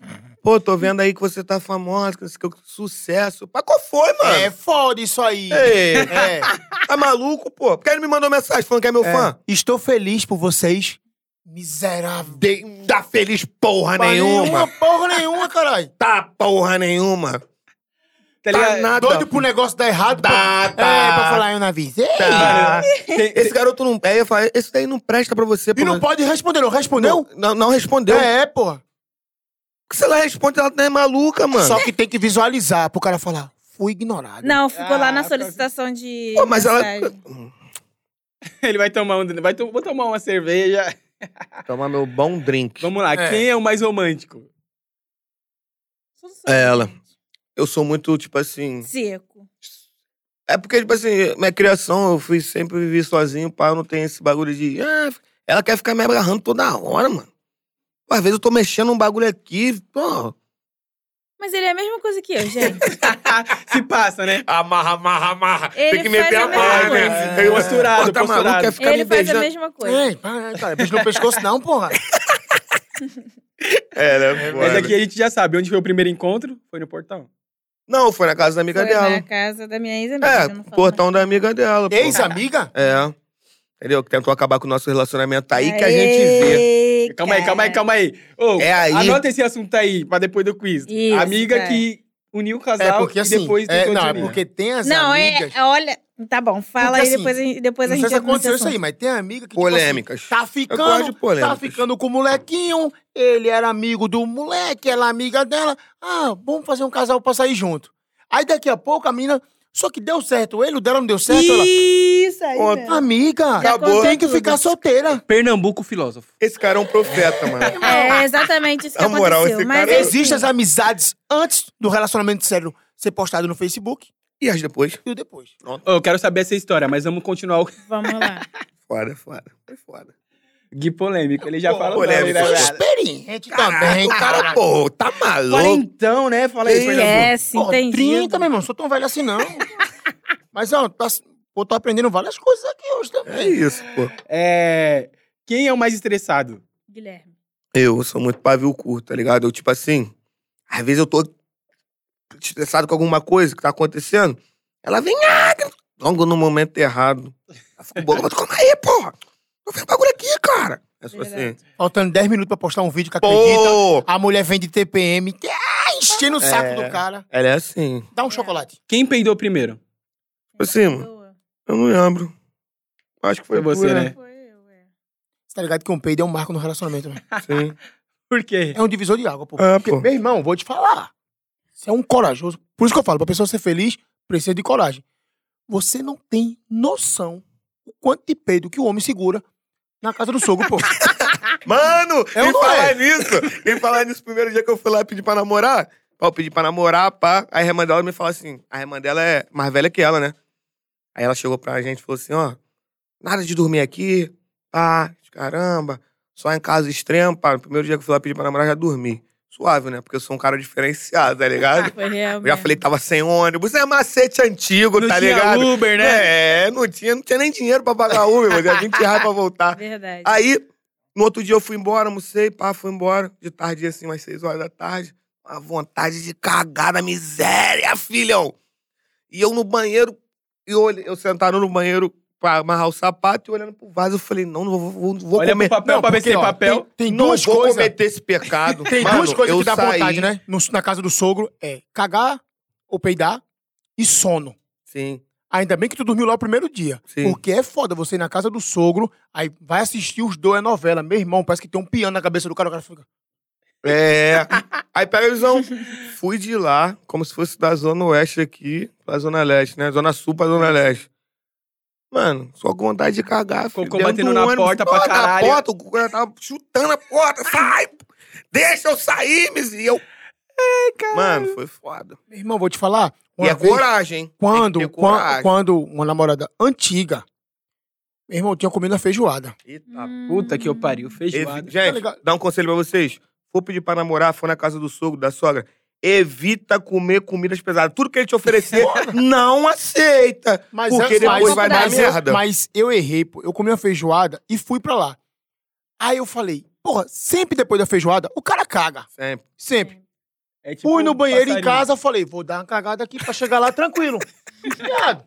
pô, tô vendo aí que você tá famosa, que não sei o que, sucesso. Pá, qual foi, É mano? foda isso aí. Ei, É. tá maluco, pô? Porque ele me mandou mensagem falando que é meu fã. Estou feliz por vocês. Miserável. De, dá feliz porra Porra nenhuma. porra nenhuma, caralho. Tá porra nenhuma. Tá Tá ligado? nada. Doido pro negócio dar errado. Tá, pra... tá. É, pra falar, eu não avisei. Tá. Tem- Esse garoto não... Aí eu falei, esse daí não presta pra você. E não pô. pode responder, não respondeu? Não, não respondeu. É, porra. Se ela responde, ela não é maluca, mano. Só que tem que visualizar pro cara falar, fui ignorado. Não, ficou lá na Ah, solicitação de. Pô, mas ela... mensagem. Ele vai tomar um, vai to- vou tomar uma cerveja. Tomar meu bom drink. Vamos lá, É. quem é o mais romântico? É ela. Eu sou muito, tipo assim. Seco. É porque, tipo assim, minha criação, eu fui sempre vivi sozinho, pá, eu não tenho esse bagulho de. "Ah, ela quer ficar me agarrando toda hora, mano. Pô, Às vezes eu tô mexendo um bagulho aqui, pô. Mas ele é a mesma coisa que eu, gente. Se passa, né? Amarra, amarra, amarra. Ele faz a mesma né? coisa. Tem uma Posturado, Pô, tá posturado. maluco, quer ficar ele me faz a beijando. mesma coisa. Ei, para, cara, beijo no pescoço não, porra. É, né? pô, Mas né? aqui a gente já sabe onde foi o primeiro encontro. Foi no portão. Não, foi na casa da amiga Foi dela. na casa da minha ex-amiga. É, eu não falo portão da amiga dela. pô. Ex-amiga? É. Entendeu? Que tentou acabar com o nosso relacionamento. Tá aí mais. que a gente vê. Aê, Calma aí, calma aí, cara. calma aí. Ô, É aí. Anota esse assunto aí, pra depois do quiz. Isso, Amiga é. que uniu o É casal porque e assim, depois é, tentou não, te é unir. porque tem as Não, amigas... é. Olha. Tá bom, fala Porque, assim, aí, depois, a gente- depois a não gente sei se entra nesse aconteceu isso aí, assunto. mas tem amiga que. tipo Polêmicas. assim, tá Eu gosto de ficando. Tá polêmicas. ficando com o molequinho, ele era amigo do moleque, ela é amiga dela. Ah, vamos fazer um casal pra sair junto. Aí daqui a pouco a menina. Só que deu certo, ele, o dela não deu certo. Isso aí. Ela, Ponto. mesmo. amiga, Já Acabou. tem que tudo. ficar solteira. Pernambuco filósofo. Esse cara é um profeta, mano. É exatamente isso que Na moral, aconteceu. esse mas é cara- enfim. Existem as amizades antes do relacionamento sério ser postado no Facebook E as depois? e o depois. Ô, eu quero saber essa história, mas vamos continuar o Vamos lá. Foda, foda. Foi foda. Gui polêmico. Ele já Pô, fala polêmico. não, Foi né, velho? experiente também, cara. Cara, pô, tá maluco. Quarentão, né? Fala aí. Fernando. Esquece, Pô, entendi. 30, meu irmão. Não sou tão velho assim, não. Mas, ó, tá, eu tô aprendendo várias coisas aqui hoje É também. isso, pô. É, Quem é o mais estressado? Guilherme. Eu sou muito pavio curto, tá ligado? Eu, tipo assim, às vezes eu tô estressado com alguma coisa que tá acontecendo, ela vem, ah, logo no momento errado. Ela fica boa, mas calma aí, porra. Tô vendo um bagulho aqui, cara. É só assim. Verdade. Faltando 10 minutos pra postar um vídeo que acredita. Pô! A mulher vem de TPM. que- Ah, enchendo o saco É. do cara. Ela é assim. Dá um chocolate. Quem peidou primeiro? Por cima. Boa. Eu não lembro. Acho que foi, Foi você, tu, né? Foi eu, é. Você tá ligado que um peido é um marco no relacionamento, né? Sim. Por quê? É um divisor de água, pô. É, Porque, pô. meu irmão, vou te falar. Você é um corajoso. Por isso que eu falo, pra pessoa ser feliz, precisa de coragem. Você não tem noção o quanto de peido que o homem segura na casa do sogro, pô. Mano, É ou e não falar é? nisso, e falar nisso, primeiro dia que eu fui lá pedir pra namorar, ó, eu pedi pra namorar, pá, a irmã dela me falou assim, a irmã dela é mais velha que ela, né? Aí ela chegou pra gente e falou assim, ó, nada de dormir aqui, pá, caramba, só em caso extremo, pá, no primeiro dia que eu fui lá pedir pra namorar, já dormi. Suave, né? Porque eu sou um cara diferenciado, tá ligado? Foi real. Eu já falei que tava sem ônibus, é macete antigo, não tá tinha ligado? Uber, né? É, não tinha, não tinha nem dinheiro pra pagar Uber, mas tinha 20 reais pra voltar. Verdade. Aí, no outro dia eu fui embora, almocei, pá, fui embora. De tarde, assim, umas 6 horas da tarde. A vontade de cagar na miséria, filhão. E eu no banheiro, eu, olhei- eu sentado no banheiro pra amarrar o sapato e olhando pro vaso, eu falei, não, não vou, vou, vou Olha comer. assim, pro papel pra ver se porque, tem ó, papel. Tem, tem não duas vou coisas. cometer esse pecado. Tem Mano, duas coisas eu que dá saí- vontade, né? No- na casa do sogro é cagar ou peidar e sono. Sim. Ainda bem que tu dormiu lá o primeiro dia. Sim. Porque é foda você ir na casa do sogro, aí vai assistir os dois a novela. Meu irmão, parece que tem um piano na cabeça do cara, o cara fica. É. Aí pega a visão. Fui de lá, como se fosse da Zona Oeste aqui pra Zona Leste, né? Zona Sul pra Zona Leste. Mano, só com vontade de cagar. filho. Cocô Dentro batendo do na ônibus, porta pra porra, na caralho. porta, o cara tava chutando a porta. Sai! Deixa eu sair, Miz. E eu... Mano, foi foda. Meu irmão, vou te falar. e uma é vez- coragem, hein? Quando, Tem que ter quan- coragem. quando uma namorada antiga, meu irmão tinha comido a feijoada. Eita, Tá Puta que eu pariu, Evi- feijoada. Tá Gente, ligado? dá um conselho pra vocês. For pedir pra namorar, for na casa do sogro, da sogra, evita comer comidas pesadas. Tudo que ele te oferecer, não aceita. Mas porque eu- depois mas- vai dar mas eu- merda. Mas eu errei, pô. Eu comi uma feijoada e fui pra lá. Aí eu falei, porra, sempre depois da feijoada, o cara caga. Sempre. Sempre. É tipo Fui no um banheiro em passarinho. casa, falei, vou dar uma cagada aqui pra chegar lá tranquilo. Viado,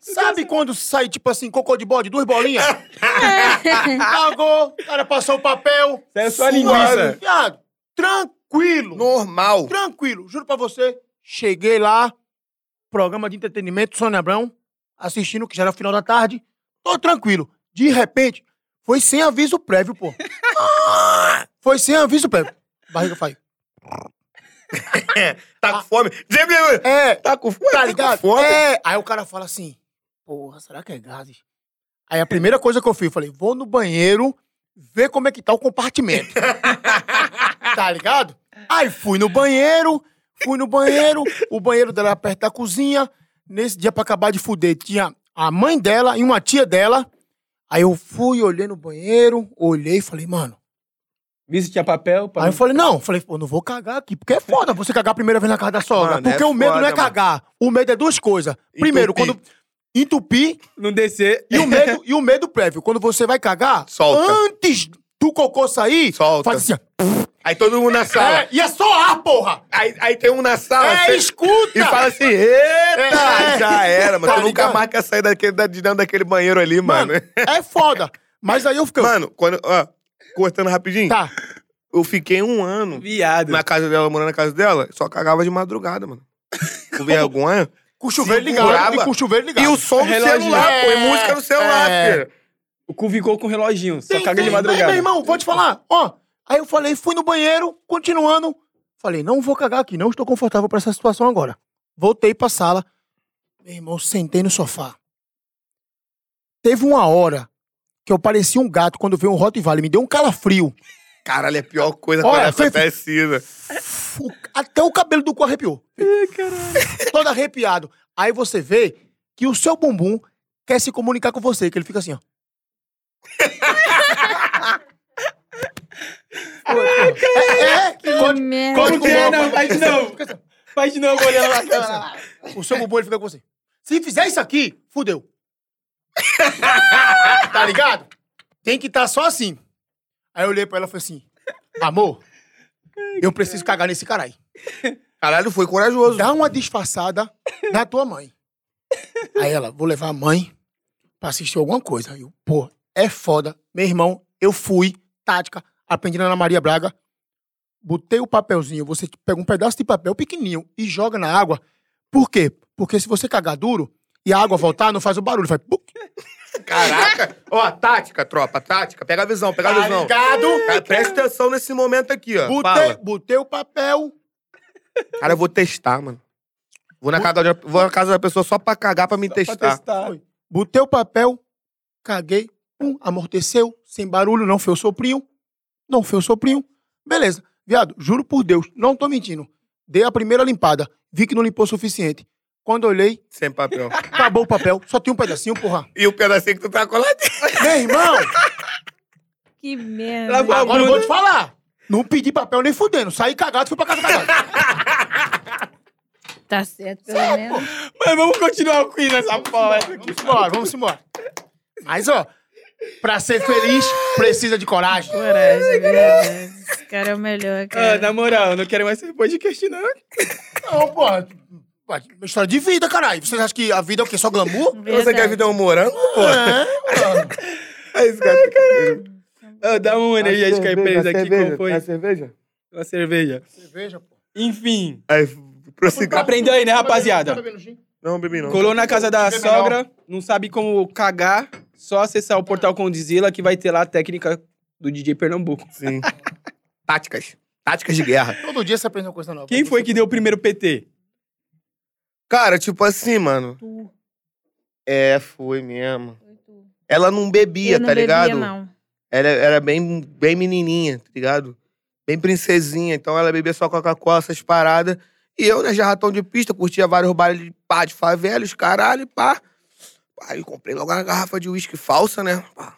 Sabe Então, quando sai, tipo assim, cocô de bode, duas bolinhas? Hum, Cagou, o cara passou o papel. Saiu é só a suave. linguiça. Viado, tranquilo. Normal. Tranquilo, juro pra você. Cheguei lá, programa de entretenimento, Sônia Abrão, assistindo, que já era final da tarde. Tô tranquilo. De repente, foi sem aviso prévio, pô. Ah! foi sem aviso prévio. Barriga faz. Tá com fome. É, Tá com fome? tá ligado? com fome? É. Aí o cara fala assim, porra, será que é gases? Aí a primeira coisa que eu fiz, eu falei, vou no banheiro ver como é que tá o compartimento. tá ligado? Aí fui no banheiro, fui no banheiro, o banheiro dela era perto da cozinha. Nesse dia, pra acabar de fuder, tinha a mãe dela e uma tia dela. Aí eu fui, olhei no banheiro, olhei e falei, mano. Visto que tinha papel. pra- Aí eu falei, não, falei, pô, não vou cagar aqui, porque é foda você cagar a primeira vez na casa da sogra. Mano, é porque o medo não é foda, mano. cagar. O medo é duas coisas. Primeiro, Entupir. quando entupir Não descer. e o medo, e o medo prévio. Quando você vai cagar, Solta. antes do cocô sair, Solta. faz assim. ó. Aí todo mundo na sala. É, e é só ar, porra! Aí, aí tem um na sala. É, assim, escuta! E fala assim, eita, Ah, É. já era, mano. Tá tu nunca ligado? mais quer sair daquele, da- de dentro daquele banheiro ali, mano. Mano, é foda. Mas aí eu fiquei. Mano, quando, ó, cortando rapidinho, Tá. eu fiquei um ano Viado. na casa dela, morando na casa dela, só cagava de madrugada, mano. Com vergonha. Com o chuveiro Segurava. ligado e com o chuveiro ligado. E o som no Relógio. celular, pô. E É, música no celular, é. filho. O cu ficou com o reloginho, só Tem, caga de tem. madrugada. Mas, meu irmão, vou te falar. Ó, aí eu falei, fui no banheiro, continuando. Falei, não vou cagar aqui, não estou confortável pra essa situação agora. Voltei pra sala. Meu irmão, sentei no sofá. Teve uma hora que eu parecia um gato quando veio um Rottweiler. Me deu um calafrio. Caralho, é a pior coisa Olha, quando foi- acontece, né? Fu- Até o cabelo do cu arrepiou. Todo arrepiado. Aí você vê que o seu bumbum quer se comunicar com você, que ele fica assim, ó. É, é, Que quando- merda. quando- é? Não, não, faz de novo. Faz de novo, olhando lá. cara. é o seu bumbum ele fica com você. Se fizer isso aqui, fudeu. tá ligado? Tem que estar tá só assim. Aí eu olhei pra ela e falei assim: Amor, eu preciso cagar nesse caralho. Caralho, foi corajoso. Dá uma disfarçada na tua mãe. Aí ela, vou levar a mãe pra assistir alguma coisa. Aí Eu, pô, é foda. Meu irmão, eu fui, tática, aprendi na Ana Maria Braga. Botei o papelzinho, você pega um pedaço de papel pequenininho e joga na água. Por quê? Porque se você cagar duro e a água voltar, não faz o barulho. Faz... puc. Caraca. Ó, tática, tropa, tática. Pega a visão, pega a Tá visão. ligado? Cara, presta atenção nesse momento aqui, ó. Botei, Fala. botei o papel. Cara, eu vou testar, mano. Vou na, casa de- vou na casa da pessoa só pra cagar, pra me testar. Pra testar. Foi. Botei o papel, caguei, pum, amorteceu, sem barulho, não foi o soprinho. Não foi o soprinho. Beleza. Viado, juro por Deus, não tô mentindo. Dei a primeira limpada, vi que não limpou o suficiente. Quando olhei, Sem papel. acabou o papel, só tem um pedacinho, porra. E o pedacinho que tu tá colado. Meu irmão, Que Ela merda. foi a agora eu vou Bruna. te falar. Não pedi papel nem fudendo, saí cagado, fui pra casa cagado. Tá certo, pelo menos. Mas vamos continuar o quiz nessa porra. Vamos embora, vamos embora. Mas, ó, pra ser feliz, precisa de coragem. Coragem, verdade. Esse cara é o melhor, Ah, cara. na moral, não quero mais ser podcast, não. Não, porra. Ué, História de vida, caralho. Vocês acham que a vida é o quê? Só glamour? Você quer vida é um morango, pô? É, mano. É isso, cara. Caralho. Ah, dá uma energética aí pra eles aqui, como foi? cerveja? Uma cerveja. Cerveja, pô. Enfim. Aí, prossiga. Aprendeu aí, né, rapaziada? Não, bebi não. Colou na casa da Bebe sogra, não sabe como cagar, só acessar o portal Condizila que vai ter lá a técnica do DJ Pernambuco. Sim. Táticas. Táticas de guerra. Todo dia você aprende uma coisa nova. Quem foi que deu o primeiro PT? Cara, tipo assim, mano. É, foi mesmo. Ela não bebia, Eu não tá bebia, ligado? não. Ela era bem, bem menininha, tá ligado? Bem princesinha. Então ela bebia só Coca-Cola, essas paradas. E eu, né, já ratão de pista, curtia vários bailes de pá, de favela, os caralho, pá. Aí comprei logo uma garrafa de uísque falsa, né? Pá,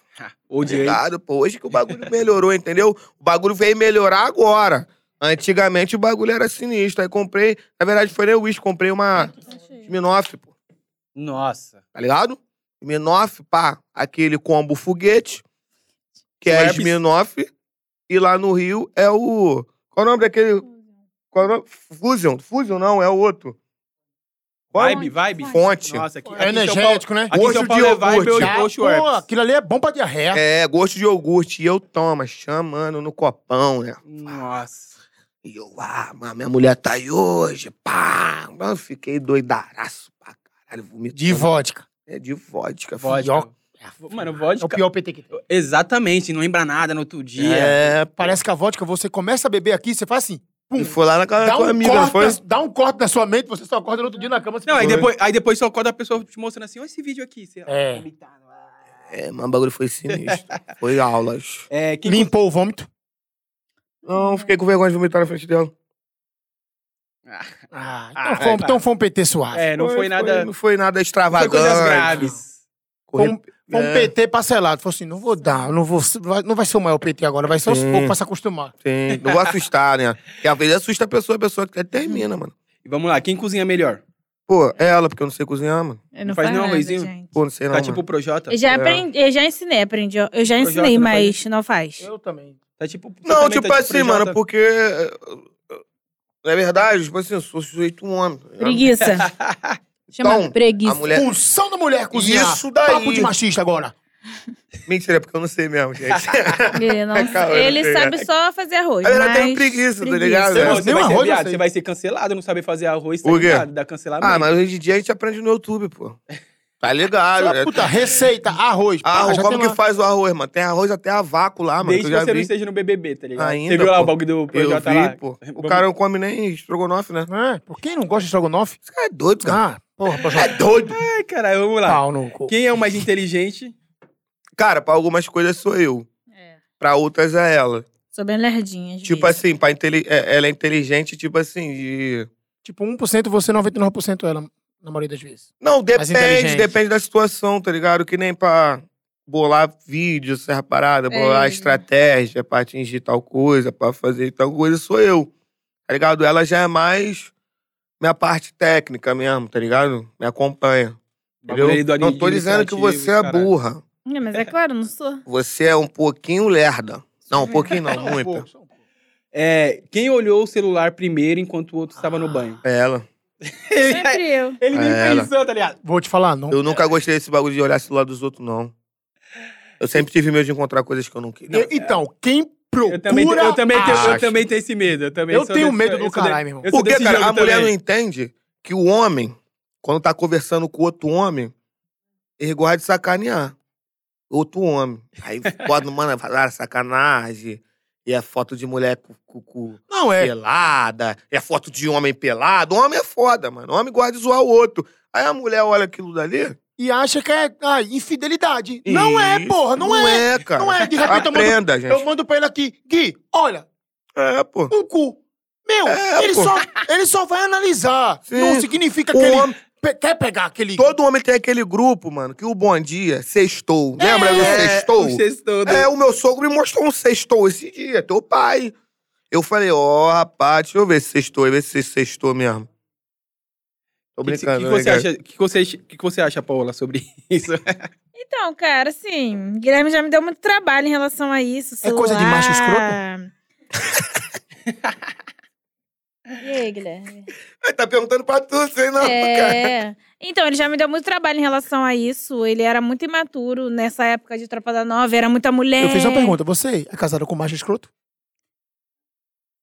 Odiei. Obrigado, pô. Hoje que o bagulho melhorou, entendeu? O bagulho veio melhorar agora. Antigamente o bagulho era sinistro. Aí comprei, na verdade foi nem o uísque, comprei uma Minoff, pô. Nossa. Tá Minoff, pá, aquele combo foguete, que é Webs. Minoff. E lá no Rio é o. Qual é o nome daquele. Qual é o nome? Fusion. Fusion não, é o outro. Qual é o- Vibe, vibe? Fonte. Nossa, aqui, aqui É em São Paulo, energético, né? aqui em São Gosto Paulo de é vibe, iogurte. hoje Ah, poxa, pô, Herbs. aquilo ali é bom pra diarreia. É, gosto de iogurte. E eu toma, chamando no copão, né? Nossa. E eu, ah, mas minha mulher tá aí hoje, pá. Eu fiquei doidaraço pra caralho, vomitando. De vodka. É, de vodka. Vodka. Fioca. Mano, É o vodka. pior PT que tem. Exatamente, não lembra nada no outro filho. dia. É, pá. Parece que a vodka, você começa a beber aqui, você faz assim. E foi lá na casa da Dá tua um, amiga, corte, foi? na- dá um corte na sua mente, você só acorda no outro dia na cama. Você Não, aí fala, depois, aí depois só acorda a pessoa te mostrando assim, olha esse vídeo aqui. sei lá. É. É, mas o bagulho foi sinistro. foi aulas. É, quem Limpou o vômito. Não, fiquei com vergonha de vomitar na frente dela. Ah, Ah, então, foi, um- vai. então foi um PT suave. É, não foi, nada. não foi nada Não foi extravagante. coisas graves. Foi Corre- um, foi um É. PT parcelado. Falou assim, não vou dar, não, vou, vai- não vai ser o maior PT agora, vai ser aos Sim. poucos pra se acostumar. Sim, não vou assustar, né? Porque às vezes assusta a pessoa, a pessoa que termina, mano. E vamos lá, quem cozinha melhor? Pô, é ela, porque eu não sei cozinhar, mano. Eu Não não faz faço não, nada, Luizinho? gente. Pô, não sei não, Tá mano. tipo o Projota? Eu já, É. aprendi, eu já ensinei, aprendi. ó. Eu já Projota, ensinei, não faz mas não faz. Eu também. Tá tipo. você Não, também tipo tá assim, Projota? mano, porque. eh, eh, Na verdade, tipo assim, eu sou sujeito um homem. tá ligado? Preguiça. Chama Então, preguiça. A mulher. Função da mulher cozinhar. Isso daí. Papo de machista agora. Mentira, porque eu não sei mesmo, gente. Ele, não- Calma, ele tá ligado? sabe só fazer arroz. Eu mas... tenho preguiça, tá ligado? Você, Não, você nem vai um ser arroz eu viado, sei. você vai ser cancelado, não saber fazer arroz, tá Por quê? ligado? Dá cancelamento. Ah, mas hoje em dia a gente aprende no YouTube, pô. Tá Ah, ligado? Só, né? puta, receita, arroz. pá, Arroz, já Ah, como tem que lá. faz o arroz, mano? Tem arroz até a vácuo lá, ah, mano. Desde que que eu já você não vi. esteja no BBB, tá ligado? Ainda, você viu lá pô. o bagulho do Eu PJ vi, tá lá? pô. O Vamos- cara não come nem estrogonofe, né? É, por quem não gosta de estrogonofe? Esse cara é doido, cara. Ah, porra, pra É jogar doido. Ai, caralho, vamos lá. pau no cu. Quem é o mais inteligente? Cara, pra algumas coisas sou eu. É. Pra outras é ela. Sou bem lerdinha. às Tipo vezes. assim, pra intele... é, ela é inteligente, tipo assim, de... Tipo, 1% você, 99% ela, na maioria das vezes. Não, Mais depende, inteligente. depende da situação, tá ligado? Que nem pra bolar vídeo, essa parada, bolar É. estratégia pra atingir tal coisa, pra fazer tal coisa, sou eu. Tá ligado? Ela já é mais minha parte técnica mesmo, tá ligado? Me acompanha. Bagulho aí do Entendeu? Não tô administrativo, dizendo que você é caralho. burra. É, mas é claro, não sou. Você é um pouquinho lerda. Não, um pouquinho não, Só um muito. pouco, só um pouco. É, quem olhou o celular primeiro enquanto o outro estava no banho? É ela. Sempre eu. Ele nem É, ela. pensou, tá ligado? Vou te falar, não. Eu nunca gostei desse bagulho de olhar celular dos outros, não. Eu sempre tive medo de encontrar coisas que eu não queria. E- Então, quem procura... Eu também, tenho- eu, também tenho, eu acho. também tenho esse medo. Eu, também Eu sou tenho desse- medo do eu sou de- caralho, meu irmão. eu sou Porque, desse cara, jogo a mulher não também. entende que o homem, quando tá conversando com outro homem, ele gosta de sacanear. Outro homem. Aí pode, mano, falar sacanagem. E é foto de mulher com, com- com- Não, é. pelada. É foto de homem pelado. Homem é foda, mano. Homem gosta de zoar o outro. Aí a mulher olha aquilo dali. E acha que é ah, infidelidade. Não é, Ih, porra, não, é. Não é, cara. Não é, de repente eu mando- Aprenda, Eu gente. mando pra ele aqui, Gui, olha, É, pô. um cu. Meu, É, ele, pô. só, ele só vai analisar. Sim. Não significa que O ele homem- pe- quer pegar aquele. Todo homem tem aquele grupo, mano, que o Bom Dia, sextou. Lembra do É, sextou? o sextou do- É, o meu sogro me mostrou um sextou esse dia, teu pai. Eu falei, ó, rapaz, deixa eu ver se sextou, ver se sextou mesmo. Tô O que, que, brincando, né, você cara? acha, que, você, que você acha, Paola, sobre isso? Então, cara, assim, Guilherme já me deu muito trabalho em relação a isso. É coisa de celular. macho E aí, Guilherme? Ai, Tá perguntando pra tu, sei não, cara. É. Então, ele já me deu muito trabalho em relação a isso. Ele era muito imaturo nessa época de Tropa da Nova, era muita mulher. Eu fiz uma pergunta, você é casado com macho escroto?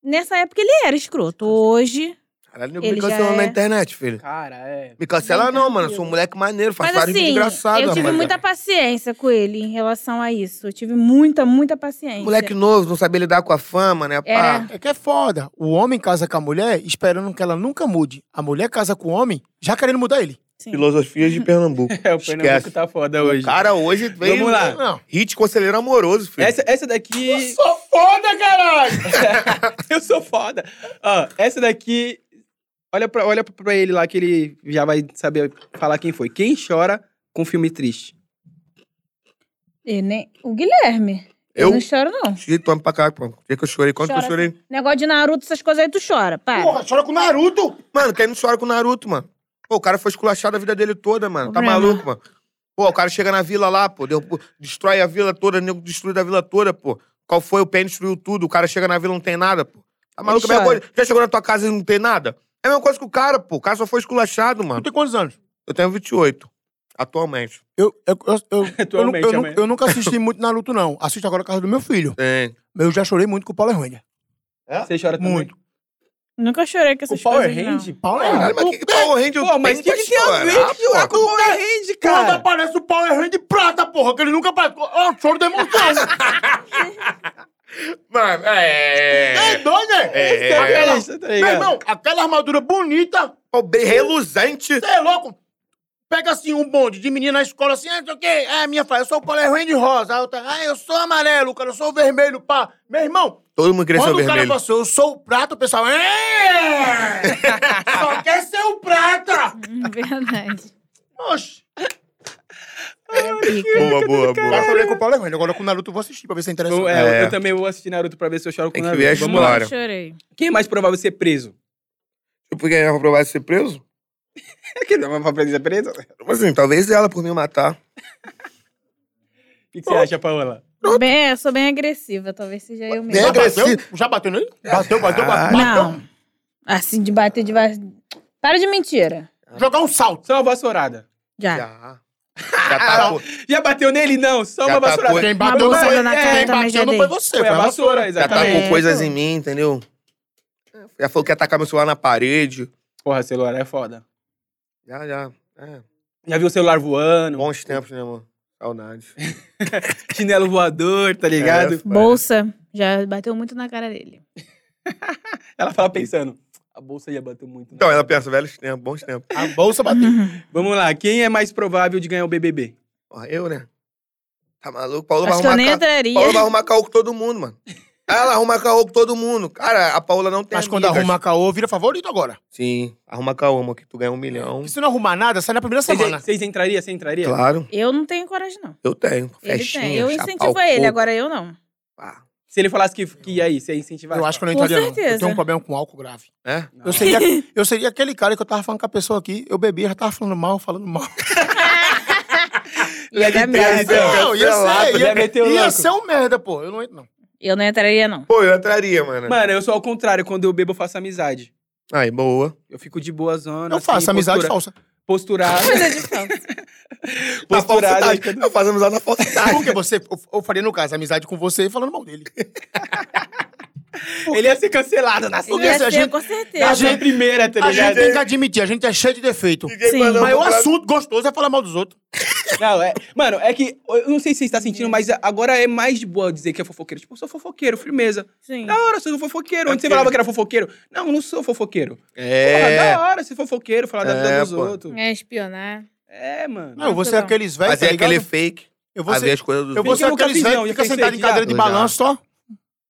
Nessa época ele era escroto. Hoje. Caralho, nego Ele me já cancelando na é. internet, filho. Cara, é. Me cancela Bem não, mano, eu tranquilo. sou um moleque maneiro, faço Mas vários assim, vídeos engraçados. eu tive rapaz. muita paciência com ele em relação a isso. Eu tive muita, muita paciência. Um Moleque novo, não sabia lidar com a fama, né, pá. Era. É que é foda. O homem casa com a mulher esperando que ela nunca mude. A mulher casa com o homem já querendo mudar ele. Sim. Filosofias de Pernambuco. É, o Pernambuco tá foda hoje. Cara, hoje veio... Vamos lá. Não. Hit conselheiro amoroso, filho. Essa, essa daqui. Sou foda, caralho! eu sou foda. Ó, essa daqui. Olha pra, olha pra ele lá que ele já vai saber falar quem foi. Quem chora com filme triste? E nem... O Guilherme. Eu? Eu? não choro, não. Esse jeito homem pra cá, pô. O dia que eu chorei, quanto que eu Chora, assim. chorei? Negócio de Naruto, essas coisas aí, tu chora. Para. Porra, chora com o Naruto! Mano, quem não chora com o Naruto, mano? Pô, o cara foi esculachado a vida dele toda, mano. Tá Problema. maluco, mano. Pô, o cara chega na vila lá, pô, derruba- destrói a vila toda, nego destruiu a vila toda, pô. Qual foi? O Penny destruiu tudo, o cara chega na vila e não tem nada, pô. Tá maluco? É a mesma chora. coisa. Já chegou na tua casa e não tem nada? É a mesma coisa que o cara, pô. O cara só foi esculachado, Tu mano. tem quantos anos? Eu tenho 28, atualmente. Eu, eu, eu, eu, eu, nu- Atualmente, eu nu- amanhã. eu nunca assisti muito Naruto, não. Assisto agora a casa do meu filho. Tem. Eu já chorei muito com o Power Ranger. Você chora também? Muito. Nunca chorei com essas O Power coisas, não. Range? Power Caralho, mas que Power Ranger Pô, mas o que, pra que tem a ver chorar, de chorar pô? com o Power Range, Quando cara? aparece o Power Ranger prata, porra, que ele nunca aparece. Ó, choro de emoção. Mano, é... é doido, né? É. Aquela- É isso, tá ligado? Meu irmão, aquela armadura bonita, Pô, bem reluzente. você é louco. Pega assim um bonde de menina na escola assim, ah, não sei o quê. É, minha fala, eu sou o Power Ranger rosa. A outra, ah, eu sou amarelo, cara, eu sou o vermelho, pá. Meu irmão, Todo mundo queria ser Quando o o cara vermelho. passou, eu sou o prata, o pessoal. É! Só quer ser o prata! Hum, Verdade. Oxi! É Boa, boa, boa. Eu falei com o Paulo Hermano, agora com o Naruto eu vou assistir pra ver se é Vou- interessante. é, eu- É. Eu também vou assistir Naruto pra ver se eu choro com Tem que Naruto. ver a Vamos lá. história. Eu chorei. Quem é mais provável ser preso? Porque é aprovado ser preso? É que não é mais provável ser preso? O Mas assim, talvez ela por me matar. que, que você acha, Paola? Bem, eu sou bem agressiva, talvez seja eu Bem Já mesmo. bateu? agressivo. Já bateu nele? Bateu, bateu, bateu. é Não. Assim, de bater de. va- Para de mentira. Jogar um salto. Tá. Só uma vassourada. Já. Já. Já tá, co- Já bateu nele? Não, só Já uma tá vassourada. co- Quem Uma bateu bolsa bolsada mas- na é, cara quem também já bateu não foi dei. você, Foi foi a a vassoura, tá já exatamente. tacou É, coisas pô. em mim, entendeu? Já falou que ia tacar meu celular na parede. Porra, celular é foda. Já, já. É. Já viu o celular voando, Bons tempos, né, amor? Saudades. chinelo voador, tá ligado? É, foi. Bolsa, já bateu muito na cara dele. Ela fala pensando, a bolsa já bateu muito. né? Então, ela pensa, velhos tempos, bons tempos. A bolsa bateu. Uhum. Vamos lá, quem é mais provável de ganhar o BBB? Ó, eu, né? Tá maluco? Paulo vai Acho que eu arrumar nem ca- entraria. Paula vai arrumar caô com todo mundo, mano. Ela arruma caô com todo mundo. Cara, a Paula não tem Mas quando amigas. arruma a caô, vira favorito agora. Sim, arruma caô, amor, que tu ganha um milhão. Porque se não arrumar nada, sai na primeira semana. Vocês vocês entrariam? Você entraria? Claro, Eu não tenho coragem, não. eu tenho. Ele Festinha, tem. Eu chapar o incentivo a ele, coco. agora eu não. Ah, Se ele falasse que, que ia aí, você ia incentivar? Eu acho que eu não Com entraria, não. Eu certeza. tenho um problema com álcool grave. né? Não. Eu seria, eu seria aquele cara que eu tava falando com a pessoa aqui, eu bebia, já tava falando mal, falando mal. é Ia dar Legal. merda. Não, ia ser, já meteu ia, ia louco. ser um merda, pô. Eu não entro, não. Eu não entraria, não. Pô, eu entraria, mano. então. Mano, eu sou ao contrário. Quando eu bebo, eu faço amizade. Aí, boa. Eu fico de boa zona. Eu faço assim, amizade é postura- falsa. Posturado. Coisa de falta. Na posturado. falsidade. Eu faço amizade na falsidade. Porque você, eu, eu faria, no caso, amizade com você e falando mal dele. ele ia ser cancelado na Porque Ele ia se a ser, gente- com na certeza. sua primeira, tá A gente ligado? tem que admitir, a gente é cheio de defeito. Ninguém Sim. manda Mas o pra- assunto gostoso é falar mal dos outros. Não, é... Mano, é que... Eu não sei se você está sentindo, mas agora é mais de boa dizer que é fofoqueiro. Tipo, eu sou fofoqueiro, firmeza. Sim. Da hora, eu sou fofoqueiro. Antes você É. falava que era fofoqueiro. Não, eu não sou fofoqueiro. Porra, É. da hora ser fofoqueiro, falar da É, vida dos pô. outros. É espionar. É, mano. Não, eu vou ser Não. aqueles velhos, Fazer tá ligado? aquele né? fake. Eu vou Fazer ser, as coisas dos eu vou Fake ser né? eu nunca aqueles fiz, velhos não, que já pensei fica sentado em aqui, já. cadeira de Eu já. balanço, só.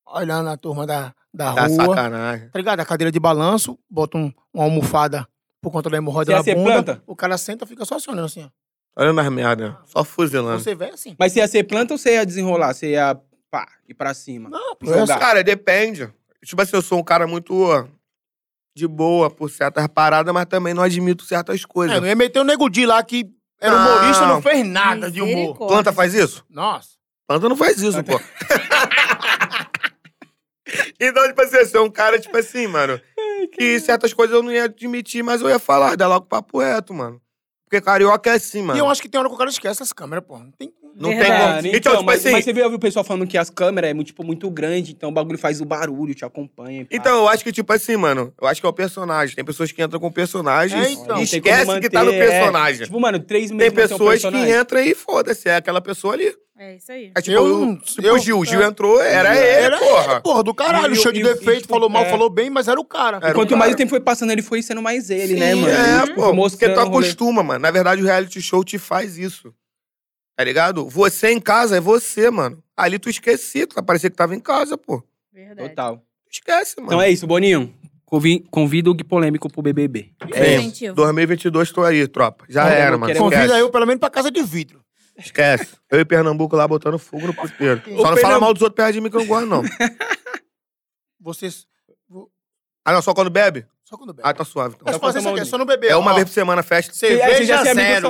Olhando a turma da, da Tá rua. sacanagem. Tá ligado? A cadeira de balanço, bota um- uma almofada por conta da hemorroida Você na ia ser bunda. planta? O cara senta, fica só assim, olhando assim, ó. Olha as merda. Só fuzilando. Você vê assim. Mas você ia ser planta ou você ia desenrolar? Você ia pá, ir pra cima? Não, pô, Jogar. Cara, depende. Tipo assim, eu sou um cara muito ó, de boa por certas paradas, mas também não admito certas É, coisas. não ia meter o Nego Di lá que era Não. humorista, não fez nada de humor. Misericórdia. Planta faz isso? Nossa. Planta não faz isso, pô. então, tipo assim, eu sou um cara, tipo assim, mano, que certas coisas eu não ia admitir, mas eu ia falar, dar logo papo reto, mano. Porque carioca é assim, mano. E eu acho que tem hora que o cara esquece as câmeras, pô. Não tem... Não Verdade. Mano, tem como. então, Então, tipo mas, assim, mas você viu, viu o pessoal falando que as câmeras é muito, tipo, muito grande, então o bagulho faz o barulho, te acompanha. e pá. Então, eu acho que, tipo assim, mano, eu acho que é o personagem. Tem pessoas que entram com personagens É, então. e Não tem como esquece que tá no manter, é. personagem. Tipo, mano, três meses Tem pra ser um pessoas que personagem. entram e foda-se, é aquela pessoa ali. É isso aí. É tipo, Eu eu, não- tipo eu- o Gil. O Gil entrou, era ele, Era porra. ele, porra, do caralho. E- cheio de e- defeito, e, tipo, falou mal, é. falou bem, mas era o cara. Era Quanto um mais cara. o tempo foi passando, ele foi sendo mais ele, né, Sim, mano? É, Ele pô, porque tu mostrando o rolê. acostuma, mano. Na verdade, o reality show te faz isso. Tá ligado? Você em casa é você, mano. Ali tu esqueci, tu parecia que tava em casa, pô. Tu Verdade. Total. esquece, mano. Então é isso, Boninho. Convi- Convida o Gui Polêmico pro BBB. Bem, Incentivo. 2022 tô aí, tropa. Já Não, era, não mano. queremos- Esquece. Convida eu, pelo menos, pra casa de vidro. Esquece. Eu e Pernambuco lá botando fogo no puteiro. Só O não fala Pernambuco- mal dos outros perto de mim que eu não gosto, não. Vocês... Ah, não, só quando bebe? Só quando bebe. Ah, tá suave. Então. Mas Só fazer quando toma isso aqui, é um só não beber. É uma ó. vez por semana a festa. Aí você já Cerveja se amigo zero.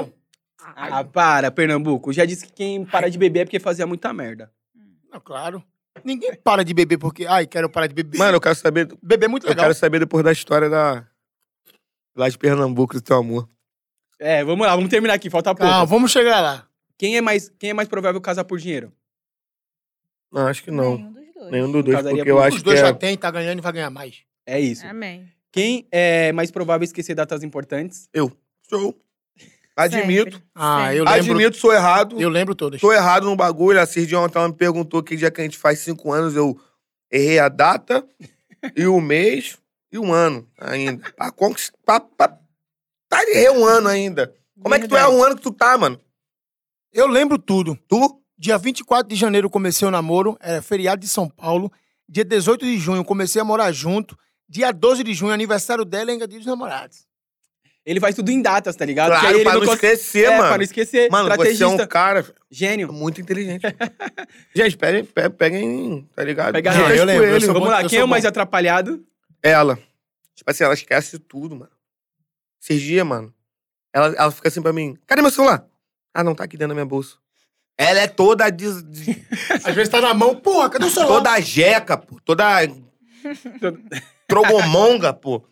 só- Ah, para, Pernambuco. Já disse que quem para de beber é porque fazia muita merda. Não, claro. Ninguém para de beber porque... Ai, quero parar de beber. Mano, eu quero saber. beber é muito Eu legal. quero saber depois da história da. Lá de Pernambuco, do teu amor. É, vamos lá, vamos terminar aqui, falta pouco. Calma, vamos chegar lá. Quem é mais, quem é mais provável casar por dinheiro? Não, acho que não. Nenhum dos dois. Nenhum dos dois, Casaria porque eu por- acho Os dois que é... já tem, tá ganhando e vai ganhar mais. É isso. Amém. Quem é mais provável esquecer datas importantes? Show. Admito. Sempre. Ah, eu lembro. Admito, sou errado. Eu lembro todas. Sou errado no bagulho. A Cirde ontem ela me perguntou que dia que a gente faz cinco anos. Eu errei a data e o mês e um ano ainda. Pra conquistar... Pra... Tá errei um ano ainda. Como é que tu é um ano que tu tá, mano? Eu lembro tudo. Tu? Dia 24 de janeiro comecei o namoro, era feriado de São Paulo. Dia 18 de junho comecei a morar junto. Dia 12 de junho, aniversário dela, ainda dia dos namorados. Ele faz tudo em datas, tá ligado? Claro, Que aí ele pra não cons- esquecer, é, mano. pra não esquecer. Mano, você é Estrategista. um cara Gênio. muito inteligente. gente, peguem, pe- peguem, tá ligado? Pega a Dicas rédea. Eu lembro, eu coelho. sou Vamos bom, lá, eu quem é sou o mais bom. atrapalhado? É Ela. Tipo assim, ela esquece tudo, mano. Esses dias, mano, ela, ela fica assim pra mim: cadê meu celular? Ah, não, tá aqui dentro da minha bolsa. Ela é toda des- des- Às vezes tá na mão, porra, cadê o celular? toda jeca, pô. Toda trogomonga, pô.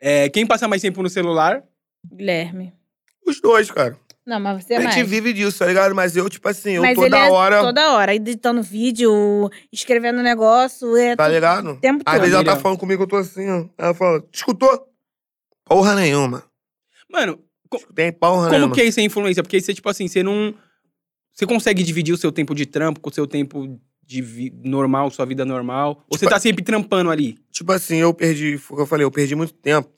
É, quem passa mais tempo no celular? Guilherme. Os dois, cara. Não, mas você é A mais. gente vive disso, tá ligado? Mas eu, tipo assim, eu mas toda ele é hora, toda hora, editando vídeo, escrevendo negócio, é tá tudo- ligado? o tempo Às todo. vezes ela tá Miriam. falando comigo, eu tô assim, ó. Ela fala, "Te escutou? Porra nenhuma. Mano, Tem porra como nenhuma. que é isso, a influência? Porque você, tipo assim, você não. Você consegue dividir o seu tempo de trampo com o seu tempo de vi- normal, sua vida normal? Ou você Tipo- tá sempre trampando ali? Tipo assim, eu perdi, foi o que eu falei, eu perdi muito tempo.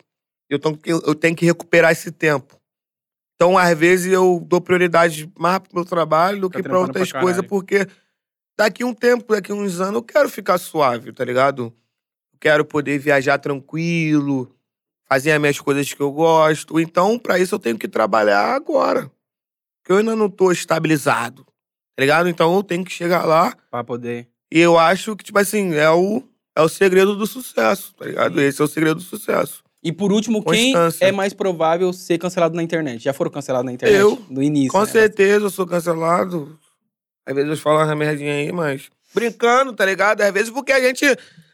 Eu, tô, eu, eu tenho que recuperar esse tempo. Então, às vezes, eu dou prioridade mais pro meu trabalho do Tá que pra trampando outras pra coisas, caralho. porque daqui um tempo, daqui uns anos, eu quero ficar suave, tá ligado? Eu quero poder viajar tranquilo, fazer as minhas coisas que eu gosto. Então, pra isso, eu tenho que trabalhar agora. Porque eu ainda não tô estabilizado, tá ligado? Então, eu tenho que chegar lá Pra poder. e eu acho que, tipo assim, é o, é o segredo do sucesso, tá ligado? Esse é o segredo do sucesso. E por último, quem Constância. é mais provável ser cancelado na internet? Já foram cancelados na internet? Eu. No início. é. Com né? certeza eu sou cancelado. Às vezes eu falo uma merdinha aí, mas. Brincando, tá ligado? Às vezes porque a gente.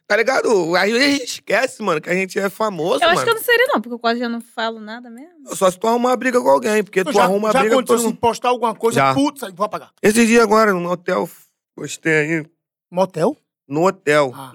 Tá ligado? Às vezes a gente esquece, mano, que a gente é famoso, Eu mano. acho que eu não seria, não, porque eu quase já não falo nada mesmo. Só se tu arrumar uma briga com alguém, porque tu arruma uma já briga com aconteceu todo se mundo. postar alguma coisa, Já. putz, vou apagar. Esse dia agora, no hotel, postei aí. Motel? No hotel. Ah.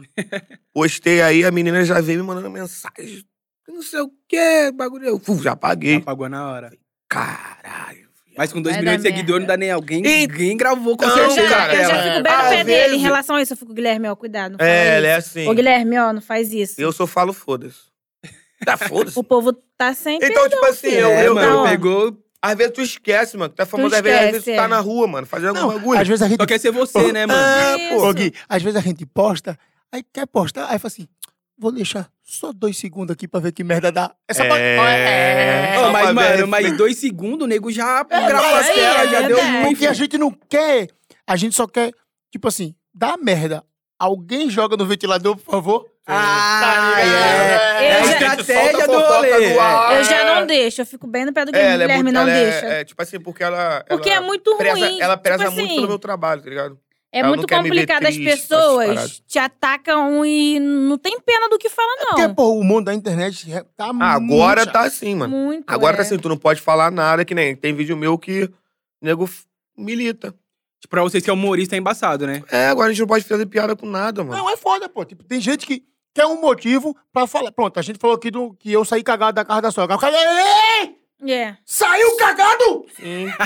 Postei aí, a menina já veio me mandando mensagem. Não sei o quê, bagulho. Eu fu, já paguei. Apagou na hora. Caralho. Mas com 2 Vai milhões de dar seguidores não dá nem alguém. E- Ninguém gravou com Não, Então, Eu já, certeza. cara, eu já dela. ela- fico bem no às pé dele em vezes- relação a isso. Eu fico, Guilherme, ó, cuidado. Não fala É, isso. ela é assim. Ô, Guilherme, ó, não faz isso. Eu só falo foda-se. Tá foda-se. O povo tá sempre. Então, tipo assim, eu, É, eu, mano, eu- Não. pegou. às vezes tu esquece, mano. Tu tá famoso, Tu às vezes, às vezes esquece, tu tá é. na rua, mano, fazendo algum Às bagulho. vezes a gente Só quer ser você, né, mano? Ah, É Isso. pô. Ô, Gui, às vezes a gente posta, aí quer postar, aí fala assim, vou deixar só dois segundos aqui pra ver que merda dá. Essa É. pa- é, Só Ô, mas, pra ver. mano, mas dois segundos, o nego já gravou É, mas as aí, telas, já é deu verdade. um Porque a gente não quer, a gente só quer, tipo assim, dá merda. Alguém joga no ventilador, por favor. Ah, Tá é. ligado? Eu É a já- estratégia do fofoca rolê. no ar. Eu já não deixo. Eu fico bem no pé do É, Guilherme. ah, ela é Guilherme, muito, não ela é- deixa. É, tipo assim, porque ela. porque é ela muito preza, ruim. Ela preza tipo muito assim, pelo meu trabalho, tá ligado? É Ela não muito quer me ver complicado. As triste, tá essas paradas. pessoas te atacam e não tem pena do que fala, É não. Porque, pô, o mundo da internet é- tá Agora muito tá assim, mano. Muito. Agora tá é. assim, tu não pode falar nada, que nem tem vídeo meu que o nego f- milita. Tipo, Pra vocês que é humorista, é embaçado, né? É, agora a gente não pode fazer piada com nada, mano. Não, é foda, pô. Tipo, tem gente que quer um motivo pra falar. Pronto, a gente falou aqui do, que eu saí cagado da casa da sogra. O cara, "Ei, É. saiu cagado! Então.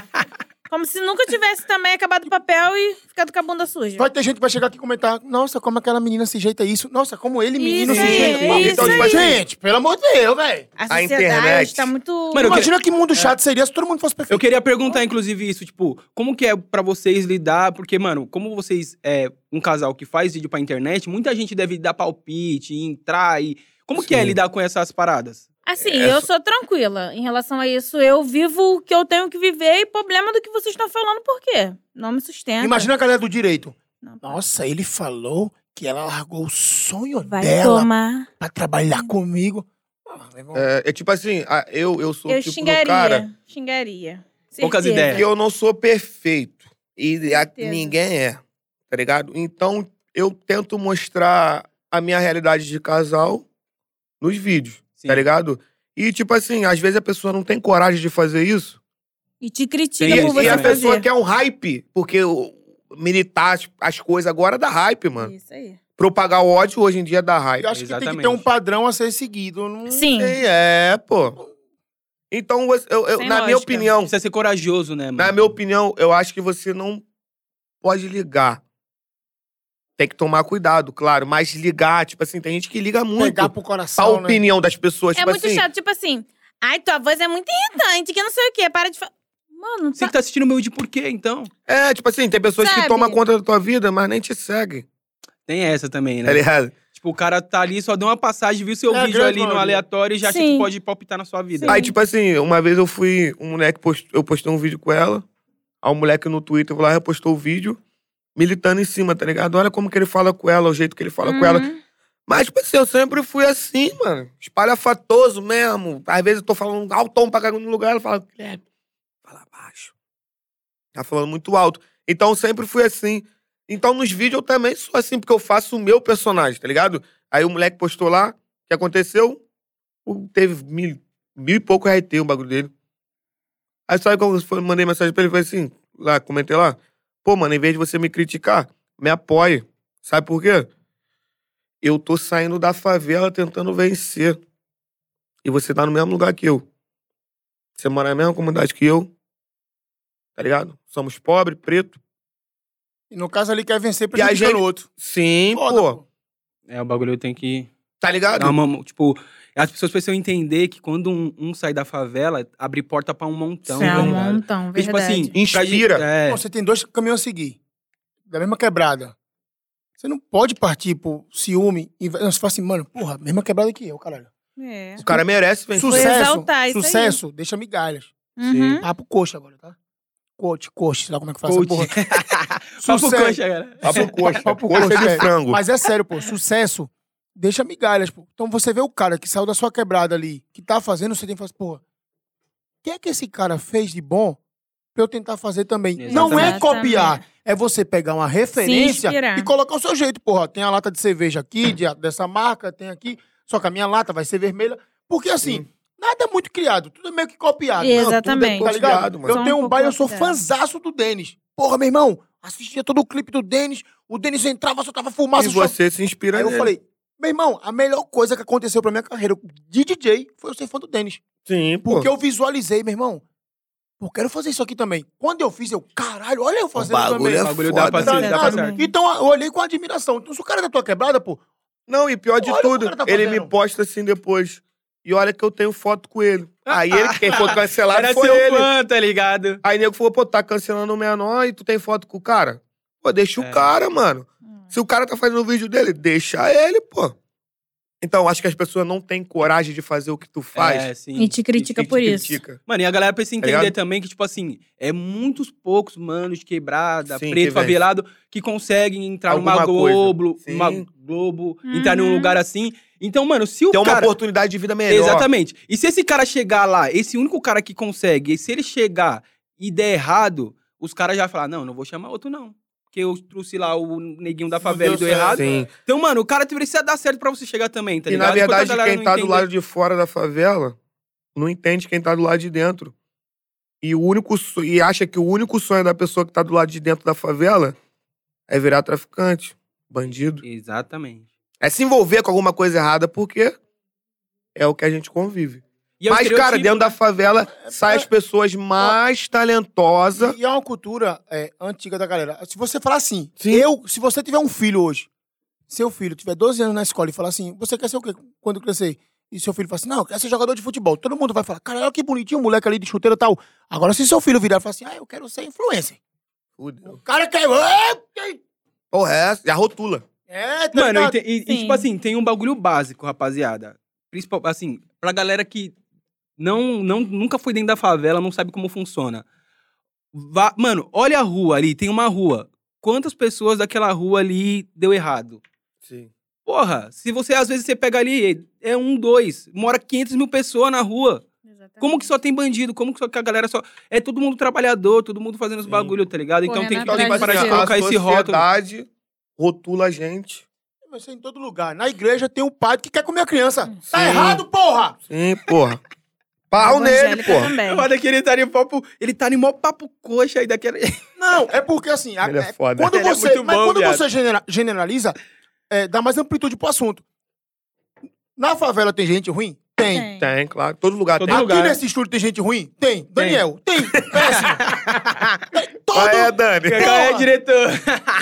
Como se nunca tivesse também acabado o papel e ficado com a bunda suja. Vai ter gente que vai chegar aqui e comentar, nossa, como aquela menina se jeita isso. Nossa, como ele, menino, Isso se aí, jeita. Pô, isso então, tipo, aí. gente, pelo amor de Deus, velho. A A sociedade internet. tá muito. Mano, eu que- Imagina que É. mundo chato seria se todo mundo fosse Eu perfeito. queria perguntar, inclusive, isso, tipo, como que é pra vocês lidar? Porque, mano, como vocês, é um casal que faz vídeo pra internet, muita gente deve dar palpite, entrar e. Como que é Sim. lidar com essas paradas? Assim, É, eu só- sou tranquila em relação a isso. Eu vivo o que eu tenho que viver e problema do que vocês estão falando, por quê? Não me sustenta. Imagina a galera do direito. Não, pá. Nossa, ele falou que ela largou o sonho Vai dela tomar. pra trabalhar comigo. Ah, meu irmão, É, é tipo assim, a- eu, eu sou o Eu tipo xingaria. do cara Xingaria. Poucas Certeza. ideias. que eu não sou perfeito. E a- Certeza. ninguém é, tá ligado? Então, eu tento mostrar a minha realidade de casal nos vídeos, Sim. tá ligado? E, tipo assim, às vezes a pessoa não tem coragem de fazer isso. E te critica Tem E, isso por e você a também. pessoa fazer. quer um hype, porque o- militar as, as coisas agora dá hype, é, mano. Isso aí. Propagar ódio hoje em dia dá hype. Eu acho que tem que Exatamente. ter um padrão a ser seguido. Não Sim. Sim, é, pô. Então, você- eu- eu- Sem na minha lógica. opinião, Precisa ser corajoso, né, mano? Na minha opinião, eu acho que você não pode ligar. Tem que tomar cuidado, claro. Mas ligar, tipo assim, tem gente que liga muito pegar pro pra coração, né? opinião das pessoas. é tipo muito assim, chato, tipo assim. Ai, tua voz é muito irritante, que não sei o quê. Para de falar. Mano, Você tá... que tá assistindo meu vídeo por quê, então? É, tipo assim, tem pessoas Sabe? que tomam conta da tua vida, mas nem te seguem. Tem essa também, né? Tá ligado? Tipo, o cara tá ali, só deu uma passagem, viu seu É, a vídeo grande ali no maioria. aleatório e já acha Sim. que pode palpitar na sua vida. Sim. Aí, tipo assim, uma vez eu fui. Um moleque post, eu postei um vídeo com ela. Aí um moleque no Twitter foi lá, repostou o vídeo, militando em cima, tá ligado? Olha como que ele fala com ela, o jeito que ele fala com ela. Uhum. Mas, tipo assim, eu sempre fui assim, mano. Espalhafatoso mesmo. Às vezes eu tô falando alto tom pra caramba no lugar, ela fala, Guilherme, fala baixo. Tá falando muito alto. Então, eu sempre fui assim. Então, nos vídeos eu também sou assim, porque eu faço o meu personagem, tá ligado? Aí o moleque postou lá, o que aconteceu? O- Teve mil, mil e pouco RT o bagulho dele. Aí Aí sabe quando eu fui- mandei mensagem pra ele? Falei assim, lá, comentei lá. Pô, mano, em vez de você me criticar, me apoie. Sabe por quê? Eu tô saindo da favela tentando vencer. E você tá no mesmo lugar que eu. Você mora na mesma comunidade que eu. Tá ligado? Somos pobre, preto. E no caso ali quer vencer E a prejudicando gente- o outro. Sim, Foda, pô. É, o bagulho tem que. Tá Ah, ligado? dar uma- tipo, as pessoas precisam entender que quando um, um sai da favela, abre porta pra um Então, montão. Isso é tá um ligado? montão, Porque, tipo verdade. assim, pra gente- Inspira. é. Pô, você tem dois caminhos a seguir. Da mesma quebrada. Você não pode partir por ciúme. E vai- você fala assim, mano, porra, mesma quebrada que eu, caralho. É. O cara merece vencer. Vou Sucesso, exaltar isso aí. sucesso, deixa migalhas. Uhum. Ah, pro coxa agora, tá? Coach, coach, sei lá como é que fala Coach. essa porra. Só pro Sucesso. coxa, galera. Papo coxa. Papo coxa coxa, de é. frango. Mas é sério, pô, sucesso deixa migalhas, pô. Então você vê o cara que saiu da sua quebrada ali, que tá fazendo, você tem que falar assim, porra, o que é que esse cara fez de bom pra eu tentar fazer também? Não é Exatamente. copiar, é você pegar uma referência inspirar. e colocar o seu jeito, porra. Tem a lata de cerveja aqui, de- dessa marca, tem aqui, só que a minha lata vai ser vermelha. Porque assim, nada é muito criado, tudo é meio que copiado. Exato. Não, tudo é Exatamente. Tá ligado? copiado, mano. Só Eu um tenho um pouco bairro, eu sou complicado. fanzaço do Denis. Porra, meu irmão, assistia todo o clipe do Denis. O Denis entrava, soltava fumaça. e soltava- você né? se inspira Aí eu nele. falei, meu irmão, a melhor coisa que aconteceu pra minha carreira de DJ foi eu ser fã do Denis. Sim, pô. Porque eu visualizei, meu irmão. Eu quero fazer isso aqui também. Quando eu fiz, eu, caralho, olha eu fazendo bagulho também. é O bagulho foda, dá pra tá ser, dá pra ligado? certo. Então eu olhei com admiração. Então, se o cara da tua quebrada, pô, Não, e pior de Olha o que o tudo, cara tá ele fazendo. me posta assim depois. E olha que eu tenho foto com ele. Aí ele, quem foi cancelado Era foi seu ele. fã, tá ligado? Aí nego falou, pô, tá cancelando o menor e tu tem foto com o cara? Pô, deixa É. o cara, mano. Hum. Se o cara tá fazendo o vídeo dele, deixa ele, pô. Então, acho que as pessoas não têm coragem de fazer o que tu faz. É, sim. E te critica E te por isso. critica. Mano, e a galera precisa Tá entender ligado? também que, tipo assim, é muitos poucos manos de quebrada, Sim, preto, que vem. favelado, que conseguem entrar numa Alguma coisa. Globo, Sim. uma Globo, Uhum. entrar num lugar assim. Então, mano, se o Tem uma cara... oportunidade de vida melhor. Exatamente. E se esse cara chegar lá, esse único cara que consegue, e se ele chegar e der errado, os caras já falar não, não vou chamar outro não. Porque eu trouxe lá o neguinho da Não favela e deu deu certo. errado. Sim. Então, mano, o cara precisa dar certo pra você chegar também, tá e ligado? na Enquanto a verdade, galera quem não tá do entender- lado de fora da favela não entende quem tá do lado de dentro. E, o único, so- e acha que o único sonho da pessoa que tá do lado de dentro da favela é virar traficante, bandido. Exatamente. É se envolver com alguma coisa errada, porque é o que a gente convive. E é o Mas, cara, estereotipo, dentro da favela saem as pessoas mais talentosas. E é uma cultura é, antiga da galera. Se você falar assim, Sim. eu, se você tiver um filho hoje, seu filho tiver 12 anos na escola e falar assim, você quer ser o quê quando crescer? E seu filho fala assim, não, eu quero ser jogador de futebol. Todo mundo vai falar, cara, olha que bonitinho o moleque ali de chuteira e tal. Agora, se seu filho virar e falar assim, ah, eu quero ser influencer. O cara quer... Porra, é, já rotula. É, tá Mano, e, ligado? te- e- e, Sim. tipo assim, tem um bagulho básico, rapaziada. Principal, assim, pra galera que não, não, nunca foi dentro da favela, não sabe como funciona. Vá- mano, olha a rua ali, tem uma rua. Quantas pessoas daquela rua ali deu errado? Sim. Porra, se você, às vezes, você pega ali, é um, dois, mora 500 mil pessoas na rua. Como que só tem bandido? Como que, só, que a galera só... É todo mundo trabalhador, todo mundo fazendo os Sim. bagulho, tá ligado? Então Correndo tem que Então, atrás tipo parar do de assim, dinheiro. colocar a esse rótulo. sociedade rotula a gente. Mas isso é em todo lugar. Na igreja tem um padre que quer comer a criança. Tá Sim. errado, porra! Sim, porra. Pau nele, porra. Eu acho que ele tá em papo. Ele tá em mó papo coxa aí daquela. Não, é porque assim... a- Ele é foda. Quando Ele é você, muito mas bom, quando viado. você genera- generaliza, é, dá mais amplitude pro assunto. Na favela tem gente ruim? Tem. Tem, claro. Todo lugar Todo tem. Aqui lugar. né? nesse estúdio tem gente ruim? Tem. Daniel, tem. Péssimo. Tem. Qual Todo, é, Dani? Qual é, diretor?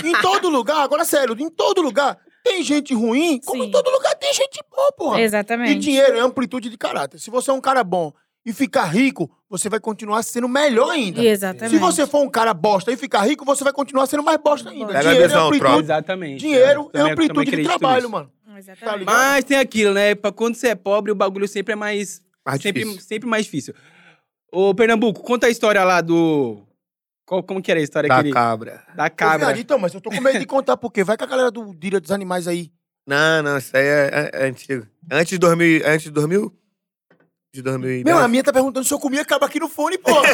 Em todo lugar, agora sério, em todo lugar tem gente ruim, como Sim. em todo lugar tem gente boa, porra. E Exatamente. dinheiro é amplitude de caráter. Se você é um cara bom e ficar rico, você vai continuar sendo melhor ainda. Exatamente. Se você for um cara bosta e ficar rico, você vai continuar sendo mais bosta ainda. Pega a Dinheiro é visão, amplitude, tropa. Exatamente. dinheiro Também- é também amplitude de acredito trabalho, nisso. mano. Tá Exatamente. ligado? Mas tem aquilo, né? Pra quando você é pobre, o bagulho sempre é mais. Mais Sempre, difícil. sempre mais difícil. Ô, Pernambuco, conta a história lá do. Qual, como que era a história Da que ele- cabra. Da Cabra. cabra. então, mas eu tô com medo de contar porque vai com a galera do Direito dos Animais aí. Não, não, isso aí é, é- é antigo. Antes de 2000, antes de 2000? De 2010. Meu, a minha tá perguntando se eu comia cabra aqui no fone, porra.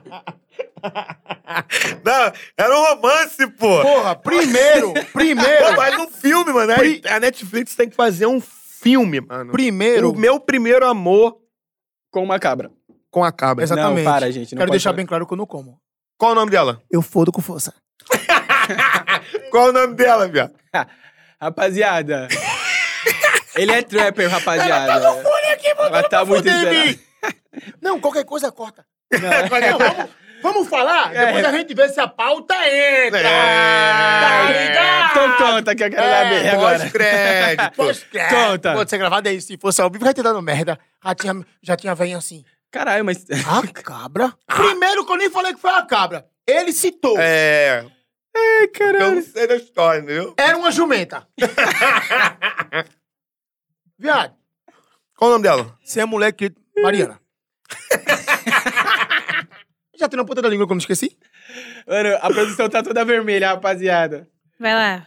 Não, era um romance, pô. porra, primeiro, Pô, primeiro, faz um filme, mano. A- Pri- A Netflix tem que fazer um filme, mano. primeiro. O meu primeiro amor Com uma cabra. com a cabra. Exato. exatamente. Não, para, gente. Não Quero pode deixar falar. bem claro que eu não como. Qual o nome dela? Eu fodo com força. Qual o nome dela, viado? Rapaziada. Ele é trapper, rapaziada. Ela tá no fone aqui, mano. Ela tá muito foder em esperada. Não, qualquer coisa corta. Não. é Não, vamos, vamos falar? É. Depois a gente vê se a pauta entra. É. Tá ligado? Então conta que eu quero É, saber agora. Pós-crédito. Conta. Pode é. ser gravado aí. Se fosse ao vivo, vai ter dado merda. Já tinha, já tinha velhinho assim. Caralho, mas... A cabra? Primeiro que eu nem falei que foi a cabra. Ele citou. é. Ai, Eu caralho. não sei da história, entendeu? Era uma jumenta. Viado, Qual o nome dela? você é moleque. Mariana. já tem na ponta da língua que eu não esqueci? Mano, a produção tá toda vermelha, rapaziada. Vai lá.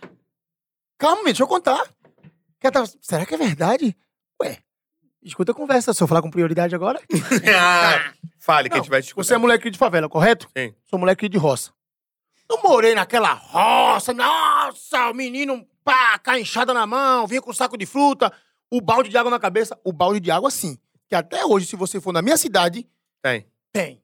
Calma, deixa eu contar. Que ela tava- Será que é verdade? Ué, escuta a conversa. Se eu falar com prioridade agora. Ah. Fale, que a Não, gente vai te escutar. Você é moleque de favela, correto? Sim. Sou moleque de roça. Não morei naquela roça, nossa, o menino, pá, com a enxada na mão, vinha com o saco de fruta, o balde de água na cabeça, o balde de água sim. Que até hoje, se você for na minha cidade, Tem. tem.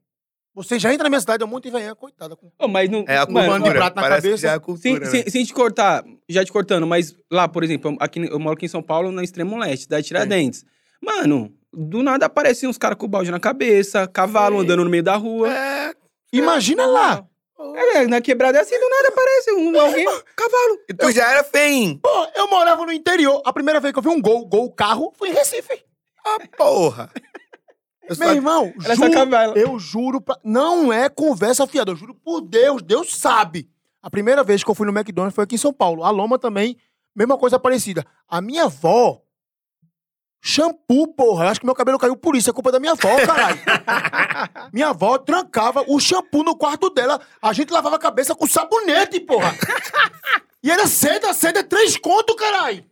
Você já entra na minha cidade, é um monte de venha, coitada. com- Ô, mas não... É a Mano, cultura. um mano, de prato na Parece que cabeça. já é a cultura, Sem, né? sem- sem te cortar, já te cortando, mas lá, por exemplo, aqui, eu moro aqui em São Paulo, na extremo leste, da Tiradentes. É. Mano, do nada aparecem uns caras com balde na cabeça, cavalo andando no meio da rua. É. Imagina lá. É, na quebrada é assim, do nada aparece um, alguém, cavalo. E tu já era feio. Pô, eu morava no interior, a primeira vez que eu vi um gol, gol, carro, foi em Recife. Ah, porra. Eu Meu só- irmão, Ela é sacavela. Eu juro pra... Não é conversa fiada, eu juro por Deus, Deus sabe. A primeira vez que eu fui no McDonald's foi aqui em São Paulo. A Loma também, mesma coisa parecida. A minha avó, shampoo, porra. Eu acho que meu cabelo caiu por isso, é culpa da minha avó, caralho. minha avó trancava o shampoo no quarto dela, a gente lavava a cabeça com sabonete, porra. e era seda, seda é três conto, caralho.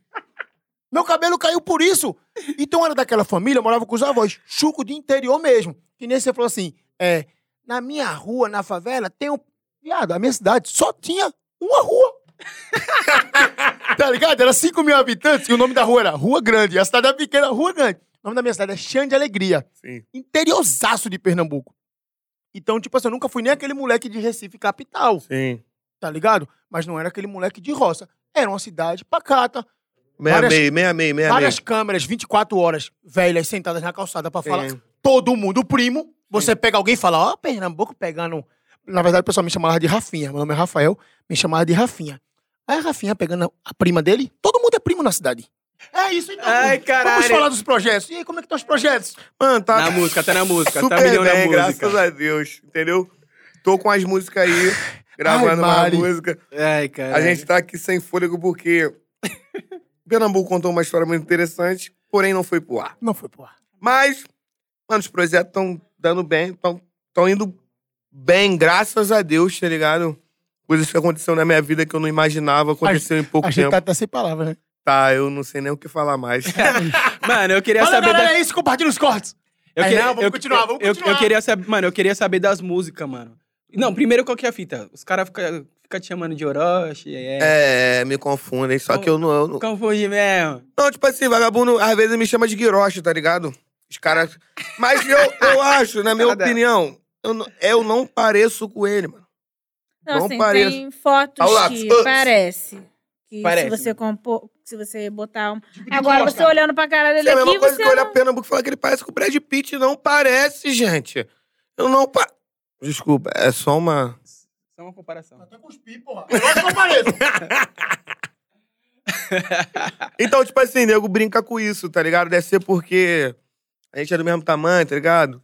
Meu cabelo caiu por isso. Então era daquela família, eu morava com os avós, chuco de interior mesmo. Que nem você falou assim, é, na minha rua, na favela, tem um... Viado, a minha cidade só tinha uma rua. tá ligado? Era 5 mil habitantes e o nome da rua era Rua Grande. A cidade era pequena, Rua Grande. O nome da minha cidade é Chã de Alegria. Sim. Interiorzaço de Pernambuco. Então, tipo assim, eu nunca fui nem aquele moleque de Recife capital Sim. tá ligado? Mas não era aquele moleque de roça. Era uma cidade pacata, Meia Várias- meia, meia É, meia, meia meia. várias câmeras, 24 horas, velhas sentadas na calçada pra falar. Sim. Todo mundo primo. Você pega alguém e fala, ó, Pernambuco pegando... Na verdade, o pessoal me chamava de Rafinha. Meu nome é Rafael, me chamava de Rafinha. Aí a Rafinha pegando a prima dele, todo mundo é primo na cidade. É isso então. Ai, caralho. Vamos falar dos projetos. E aí, como é que estão os projetos? Mano, tá Na música, tá na música, tá super milhão na bem, graças música. a Deus, entendeu? Tô com as músicas aí, gravando Mari. uma música. Ai, cara. A gente tá aqui sem fôlego porque Pernambuco contou uma história muito interessante, porém não foi pro ar. Não foi, porra. Mas, mano, os projetos estão dando bem, estão indo bem, graças a Deus, tá ligado? Coisas que aconteceram na minha vida que eu não imaginava, aconteceu em pouco A gente tempo. tá Tá... até sem palavras, né? eu não sei nem o que falar mais. Mano, eu queria Fala, saber... galera, da- é isso. Compartilha os cortes. Eu Aí, queria- não, vamos eu- continuar, vamos eu- eu continuar. queria saber... Mano, eu queria saber das músicas, mano. Não, primeiro qual que é a fita? Os caras ficam fica te chamando de Orochi, é... é, me confundem, só que eu não, eu não- Confunde mesmo. Não, tipo assim, vagabundo às vezes me chama de guiroche, tá ligado? Os caras. Mas eu, eu acho, na minha Cara dela. opinião, eu não, eu não pareço com ele, mano. Não, Não assim, pareço. tem fotos Ao lado. né? que Ups. parece. Que Parece, se você compor, se você botar um... Tipo de Agora, costa. você olhando pra cara Isso dele é a aqui, mesma coisa você... que eu olhar Pernambuco e falar que ele parece com o Brad Pitt. Não parece, gente. Eu não. Pa... Desculpa, é só uma. Só é uma comparação. Até cuspi, porra. Agora que eu pareço. Então, tipo assim, nego brinca com isso, tá ligado? Deve ser porque a gente é do mesmo tamanho, tá ligado?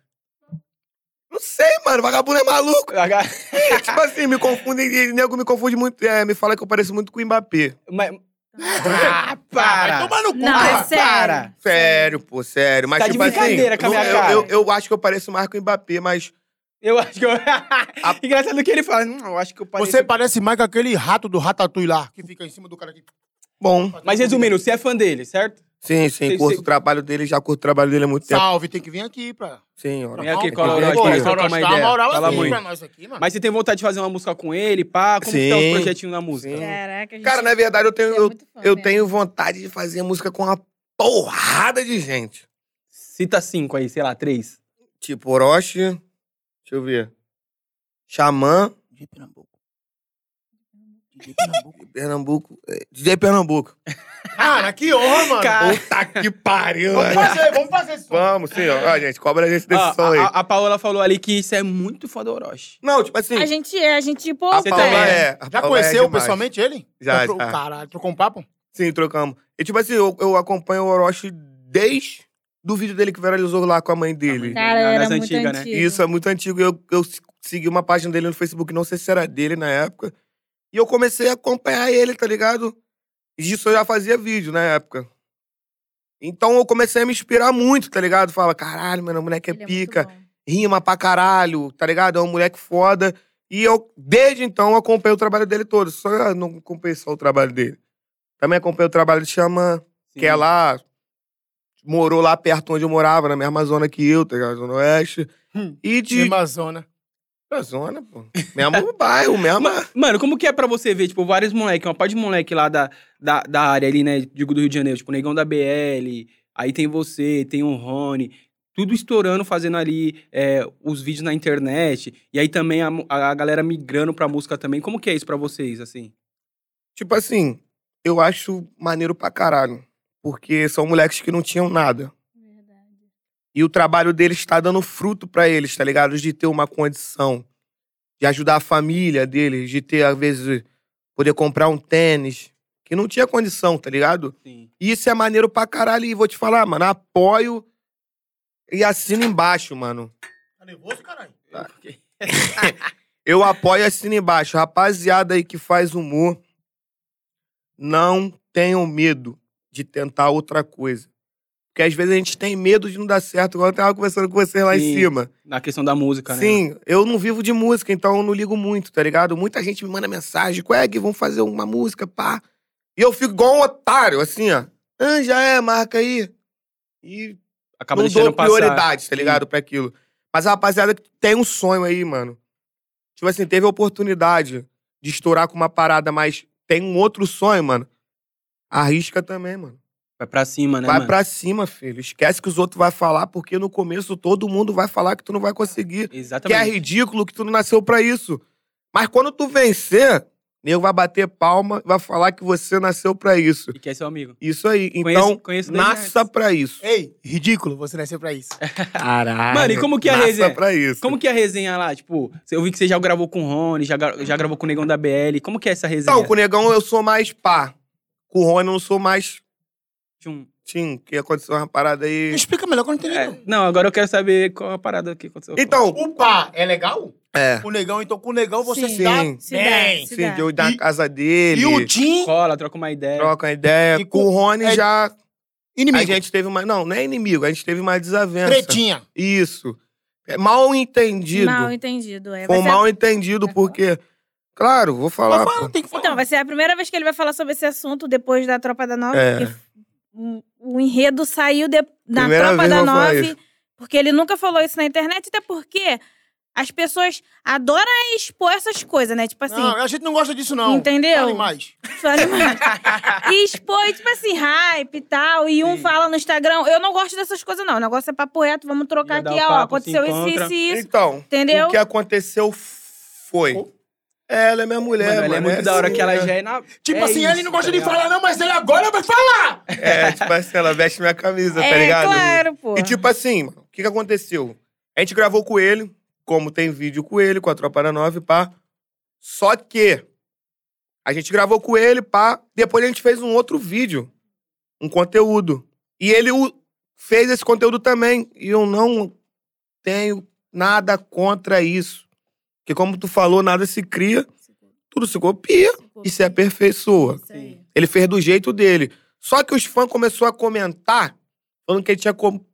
Não sei, mano. Vagabundo é maluco. tipo assim, me confundem. e Nego me confunde muito. É, me fala que eu pareço muito com o Mbappé. Mas, Ah, Tá. para. Vai tomar no cu, Não, é cara. sério. para. Sério, pô, sério. Mas, Tá de tipo assim, brincadeira com a minha eu, cara. Eu, eu acho que eu pareço mais com o Mbappé, mas. Eu acho que eu... Engraçado que ele fala, hum, eu acho que eu pareço... Você parece mais com aquele rato do Ratatouille lá, que fica em cima do cara aqui. Bom. Mas resumindo, você é fã dele, certo? Sim, sim, Sim, curto sim. o trabalho dele, já curto o trabalho dele há muito tempo. Salve, tem que vir aqui pra... Sim, ó. Vem aqui, Tem que cola vir nós, aqui. parece que eu trocar uma ideia. Fala Fala muito. muito. Pra nós aqui, mano. Mas você tem vontade de fazer uma música com ele, pá? Como que tá Ah. Sim. os projetinhos na música? Sim. Caraca, gente, Cara, na verdade, eu tenho, você é eu, muito fã eu mesmo. tenho vontade de fazer música com uma porrada de gente. Cita cinco aí, sei lá, três. Tipo, Orochi. Deixa eu ver. Xamã. De Pernambuco. De Pernambuco. Pernambuco. é, DJ Pernambuco. Cara, que honra, mano. Puta que pariu, Vamos velho. fazer, vamos fazer isso. Vamos, sim, ó. Ó, gente, cobra a gente desse Ó, som aí. Ah, a, a Paola falou ali que isso é muito foda Orochi. Não, tipo assim. A gente né? é, a gente, pô, a você Paola também, é. a Já Paola é conheceu demais. pessoalmente ele? Já, Comprou- já. Caralho, trocou um papo? Tá Sim, trocamos. E tipo assim, eu, eu acompanho o Orochi desde do vídeo dele que viralizou lá com a mãe dele. Cara, Nas era Ah, muito antigas, né? antigo. E Isso é muito antigo. Eu, eu se- segui uma página dele no Facebook, não sei se era dele na época. E eu comecei a acompanhar ele, tá ligado? E Isso eu já fazia vídeo na época. Então eu comecei a me inspirar muito, tá ligado? Fala, caralho, mano, o moleque é Ele é muito pica, bom. rima pra caralho, tá ligado? É um moleque foda. E eu, desde então, eu acompanho o trabalho dele todo. Só eu não acompanhei só o trabalho dele. Também acompanhei o trabalho de Xamã, que é lá. Morou lá perto onde eu morava, na mesma zona que eu, tá ligado? Zona Oeste. Hum. E de. De Amazônia. Mesma zona, pô. Mesmo bairro, mesma. Mano, como que é pra você ver, tipo, vários moleques, uma parte de moleque lá da, da, da área ali, né? Digo, do Rio de Janeiro, tipo, Negão da BL, aí tem você, tem o Rony, tudo estourando, fazendo ali é, os vídeos na internet, e aí também a, mu- a galera migrando pra música também. Como que é isso pra vocês, assim? Tipo assim, eu acho maneiro pra caralho. Porque são moleques que não tinham nada. Verdade. E o trabalho deles tá dando fruto pra eles, tá ligado? De ter uma condição. De ajudar a família deles, de ter, às vezes, poder comprar um tênis. Que não tinha condição, tá ligado? Sim. E isso é maneiro pra caralho. E vou te falar, mano, apoio e assino embaixo, mano. Tá nervoso, caralho? Eu apoio e assino embaixo. Rapaziada aí que faz humor, não tenham medo de tentar outra coisa. Porque às vezes a gente tem medo de não dar certo. Igual eu tava conversando com vocês lá Sim, em cima. Na questão da música, né? Sim, eu não vivo de música, então eu não ligo muito, tá ligado? Muita gente me manda mensagem, qual é que vão fazer uma música, pá. E eu fico igual um otário, assim, ó. Ah, já é, marca aí. E Acaba não deixando dou passar. prioridade, tá ligado, pra aquilo. Mas a rapaziada que tem um sonho aí, mano. Tipo assim, teve a oportunidade de estourar com uma parada, mas tem um outro sonho, mano. Arrisca também, mano. Vai pra cima, né, vai mano? pra cima, filho. Esquece que os outros vão falar, porque no começo todo mundo vai falar que tu não vai conseguir. Que é Exatamente. ridículo, que tu não nasceu pra isso. Mas quando tu vencer, nego vai bater palma e vai falar que você nasceu pra isso. E que é seu amigo. Isso aí. Conheço- Então, conheço desde nasça antes. pra isso. Ei, ridículo, você nasceu pra isso. Caralho. Mano, e como que é a Nasça resenha? pra isso. Como que é a resenha lá? Tipo, eu vi que você já gravou com o Rony, já, gra- já gravou com o Negão da BL. Como que é essa resenha? Então, com o Negão eu sou mais pá. Com o Rony eu não sou mais Tchum. tim, que aconteceu uma parada aí. Explica melhor que eu não entendi. É, não. não, agora eu quero saber qual a parada que aconteceu. Então, O pá é legal? é. Com o negão, então com o negão você Sim. se dá Sim. Se bem. dá, se Sim, dá. de eu ir na E- casa dele, E o Tim, cola, troca uma ideia. troca uma ideia. E com o Rony é- já. A inimigo. gente teve uma. Não, não é inimigo, a gente teve uma desavença. Tretinha. Isso. É mal entendido. Mal entendido. É. Foi Vai ser a- mal entendido, porque. Claro, vou falar. Mas fala, pô. tem que falar. Então, vai ser a primeira vez que ele vai falar sobre esse assunto depois da Tropa da Nove. É. porque o- o enredo saiu de, na Primeira Tropa vez da eu vou falar Nove. isso. Porque ele nunca falou isso na internet, até porque as pessoas adoram expor essas coisas, né? Tipo assim, Não, a gente não gosta disso, não. Entendeu? Fale mais. Fale mais. e expõe, tipo assim, hype e tal. E um Sim. fala no Instagram. Eu não gosto dessas coisas, não. O negócio é papo reto, vamos trocar Ia dar aqui, o ó. papo, se aconteceu isso, encontra. isso e isso. Então, Entendeu? o que aconteceu foi. Ela é minha mulher, Mano, mano. ela é muito da hora assim, que ela né? já é na. Tipo é assim, isso, ele não gosta tá de ligado? falar, não, mas ele agora vai falar! É, tipo assim, ela veste minha camisa, tá é, ligado? claro, pô. E tipo assim, mano, o que, que aconteceu? A gente gravou com ele, como tem vídeo com ele, com a Tropa da Nove, pá. Só que a gente gravou com ele, pá. Depois a gente fez um outro vídeo, um conteúdo. E ele o- fez esse conteúdo também. E eu não tenho nada contra isso. Porque como tu falou, nada se cria, tudo se copia e se aperfeiçoa. Isso aí. Ele fez do jeito dele. Só que os fãs começaram a comentar falando que ele tinha, co-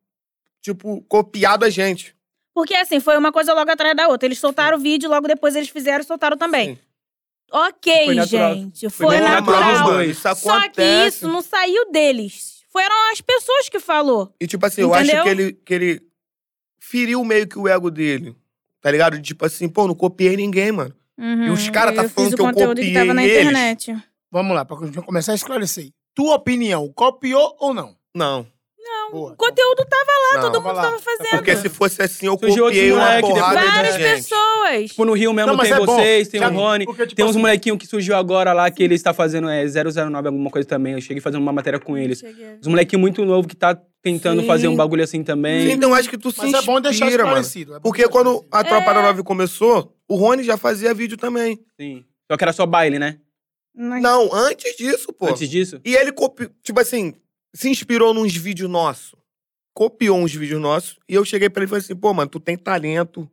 tipo, copiado a gente. Porque assim, foi uma coisa logo atrás da outra. Eles soltaram o vídeo, logo depois eles fizeram e soltaram também. Sim. Ok, Foi natural. gente. Foi, bem normal, natural. natural. Os mano. dois. Isso Só acontece. que isso não saiu deles. Foram as pessoas que falou. E, tipo assim, eu Entendeu? acho que ele, que ele feriu meio que o ego dele. Tá ligado? Tipo assim, pô, não copiei ninguém, mano. Uhum. E os cara tá eu falando fiz que eu o conteúdo que tava na copiei eles. internet. Vamos lá, pra gente começar a esclarecer. Tua opinião, copiou ou não? Não. Não, Boa. o conteúdo tava lá, Não. todo Tava mundo lá. tava fazendo. Porque se fosse assim, eu Surgiu outro copiei uma moleque, porrada depois- de Várias gente. pessoas. Tipo, no Rio mesmo Não, mas tem é bom. vocês, tem Sabe? o Rony, Porque, tipo tem uns assim- molequinhos que surgiu agora lá, que ele está fazendo é, 009, alguma coisa também. Eu cheguei fazendo uma matéria com eles. Cheguei. Os molequinhos muito novos que tá tentando Sim. fazer um bagulho assim também. Sim, então acho que tu se Mas inspira, é bom deixar isso mano. parecido. Porque quando a Tropa da É. Nove começou, o Rony já fazia vídeo também. Sim. Só que era só baile, né? Não, antes disso, pô. Antes disso. E ele copiou, tipo assim, se inspirou nos vídeos nossos. Copiou uns vídeos nossos. E eu cheguei pra ele e falei assim, pô, mano, tu tem talento.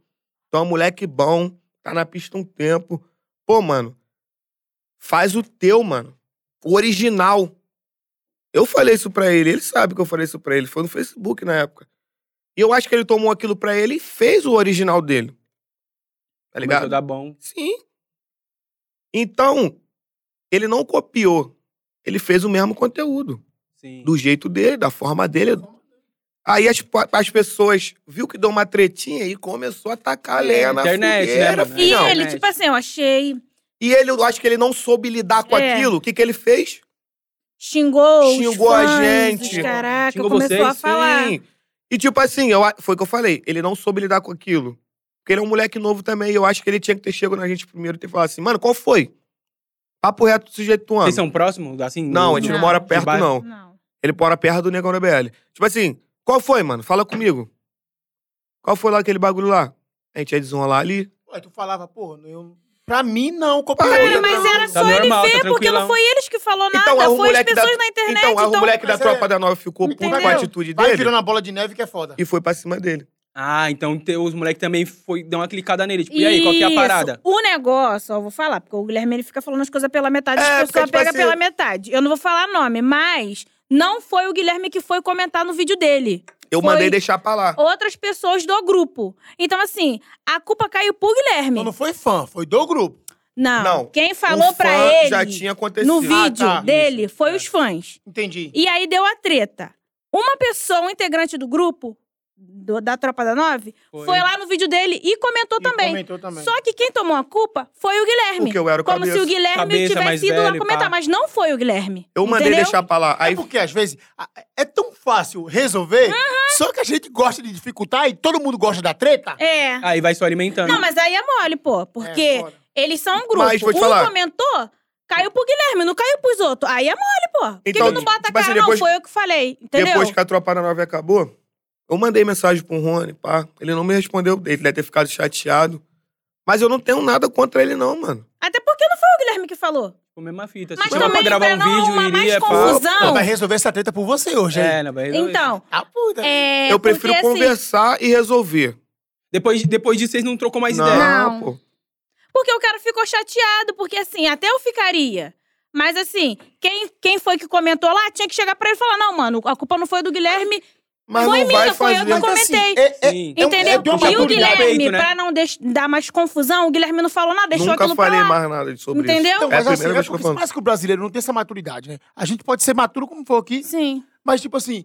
Tu é um moleque bom. Tá na pista um tempo. Pô, mano, faz o teu, mano. O original. Eu falei isso pra ele. Ele sabe que eu falei isso pra ele. Foi no Facebook na época. E eu acho que ele tomou aquilo pra ele e fez o original dele. Tá Começou a ligado? dar bom. Sim. Então, ele não copiou. Ele fez o mesmo conteúdo. Sim. Do jeito dele, da forma dele. Aí as, pa- as pessoas viu que deu uma tretinha e começou a tacar a lenha na É, Internet, né, fogueira, mano? E filhão. Não, ele, né? tipo assim, eu achei, E ele, eu acho que ele não soube lidar com É. aquilo. O que, que ele fez? xingou, os Xingou a fãs, gente. os Caraca, Xingou começou vocês, a falar. Sim. E tipo assim, eu, a- foi o que eu falei. Ele não soube lidar com aquilo. Porque ele é um moleque novo também. E eu acho que ele tinha que ter chegado na gente primeiro e ter falado assim, mano, qual foi? Papo reto do sujeito tu ama. Vocês são próximos, assim? Não, do- a gente não, do- Não. mora de perto, bairro? não. Não. Ele mora perto do Negão da BL. Tipo assim, qual foi, mano? Fala comigo. Qual foi lá aquele bagulho lá? A gente ia desenrolar ali. Aí tu falava, pô, eu... pra mim não, Cara, copiaria. Cara, mas era Tá só normal, ele tá ver, porque tranquilão. não foi eles que falou nada, Então, é o foi as moleque da- pessoas na internet. então, aí o moleque da Mas é- tropa da nova ficou puto com Entendeu? a atitude Vai dele virando a bola de neve que é foda. e foi pra cima dele. Ah, então te- os moleques também foi, deu uma clicada nele. Tipo, e aí, qual que é a Isso. parada? O negócio, ó, vou falar, porque o Guilherme ele fica falando as coisas pela metade, É, as porque, pessoas tipo pegam assim- pela metade. Eu não vou falar nome, mas não foi o Guilherme que foi comentar no vídeo dele. Eu Foi. mandei deixar pra lá. Outras pessoas do grupo. Então, assim, a culpa caiu pro Guilherme. Então não foi fã, foi do grupo. Não. Não. Quem falou o pra fã ele já tinha acontecido. no vídeo Ah, tá. dele é. foi os fãs. Entendi. E aí deu a treta. Uma pessoa, um integrante do grupo, do- da Tropa da Nove, foi. Foi. lá no vídeo dele e comentou E também. Comentou também. Só que quem tomou a culpa foi o Guilherme. Porque eu era o Como cabeça. se o Guilherme Cabeça mais tivesse ido lá velho, comentar, pá. mas não foi o Guilherme. Eu mandei entendeu? deixar pra lá. É Aí porque, às vezes, a- é tão fácil resolver, só que a gente gosta de dificultar e todo mundo gosta da treta. É. Ah, Aí vai só alimentando. Não, mas aí é mole, pô. Porque É foda. eles são um grupo. Mas vou te um falar. comentou, caiu pro Guilherme, não caiu pros outros. Aí é mole, pô. Por que Então, que não bota a tipo assim, cara? depois- Não, foi eu que falei. Entendeu? Depois que a tropa da nove acabou, eu mandei mensagem pro Rony, pá. Ele não me respondeu, ele deve ter ficado chateado. Mas eu não tenho nada contra ele, não, mano. Até porque não foi o Guilherme que falou. Tipo, mesma fita. Mas Se chamar pra também, gravar pra um não vídeo, arrumar iria mais falar. confusão. Ela Vai resolver essa treta por você hoje, hein? É, não, vai resolver. Então, Ah, puta. é. eu prefiro porque, assim, conversar e resolver. Depois, depois disso, vocês não trocam mais não, ideia. Não. pô. Porque o cara ficou chateado, porque assim, até eu ficaria. Mas assim, quem, quem foi que comentou lá tinha que chegar pra ele e falar: não, mano, a culpa não foi do Guilherme. Mas Foi não minha, vai foi eu fazer. que comentei. é- é- Sim. é um- Entendeu? é de uma e o maturidade. Guilherme, Peito, né? pra não deix- dar mais confusão, o Guilherme não falou nada, deixou Nunca aquilo pra falei lá. mais nada sobre Entendeu? isso. Então, é a mas assim, primeira é vez que eu porque tô falando. mais que o brasileiro não tem essa maturidade, né? A gente pode ser maturo como for aqui, Sim. mas tipo assim,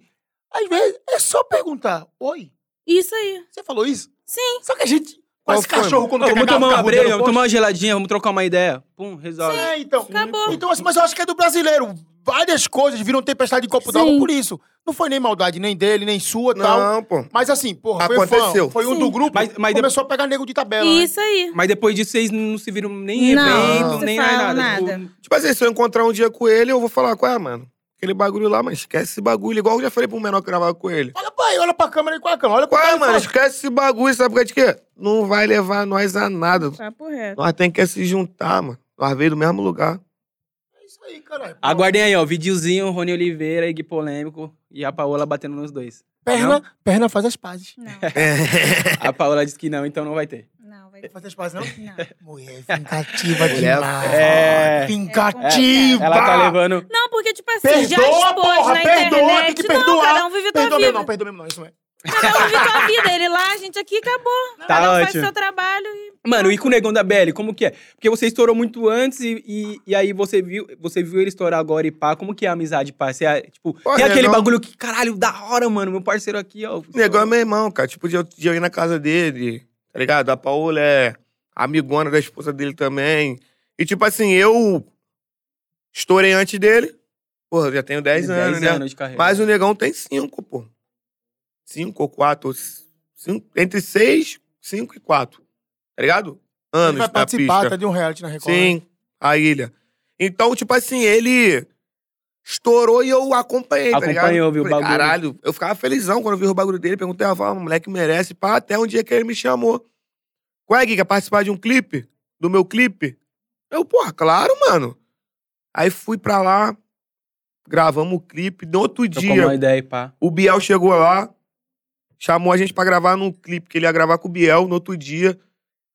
às vezes é só perguntar, oi, Isso aí. você falou isso? Sim. Só que a gente, Qual quase foi, cachorro, Ô, quando quer vamos cagar, tomar fica uma breja, rodando o vamos posto. tomar uma geladinha, vamos trocar uma ideia. Pum, resolve. É, então. Acabou. Então, assim, mas eu acho que é do brasileiro. Várias coisas viram tempestade em copo Sim. d'água por isso. Não foi nem maldade nem dele, nem sua e tal. Não, pô. Mas assim, porra, foi Aconteceu. fã. Foi um Sim. do grupo, Mas- mas de- começou a pegar nego de tabela, né? Isso aí. Mas depois disso, vocês não se viram nem em Não, evento, não se nem falam nada. nada. Tipo, Tipo assim, se eu encontrar um dia com ele, eu vou falar, qual é, mano? Aquele bagulho lá, mas esquece esse bagulho. Igual eu já falei pro menor que gravava com ele. Olha pra aí, olha pra câmera e qual a câmera. Olha pra Qual é, cara e mano? fala, Esquece esse bagulho, sabe por causa de quê? Não vai levar nós a nada. Papo reto. Nós tem que se juntar, mano. Nós veio do mesmo lugar. "É Isso aí, caralho. Aguardem aí, ó. Videozinho, Rony Oliveira, Gui Polêmico e a Paola batendo nos dois. Perna, perna faz as pazes. Não, A Paola disse que não, então não vai ter. não, vai Faz as pazes, não? não. Mulher vingativa Mulher demais. é- Vingativa. Ela tá levando. Não, porque, tipo assim, já Perdoa, expôs porra, na perdoa, internet. tem que Não, perdoar. cada um vive a tua Perdoa vida. mesmo, não, perdoa mesmo, não. é. Isso mesmo. Cada um vive a tua vida. Ele lá, a gente aqui, acabou. Tá cada um faz ótimo. seu trabalho e... Mano, e com o Negão da Belly, como que é? Porque você estourou muito antes e, e, e aí você viu, você viu ele estourar agora e pá. Como que é a amizade, pá? Você, é, tipo, Pô, tem aquele Negão- bagulho que, caralho, da hora, mano. Meu parceiro aqui, ó. O negão é meu irmão, cara. Tipo, de eu, de eu ir na casa dele, tá ligado? A Paola é amigona da esposa dele também. E, tipo assim, eu estourei antes dele. Porra, eu já tenho 10, anos, né? é. de carreira. Mas o negão tem 5, pô. cinco ou quatro, ou c- cinco, entre seis, cinco e quatro. Tá ligado? Anos Ele vai na participar pista. tá, de um reality na Record. né? Sim, a ilha. Então, tipo assim, ele estourou e eu acompanhei, tá ligado? Acompanhou, viu, o Falei, bagulho. Caralho, eu ficava felizão quando eu vi o bagulho dele, perguntei, ela falava, moleque merece, pá, até um dia que ele me chamou. Qual é, Gui, quer participar de um clipe? Do meu clipe? Eu, porra, claro, mano. Aí fui pra lá, gravamos o clipe, no outro Tô dia... uma ideia, pá. O Biel chegou lá, chamou a gente pra gravar num clipe que ele ia gravar com o Biel no outro dia.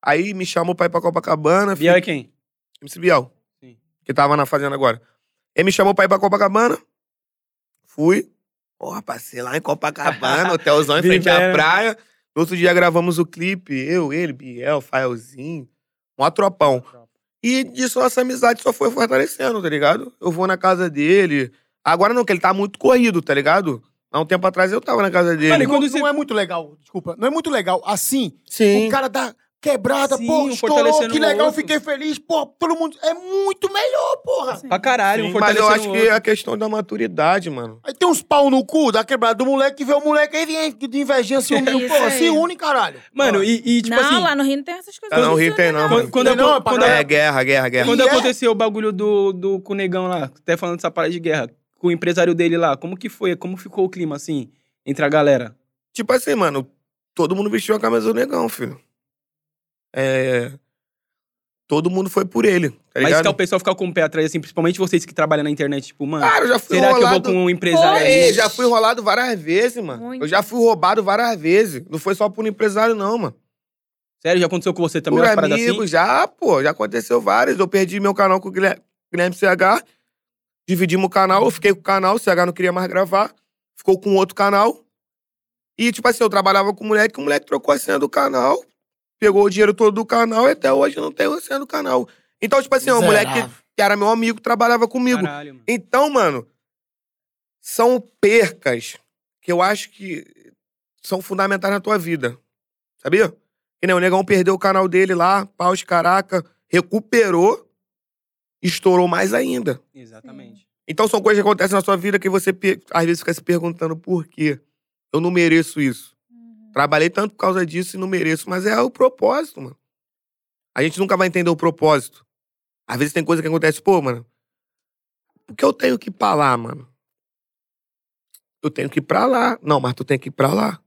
Aí me chamou pra ir pra Copacabana. Biel é quem? MC Biel. Sim. Que tava na fazenda agora. Ele me chamou pra ir pra Copacabana. Fui. Porra, passei lá em Copacabana, hotelzão em frente à Libera. praia. No outro dia gravamos o clipe. Eu, ele, Biel, Faelzinho. Mó tropão. E disso nossa amizade só foi fortalecendo, tá ligado? Eu vou na casa dele. Agora não, que ele tá muito corrido, tá ligado? Há um tempo atrás eu tava na casa dele. Olha, Não, quando não você- é muito legal, desculpa. Não é muito legal. Assim, Sim. o cara dá quebrada, Sim, pô, um estourou, fortalecendo que o legal, outro. fiquei feliz, pô, todo mundo. É muito melhor, porra. Pra caralho, um Sim, mas eu fortalecendo acho o que é outro. a questão da maturidade, mano. Aí tem uns pau no cu, dá quebrada do moleque, que vê o moleque aí, vem de invejinha, se Isso une, porra, aí. se une, caralho. Mano, e, e, tipo não, assim... lá no Rio não tem essas coisas. Não, não ri funciona, tem não, Quando, mano. quando, Não, acon- é pra é quando- caralho. É guerra, guerra, guerra. quando E é- aconteceu o bagulho do, do com o negão lá, até falando dessa parada de guerra, com o empresário dele lá, como que foi? Como ficou o clima, assim, entre a galera? Tipo assim, mano, todo mundo vestiu a camisa do negão, filho. É. Todo mundo foi por ele, tá Mas ligado? que é o pessoal ficar com o pé atrás, assim, principalmente vocês que trabalham na internet, tipo, mano, Cara, eu já fui será que eu vou enrolado. com um empresário Oi. aí? Ei, já fui enrolado várias vezes, mano. Muito. Eu já fui roubado várias vezes. Não foi só por um empresário, não, mano. Sério, já aconteceu com você também por umas paradas amigo, assim? já, pô. Já aconteceu várias. Eu perdi meu canal com o Guilherme, Guilherme CH. Dividimos o canal, eu fiquei com o canal, o CH não queria mais gravar. Ficou com outro canal. E, tipo assim, eu trabalhava com o moleque, o moleque trocou a senha do canal, pegou o dinheiro todo do canal e até hoje eu não tenho a senha do canal. Então, tipo assim, o moleque Miserável. que era meu amigo trabalhava comigo. Caralho, mano. Então, mano, são percas que eu acho que são fundamentais na tua vida. Sabia? Que nem o Negão perdeu o canal dele lá, paus caraca, recuperou, estourou mais ainda. Exatamente. Então são coisas que acontecem na sua vida que você pe- às vezes fica se perguntando por quê? Eu não mereço isso. Trabalhei tanto por causa disso e não mereço, mas é o propósito, mano. A gente nunca vai entender o propósito. Às vezes tem coisa que acontece, pô, mano, por que eu tenho que ir pra lá, mano? Eu tenho que ir pra lá. Não, mas tu tem que ir pra lá.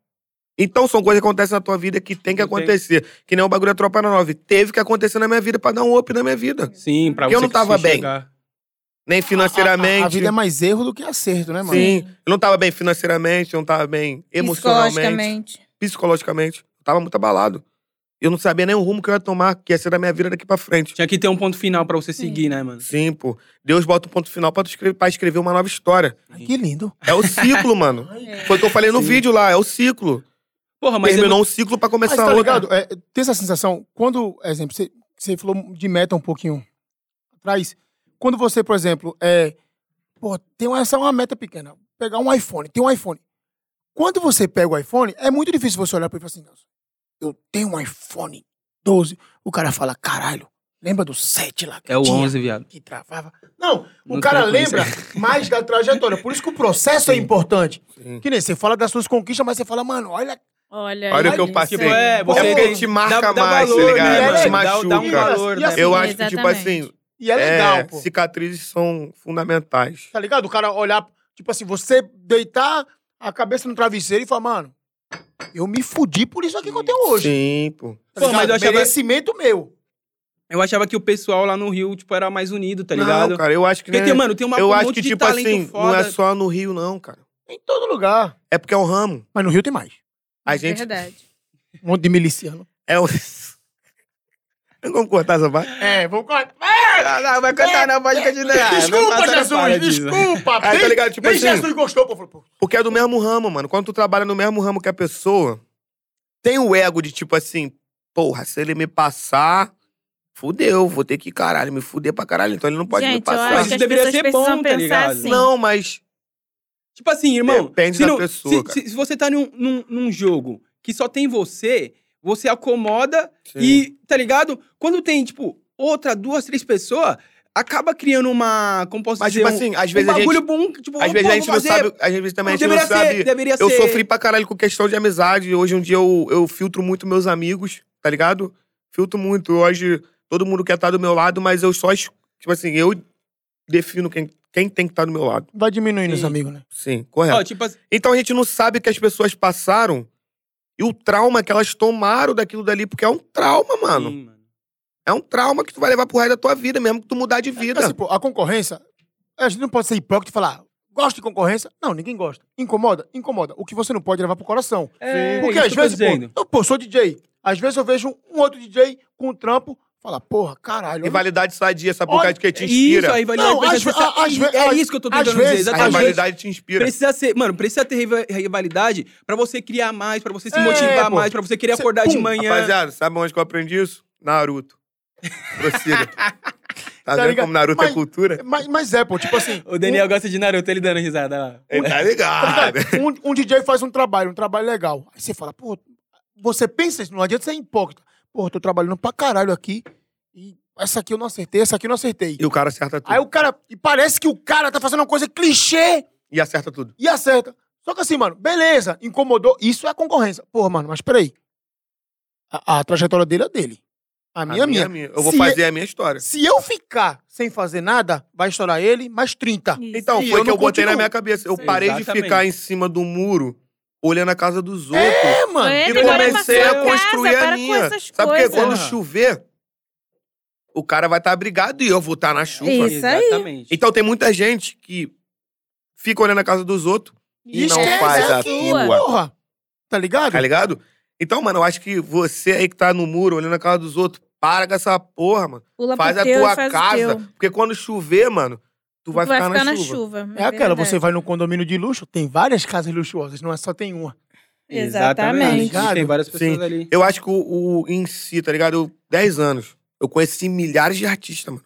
Então são coisas que acontecem na tua vida que tem que Não tem. acontecer. Que nem o bagulho da Tropa na 9. Teve que acontecer na minha vida pra dar um up na minha vida. Sim, pra Porque eu você não tava se bem. enxergar. Nem financeiramente. A, a vida é mais erro do que acerto, né, mano? Sim. É Eu não tava bem financeiramente, eu não tava bem emocionalmente, Psicologicamente. psicologicamente. Eu tava muito abalado. Eu não sabia nem o rumo que eu ia tomar, que ia ser da minha vida daqui pra frente. Tinha que ter um ponto final pra você seguir, né, mano? Sim, pô. Deus bota um ponto final pra, tu escrever, pra escrever uma nova história. Ai, que lindo. É o ciclo, mano. Foi o que eu falei no Sim. vídeo lá, é o ciclo. Porra, mas... eu Terminou não- um ciclo pra Mas começar tá outro. ligado? É, tem essa sensação, quando, exemplo, você, você falou de meta um pouquinho atrás. Quando você, por exemplo, é. Pô, tem uma, essa é uma meta pequena. Pegar um iPhone, tem um iPhone. Quando você pega o iPhone, é muito difícil você olhar pra ele e falar assim, "Nossa, eu tenho um iPhone 12. O cara fala, caralho, lembra do 7 lá? que um É o tinha, 11, viado. Que travava. Não, o Não cara tem como isso. lembra mais da trajetória. Por isso que o processo é importante. Sim. Que nem você fala das suas conquistas, mas você fala, mano, olha Olha, aí. Olha o que eu Ai, passei. tipo, é, você- Assim, porque a gente marca Dá- dá mais, valor, tá ligado? né, a gente mano? Dá- machuca. dá um valor. E assim, Eu acho que, tipo Exatamente. assim, E é legal, é, pô. cicatrizes são fundamentais. Tá ligado? O cara olhar, tipo assim, você deitar a cabeça no travesseiro e falar, mano, eu me fudi por isso aqui que eu tenho hoje. Sim, pô. Tá Pô, ligado? mas eu achava- Merecimento meu. Eu achava que o pessoal lá no Rio, tipo, era mais unido, tá ligado? Não, cara, eu acho que Porque nem- tem, mano, tem uma, eu um acho monte que, de tipo talento assim, foda. não é só no Rio, não, cara. Em todo lugar. É porque é um ramo. Mas no Rio tem mais. A gente. É Verdade. Um monte de miliciano. É um. Não vamos cortar essa parte? É, vamos cortar. Ah, Não, não, vai cantar não, pode continuar. É, Desculpa, Jesus, né? desculpa. Aí, tá ligado? Tipo nem assim- Jesus gostou, pô. Falei, pô. Porque é do mesmo ramo, mano. Quando tu trabalha no mesmo ramo que a pessoa, tem o ego de tipo assim, porra, se ele me passar, fudeu, vou ter que, caralho, me fuder pra caralho. Então ele não pode me Gente, eu passar. Mas acho isso que as deveria pessoas ser bom, precisam tá pensar ligado? assim. Não, mas. Tipo assim, irmão. Depende se da não- pessoa, se- cara. se, se você tá num, num, num jogo que só tem você, você acomoda Sim. e, tá ligado? Quando tem, tipo, outra, duas, três pessoas, acaba criando uma. Como posso Mas, dizer? tipo um- assim, às um vezes a bagulho gente. bom. que, Tipo, Às pô, vezes a vou gente não fazer, sabe. Às vezes também a gente não deveria ser, sabe. deveria Eu ser. sofri pra caralho com questão de amizade. Hoje em dia eu, eu filtro muito meus amigos, tá ligado? Filtro muito. Hoje todo mundo quer estar do meu lado, mas eu só. es- Tipo assim, eu defino quem, quem tem que estar do meu lado. Vai diminuindo os Sim. amigos, né? Sim, correto. Ó, tipo assim, Então a gente não sabe o que as pessoas passaram e o trauma que elas tomaram daquilo dali, porque é um trauma, mano. sim, mano. É um trauma que tu vai levar pro resto da tua vida, mesmo que tu mudar de É, vida. Assim, pô, a concorrência, a gente não pode ser hipócrita e falar, gosta de concorrência? Não, ninguém gosta. Incomoda? Incomoda. O que você não pode é levar pro coração. É, Porque isso que às eu tô vezes, pô, dizendo. eu pô, sou DJ. Às vezes eu vejo um outro DJ com um trampo, fala, porra, caralho. E validade sadia, essa Olha, porcaria que te inspira. Isso aí tá vai Não, às ve- é, às ve- é às- isso que eu tô às tentando dizer, vezes- A às exatamente. vezes- rivalidade te inspira. Precisa ser, mano, precisa ter riva- rivalidade pra você criar mais, pra você se É, motivar pô. mais, pra você querer Você- acordar de pum, manhã. Rapaziada, sabe onde que eu aprendi isso? Naruto. Prossiga. tá vendo ligado? como Naruto é Mas- cultura? Mas, mas é, pô, tipo assim. O Daniel é gosta de Naruto, ele dando risada lá. Ele tá ligado. um, um DJ faz um trabalho, um trabalho legal. Aí você fala, pô, você pensa isso, não adianta ser hipócrita. Pô, eu tô trabalhando pra caralho aqui e essa aqui eu não acertei, essa aqui eu não acertei. E o cara acerta tudo. Aí o cara, e parece que o cara tá fazendo uma coisa clichê E acerta tudo. e acerta. Só que assim, mano, beleza, incomodou, isso é a concorrência. Porra, mano, mas peraí. A, a trajetória dele é dele. A minha, é minha. Eu vou Se- fazer a minha história. Se eu ficar sem fazer nada, vai estourar ele mais 30. Isso. Então, E foi eu que não eu botei na continuo. minha cabeça. Eu Sim. parei de Exatamente. ficar em cima do muro, olhando a casa dos outros. É, mano. É, tem E que olhar pra comecei sua a casa, construir para a com minha. essas Sabe por quê? coisas. Quando Aham. chover, o cara vai estar abrigado e eu vou estar na chuva. Isso. aí. Exatamente. Então tem muita gente que fica olhando a casa dos outros, E não é Esquece faz a aqui, tua. Porra. Tá ligado? tá ligado? Então, mano, eu acho que você aí que tá no muro olhando a casa dos outros, para com essa porra, mano. Pula pro Faz a teu e tua faz o casa. teu. Porque quando chover, mano, tu vai, ficar, na, chuva. É aquela, verdade. você vai num condomínio de luxo, tem várias casas luxuosas, não é só tem uma. Exatamente. E Tem várias Sim. pessoas ali. Eu acho que o, o em si, tá ligado? Eu, 10 anos. Eu conheci milhares de artistas, mano.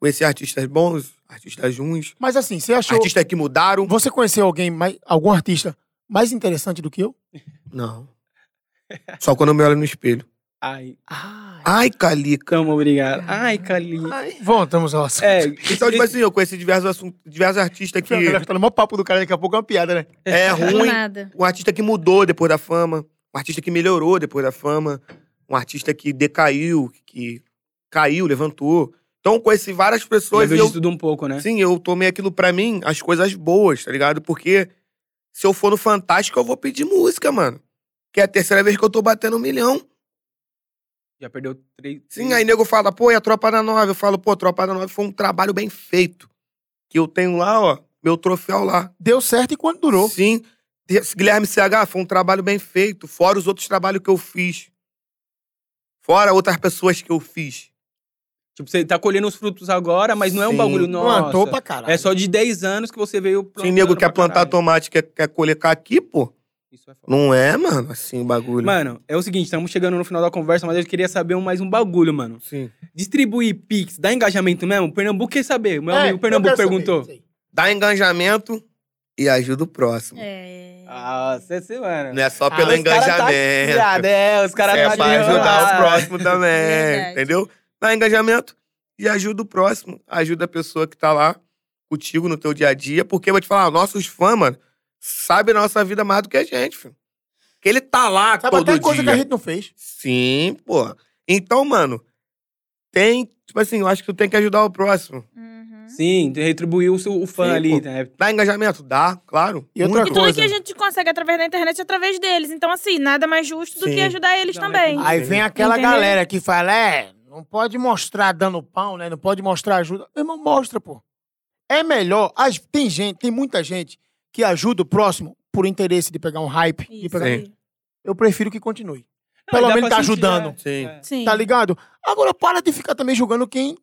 Conheci artistas bons, artistas ruins, Mas assim, você achou. artistas que mudaram. Você conheceu alguém, mais, algum artista mais interessante do que eu? Não. Só quando eu me olho no espelho. Ai, Ah, Ai, Calica. cama, obrigado. Ai, Cali. Voltamos ao assunto. É, Então, tipo assim, eu conheci diversos, assuntos, diversos artistas que Foi a galera que tá no maior papo do cara, daqui a pouco é uma piada, né? é Do ruim, nada. um artista que mudou depois da fama, um artista que melhorou depois da fama, um artista que decaiu, que caiu, levantou. Então, eu conheci várias pessoas mas e eu eu de tudo um pouco, né? Sim, eu tomei aquilo pra mim, as coisas boas, tá ligado? Porque se eu for no Fantástico, eu vou pedir música, mano. Que é a terceira vez que eu tô batendo um milhão. Já perdeu três. Sim, aí nego fala, pô, e a Tropa da Nove? Eu falo, pô, a Tropa da Nove foi um trabalho bem feito. Que eu tenho lá, ó, meu troféu lá. Deu certo e quanto durou. Sim. Esse Guilherme CH foi um trabalho bem feito, fora os outros trabalhos que eu fiz. Fora outras pessoas que eu fiz. Tipo, você tá colhendo os frutos agora, mas não é um Sim. bagulho nosso. Plantou pra caralho. É só de 10 anos que você veio plantando. Sim, nego quer pra plantar caralho. tomate, quer, quer colher aqui, pô. Isso é foda. Não é, mano, assim o bagulho. Mano, é o seguinte, estamos chegando no final da conversa, mas eu queria saber um- mais um bagulho, mano. Sim. Distribuir Pix dá engajamento mesmo? Pernambuco quer saber. Meu É, amigo Pernambuco eu quero saber perguntou. isso aí. dá engajamento e ajuda o próximo. É. Ah, você, você, mano. Não é só Ah, pelo os Os cara tá engajamento. criado, é, os caras é tá pra ali, ó. ajudar o próximo também, Verdade. entendeu? Dá engajamento e ajuda o próximo. Ajuda a pessoa que tá lá contigo no teu dia a dia. Porque eu vou te falar, nossos fãs, mano, sabem a nossa vida mais do que a gente, filho. Porque ele tá lá Sabe todo até coisa que dia. a gente não fez. Sim, pô. Então, mano, tem... Tipo assim, eu acho que tu tem que ajudar o próximo. Uhum. Sim, retribuiu o, seu- o fã Sim, ali, pô. né? Dá engajamento? Dá, claro. E outra E tudo coisa. que a gente consegue através da internet é através deles. Então, assim, nada mais justo do Sim. que ajudar eles Não, também. é Aí vem aquela Entendeu? galera que fala, é, não pode mostrar dando pão, né? Não pode mostrar ajuda. Meu irmão, mostra, pô. É melhor. as- tem gente, tem muita gente que ajuda o próximo por interesse de pegar um hype. de Isso pegar- Sim. aí. Eu prefiro que continue. Não, Pelo dá menos pra tá sentir, ajudando. né? Sim. É. Sim. Tá ligado? Agora para de ficar também julgando quem.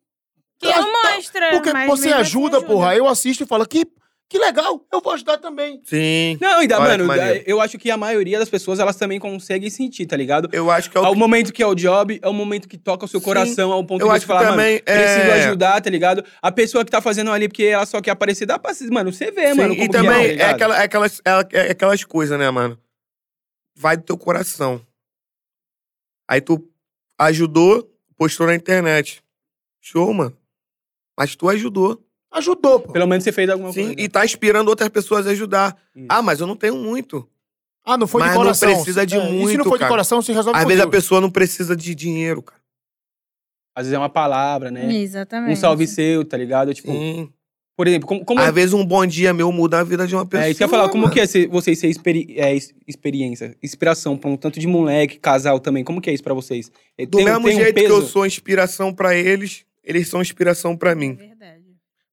Que não É, mostra. Porque mas você mesmo assim ajuda, porra. Eu assisto e falo, que, que legal, eu vou ajudar também. Sim. Não, ainda, Olha que mano, maneiro. eu acho que a maioria das pessoas, elas também conseguem sentir, tá ligado? Eu acho que é o É o momento que é o job, é o momento que toca o seu Sim. coração, ao ponto Eu de acho você que falar, também, mano, preciso é- ajudar, tá ligado? A pessoa que tá fazendo ali porque ela só quer aparecer, dá pra... se- Mano, você vê, Sim, mano, como e que também tá é, ligado? aquela, é aquelas, é, é aquelas coisas, né, mano? Vai do teu coração. Aí tu ajudou, postou na internet. Show, mano. Mas tu ajudou. Ajudou, pô. Pelo menos você fez alguma Sim, coisa. né? e tá inspirando outras pessoas a ajudar. Isso. Ah, mas eu não tenho muito. Ah, não foi Mas de não coração. precisa de É, e Se não muito, foi de cara. coração, se resolve Às com vezes a Deus. pessoa não precisa de dinheiro, cara. Às vezes é uma palavra, né? Exatamente. Um salve seu, tá ligado? Tipo, Sim. por exemplo, como, como Às vezes um bom dia meu muda a vida de uma pessoa. É, isso que eu ia falar, como mano. que é ser- vocês ser experi- é, ex- experiência, inspiração pra um tanto de moleque, casal também? Como que é isso pra vocês? É, Do tem um- mesmo tem um jeito que peso? eu sou inspiração pra eles, eles são inspiração pra mim. É Verdade.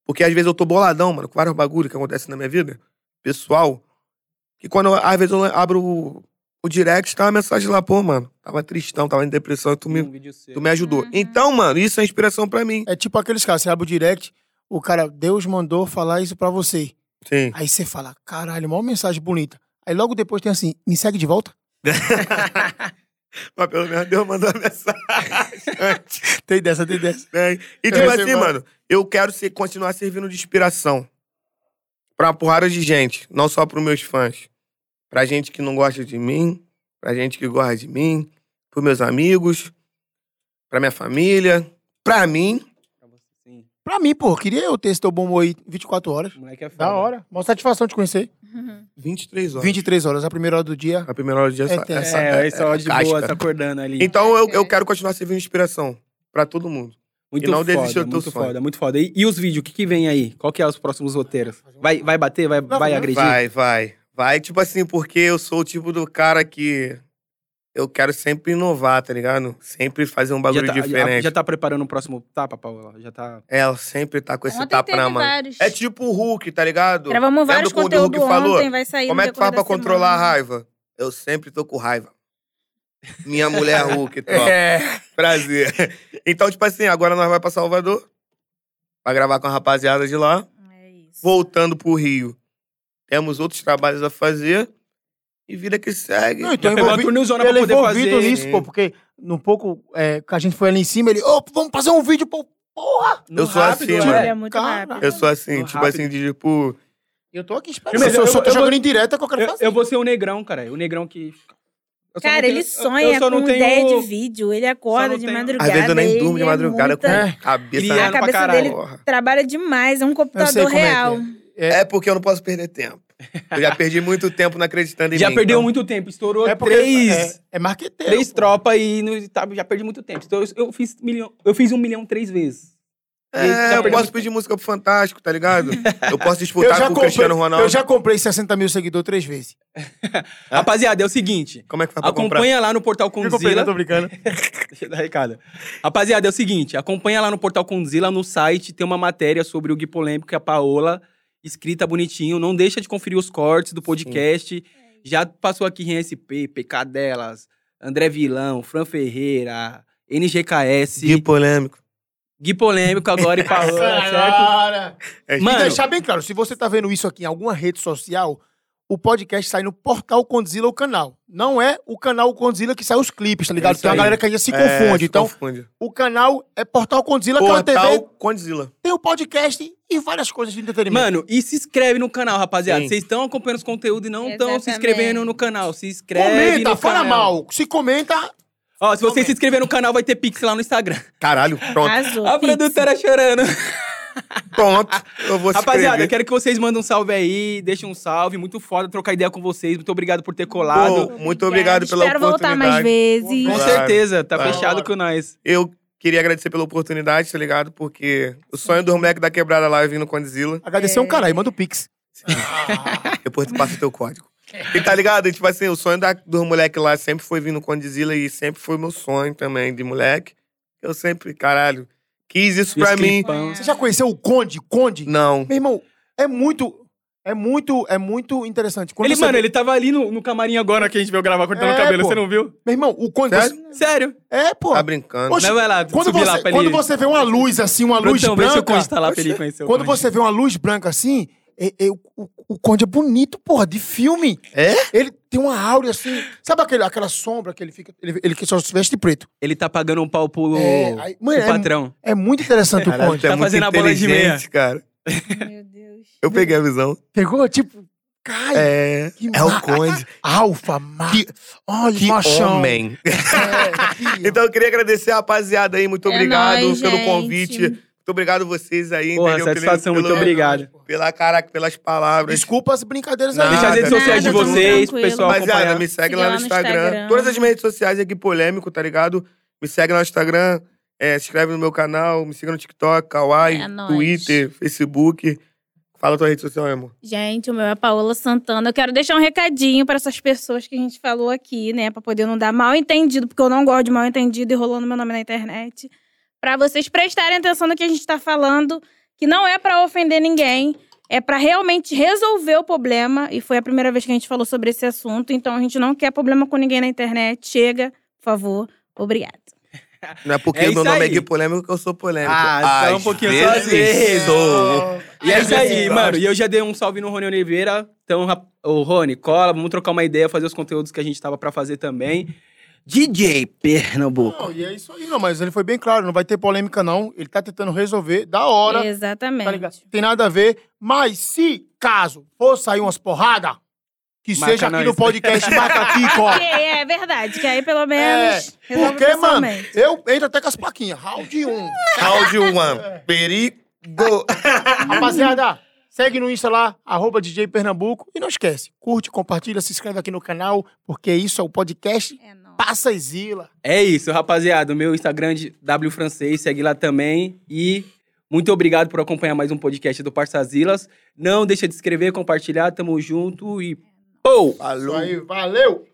Porque às vezes eu tô boladão, mano, com vários bagulhos que acontecem na minha vida, pessoal. Que quando, eu- às vezes, eu abro o, o direct, tá uma mensagem lá, pô, mano, tava tristão, tava em depressão, tu me, Um vídeo seu. tu me ajudou. Uhum. Então, mano, isso é inspiração pra mim. É tipo aqueles caras, você abre o direct, o cara, Deus mandou falar isso pra você. Sim. Aí você fala, caralho, maior mensagem bonita. Aí logo depois tem assim, me segue de volta. Mas pelo menos Deus mandou a mensagem. Tem dessa, tem dessa. né? E tipo É, você assim, vai- mano, eu quero ser, continuar servindo de inspiração pra uma porrada de gente, não só pros meus fãs. Pra gente que não gosta de mim, pra gente que gosta de mim, pros meus amigos, pra minha família, pra mim. Sim, Pra mim, pô, queria eu ter esse teu bom humor aí 24 horas. o moleque é foda. Da hora. Uma satisfação te conhecer. 23 horas. 23 horas, a primeira hora do dia. A primeira hora do dia É, essa, tem- essa, é, essa hora de casca. boa, tá acordando ali. Então eu, eu quero continuar servindo de inspiração pra todo mundo. muito e não foda, desistir do teu muito sonho. foda, muito foda. E, e os vídeos, o que que vem aí? Qual que é os próximos roteiros? Vai, vai bater? Vai, vai não. agredir? Vai, um vai. Vai, tipo assim, porque eu sou o tipo do cara que eu quero sempre inovar, tá ligado? Sempre fazer um já bagulho tá, já, diferente. já tá preparando o próximo tapa, Paula? Já tá... É, eu sempre tá com esse Ontem tapa teve na mão. vários. É tipo o Hulk, tá ligado? Gravamos Lembra vários quando o Hulk conteúdos falou? ontem, vai sair Como no é que faz pra decorrer da controlar a semana. raiva? Eu sempre tô com raiva. Minha mulher é Hulk, tropa. É. Prazer. Então, tipo assim, agora nós vai pra Salvador. Pra gravar com a rapaziada de lá. É isso. Voltando pro Rio. Temos outros trabalhos a fazer. E vida que segue. Não, então Pegou a envolvi... turnuzona pra ele é poder envolvido fazer. nisso, pô, porque num pouco é, que a gente foi ali em cima, ele, ô, vamos fazer um vídeo, pô. Porra! No sou rápido, assim, é. mano. Olha, muito Cara, rápido. Eu sou assim, Tô tipo rápido. assim, de tipo. Eu tô aqui Eu- esperando. mas Eu, eu, eu- só tô eu jogando vou- em direto, é o que eu quero Eu, fazer. eu vou ser o negrão, cara. O negrão que... Eu só não Cara, tenho- ele eu- sonha eu só com não tenho- ideia de vídeo. Ele acorda não de tenho- Às madrugada. Às vezes eu nem durmo de ele é madrugada muita- muita- com cabeça Criando na A cabeça caralho. dele porra. trabalha demais. É Eu um sei computador como é que é. real. É porque eu não posso perder tempo. Eu já perdi muito tempo não acreditando em Já mim. perdeu então. muito tempo. Estourou É porque três... é, é marqueteiro. Três pô. tropas e no, tá, já perdi muito tempo. Então, eu, eu fiz milhão, eu fiz um milhão três vezes. Já É, eu perdeu posso muito pedir música pro Fantástico, tá ligado? Eu posso Eu disputar já, com o comprei, Cristiano Ronaldo. eu já comprei 60 mil seguidores três vezes. Rapaziada, é o seguinte. Como é que faz pra comprar? Acompanha lá no Portal Conzilla. né? brincando. Deixa eu dar recado. Rapaziada, é o seguinte. Acompanha lá no Portal Conzilla, no site. Tem uma matéria sobre o Gui Polêmico e a Paola. Escrita bonitinho. Não deixa de conferir os cortes do podcast. Já passou aqui em SP, Pecadelas, André Vilão, Fran Ferreira, NGKS, Que Gui, polêmico. Polêmico agora e Paola, certo? Cara. É, E Mano, deixar bem claro, se você tá vendo isso aqui em alguma rede social, o podcast sai no Portal Condzilla, o canal. Não é o canal Condzilla que sai os clipes, tá ligado? isso Tem uma aí. galera que ainda se é, confunde. se então, confunde. o canal é Portal Condzilla, que é uma Portal TV, Condzilla. tem o podcast e várias coisas de entretenimento. Mano, e se inscreve no canal, rapaziada. Sim. Vocês estão acompanhando os conteúdos e não estão se Exatamente. inscrevendo no canal. Se inscreve comenta, no fala canal. mal. Se comenta, Ó, se você se inscrever no canal, vai ter pix lá no Instagram. Caralho, pronto. Arrasou. A Pix. produtora chorando. Pronto. Eu vou se Rapaziada, eu inscrever. quero que vocês mandem um salve aí, deixem um salve. Muito foda trocar ideia com vocês. Muito obrigado por ter é colado. Pô, muito obrigado pela Espero voltar mais oportunidade. vezes. com claro, certeza, tá claro. fechado com nós. Eu queria agradecer pela oportunidade, tá ligado? Porque o sonho dos moleques da quebrada lá é vir no Condzilla. agradecer um caralho, manda o pix. Depois tu passa o teu código. E tá ligado? E, tipo assim, o sonho da, dos moleques lá sempre foi vir no Condizila e sempre foi meu sonho também de moleque. Eu sempre, caralho, quis isso E pra os mim. clipão. Você já conheceu o Conde? Conde? Não. Meu irmão, é muito, é muito, é muito interessante. Quando Ele, você mano, vê- ele tava ali no, no camarim agora que a gente veio gravar cortando o É, cabelo. pô. Você não viu? Meu irmão, o Conde... Sério? você- Sério. É, pô. Tá brincando. Oxe, Mas vai lá, quando subir você, lá pra ele. quando você vê uma luz assim, uma luz Produção, vê se o branca. Conde tá lá pra ele conhecer o quando Conde. você vê uma luz branca assim, é- é- o, o- o Conde é bonito, porra, de filme. É? Ele tem uma áurea assim. Sabe aquele, aquela sombra que ele fica. Ele, ele que só se veste de preto. Ele tá pagando um pau pro, É, aí- pro mano, é- patrão. É muito interessante o Caralho, tu Conde. é Tá muito fazendo a bola de meia. inteligente, cara. Meu Deus. Eu peguei a visão. Pegou? Tipo, cai. É. que É o ma- Conde. Alfa, macho. Que- Olha, Que machão. homem. É, que- Então eu queria agradecer a rapaziada aí. Muito É obrigado nóis, pelo gente. convite. Muito obrigado vocês aí, Porra, entendeu? Pelo- satisfação, muito pelo- obrigado. Pela caraca, pelas palavras. Desculpa as brincadeiras Nada. aí. Deixa as redes Nada, sociais de tamo vocês, pro tranquilo. pessoal Rapaziada, acompanhar. Então, me segue lá no, Instagram. Todas as minhas redes sociais aqui, polêmico, tá ligado? Me segue lá no Instagram, é, se inscreve no meu canal, me siga no TikTok, Kawaii, É nóis. Twitter, Facebook. Fala tua rede social, meu amor. Gente, o meu é Paola Santana. Eu quero deixar um recadinho pra essas pessoas que a gente falou aqui, né? Pra poder não dar mal entendido, porque eu não gosto de mal entendido e rolando meu nome na internet. Pra vocês prestarem atenção no que a gente tá falando, que não é pra ofender ninguém, é pra realmente resolver o problema. E foi a primeira vez que a gente falou sobre esse assunto, então a gente não quer problema com ninguém na internet. Chega, por favor. Obrigada. Não é porque É meu isso nome é aí. Gui Polêmico que eu sou polêmico. Ah, só um Às pouquinho, só às vezes. sou. E é isso aí, Ai, mano. E eu já dei um salve no Rony Oliveira. Então, rap- ô Rony, cola, vamos trocar uma ideia, fazer os conteúdos que a gente tava pra fazer também. DJ Pernambuco. Não, e é isso aí, não, mas ele foi bem claro, não vai ter polêmica, não. Ele tá tentando resolver da É. hora, Exatamente. tá ligado? Tem nada a ver. Mas se, caso, for sair umas porradas, que Marca seja aqui nós. no podcast, marca aqui, Que ó. é verdade, que aí pelo menos. É, resolve porque, mano, pessoalmente. eu entro até com as plaquinhas. Round 1. Round one. Perigo. Rapaziada, segue no Insta lá, arroba DJ Pernambuco. E não esquece, curte, compartilha, se inscreve aqui no canal, porque isso é o podcast É nóis. Passa e Zila. É isso, rapaziada. O meu Instagram é de W Francês, segue lá também. E muito obrigado por acompanhar mais um podcast do Parçazilas. Não deixa de escrever, compartilhar, tamo junto e. Pou! Falou. Isso aí, valeu!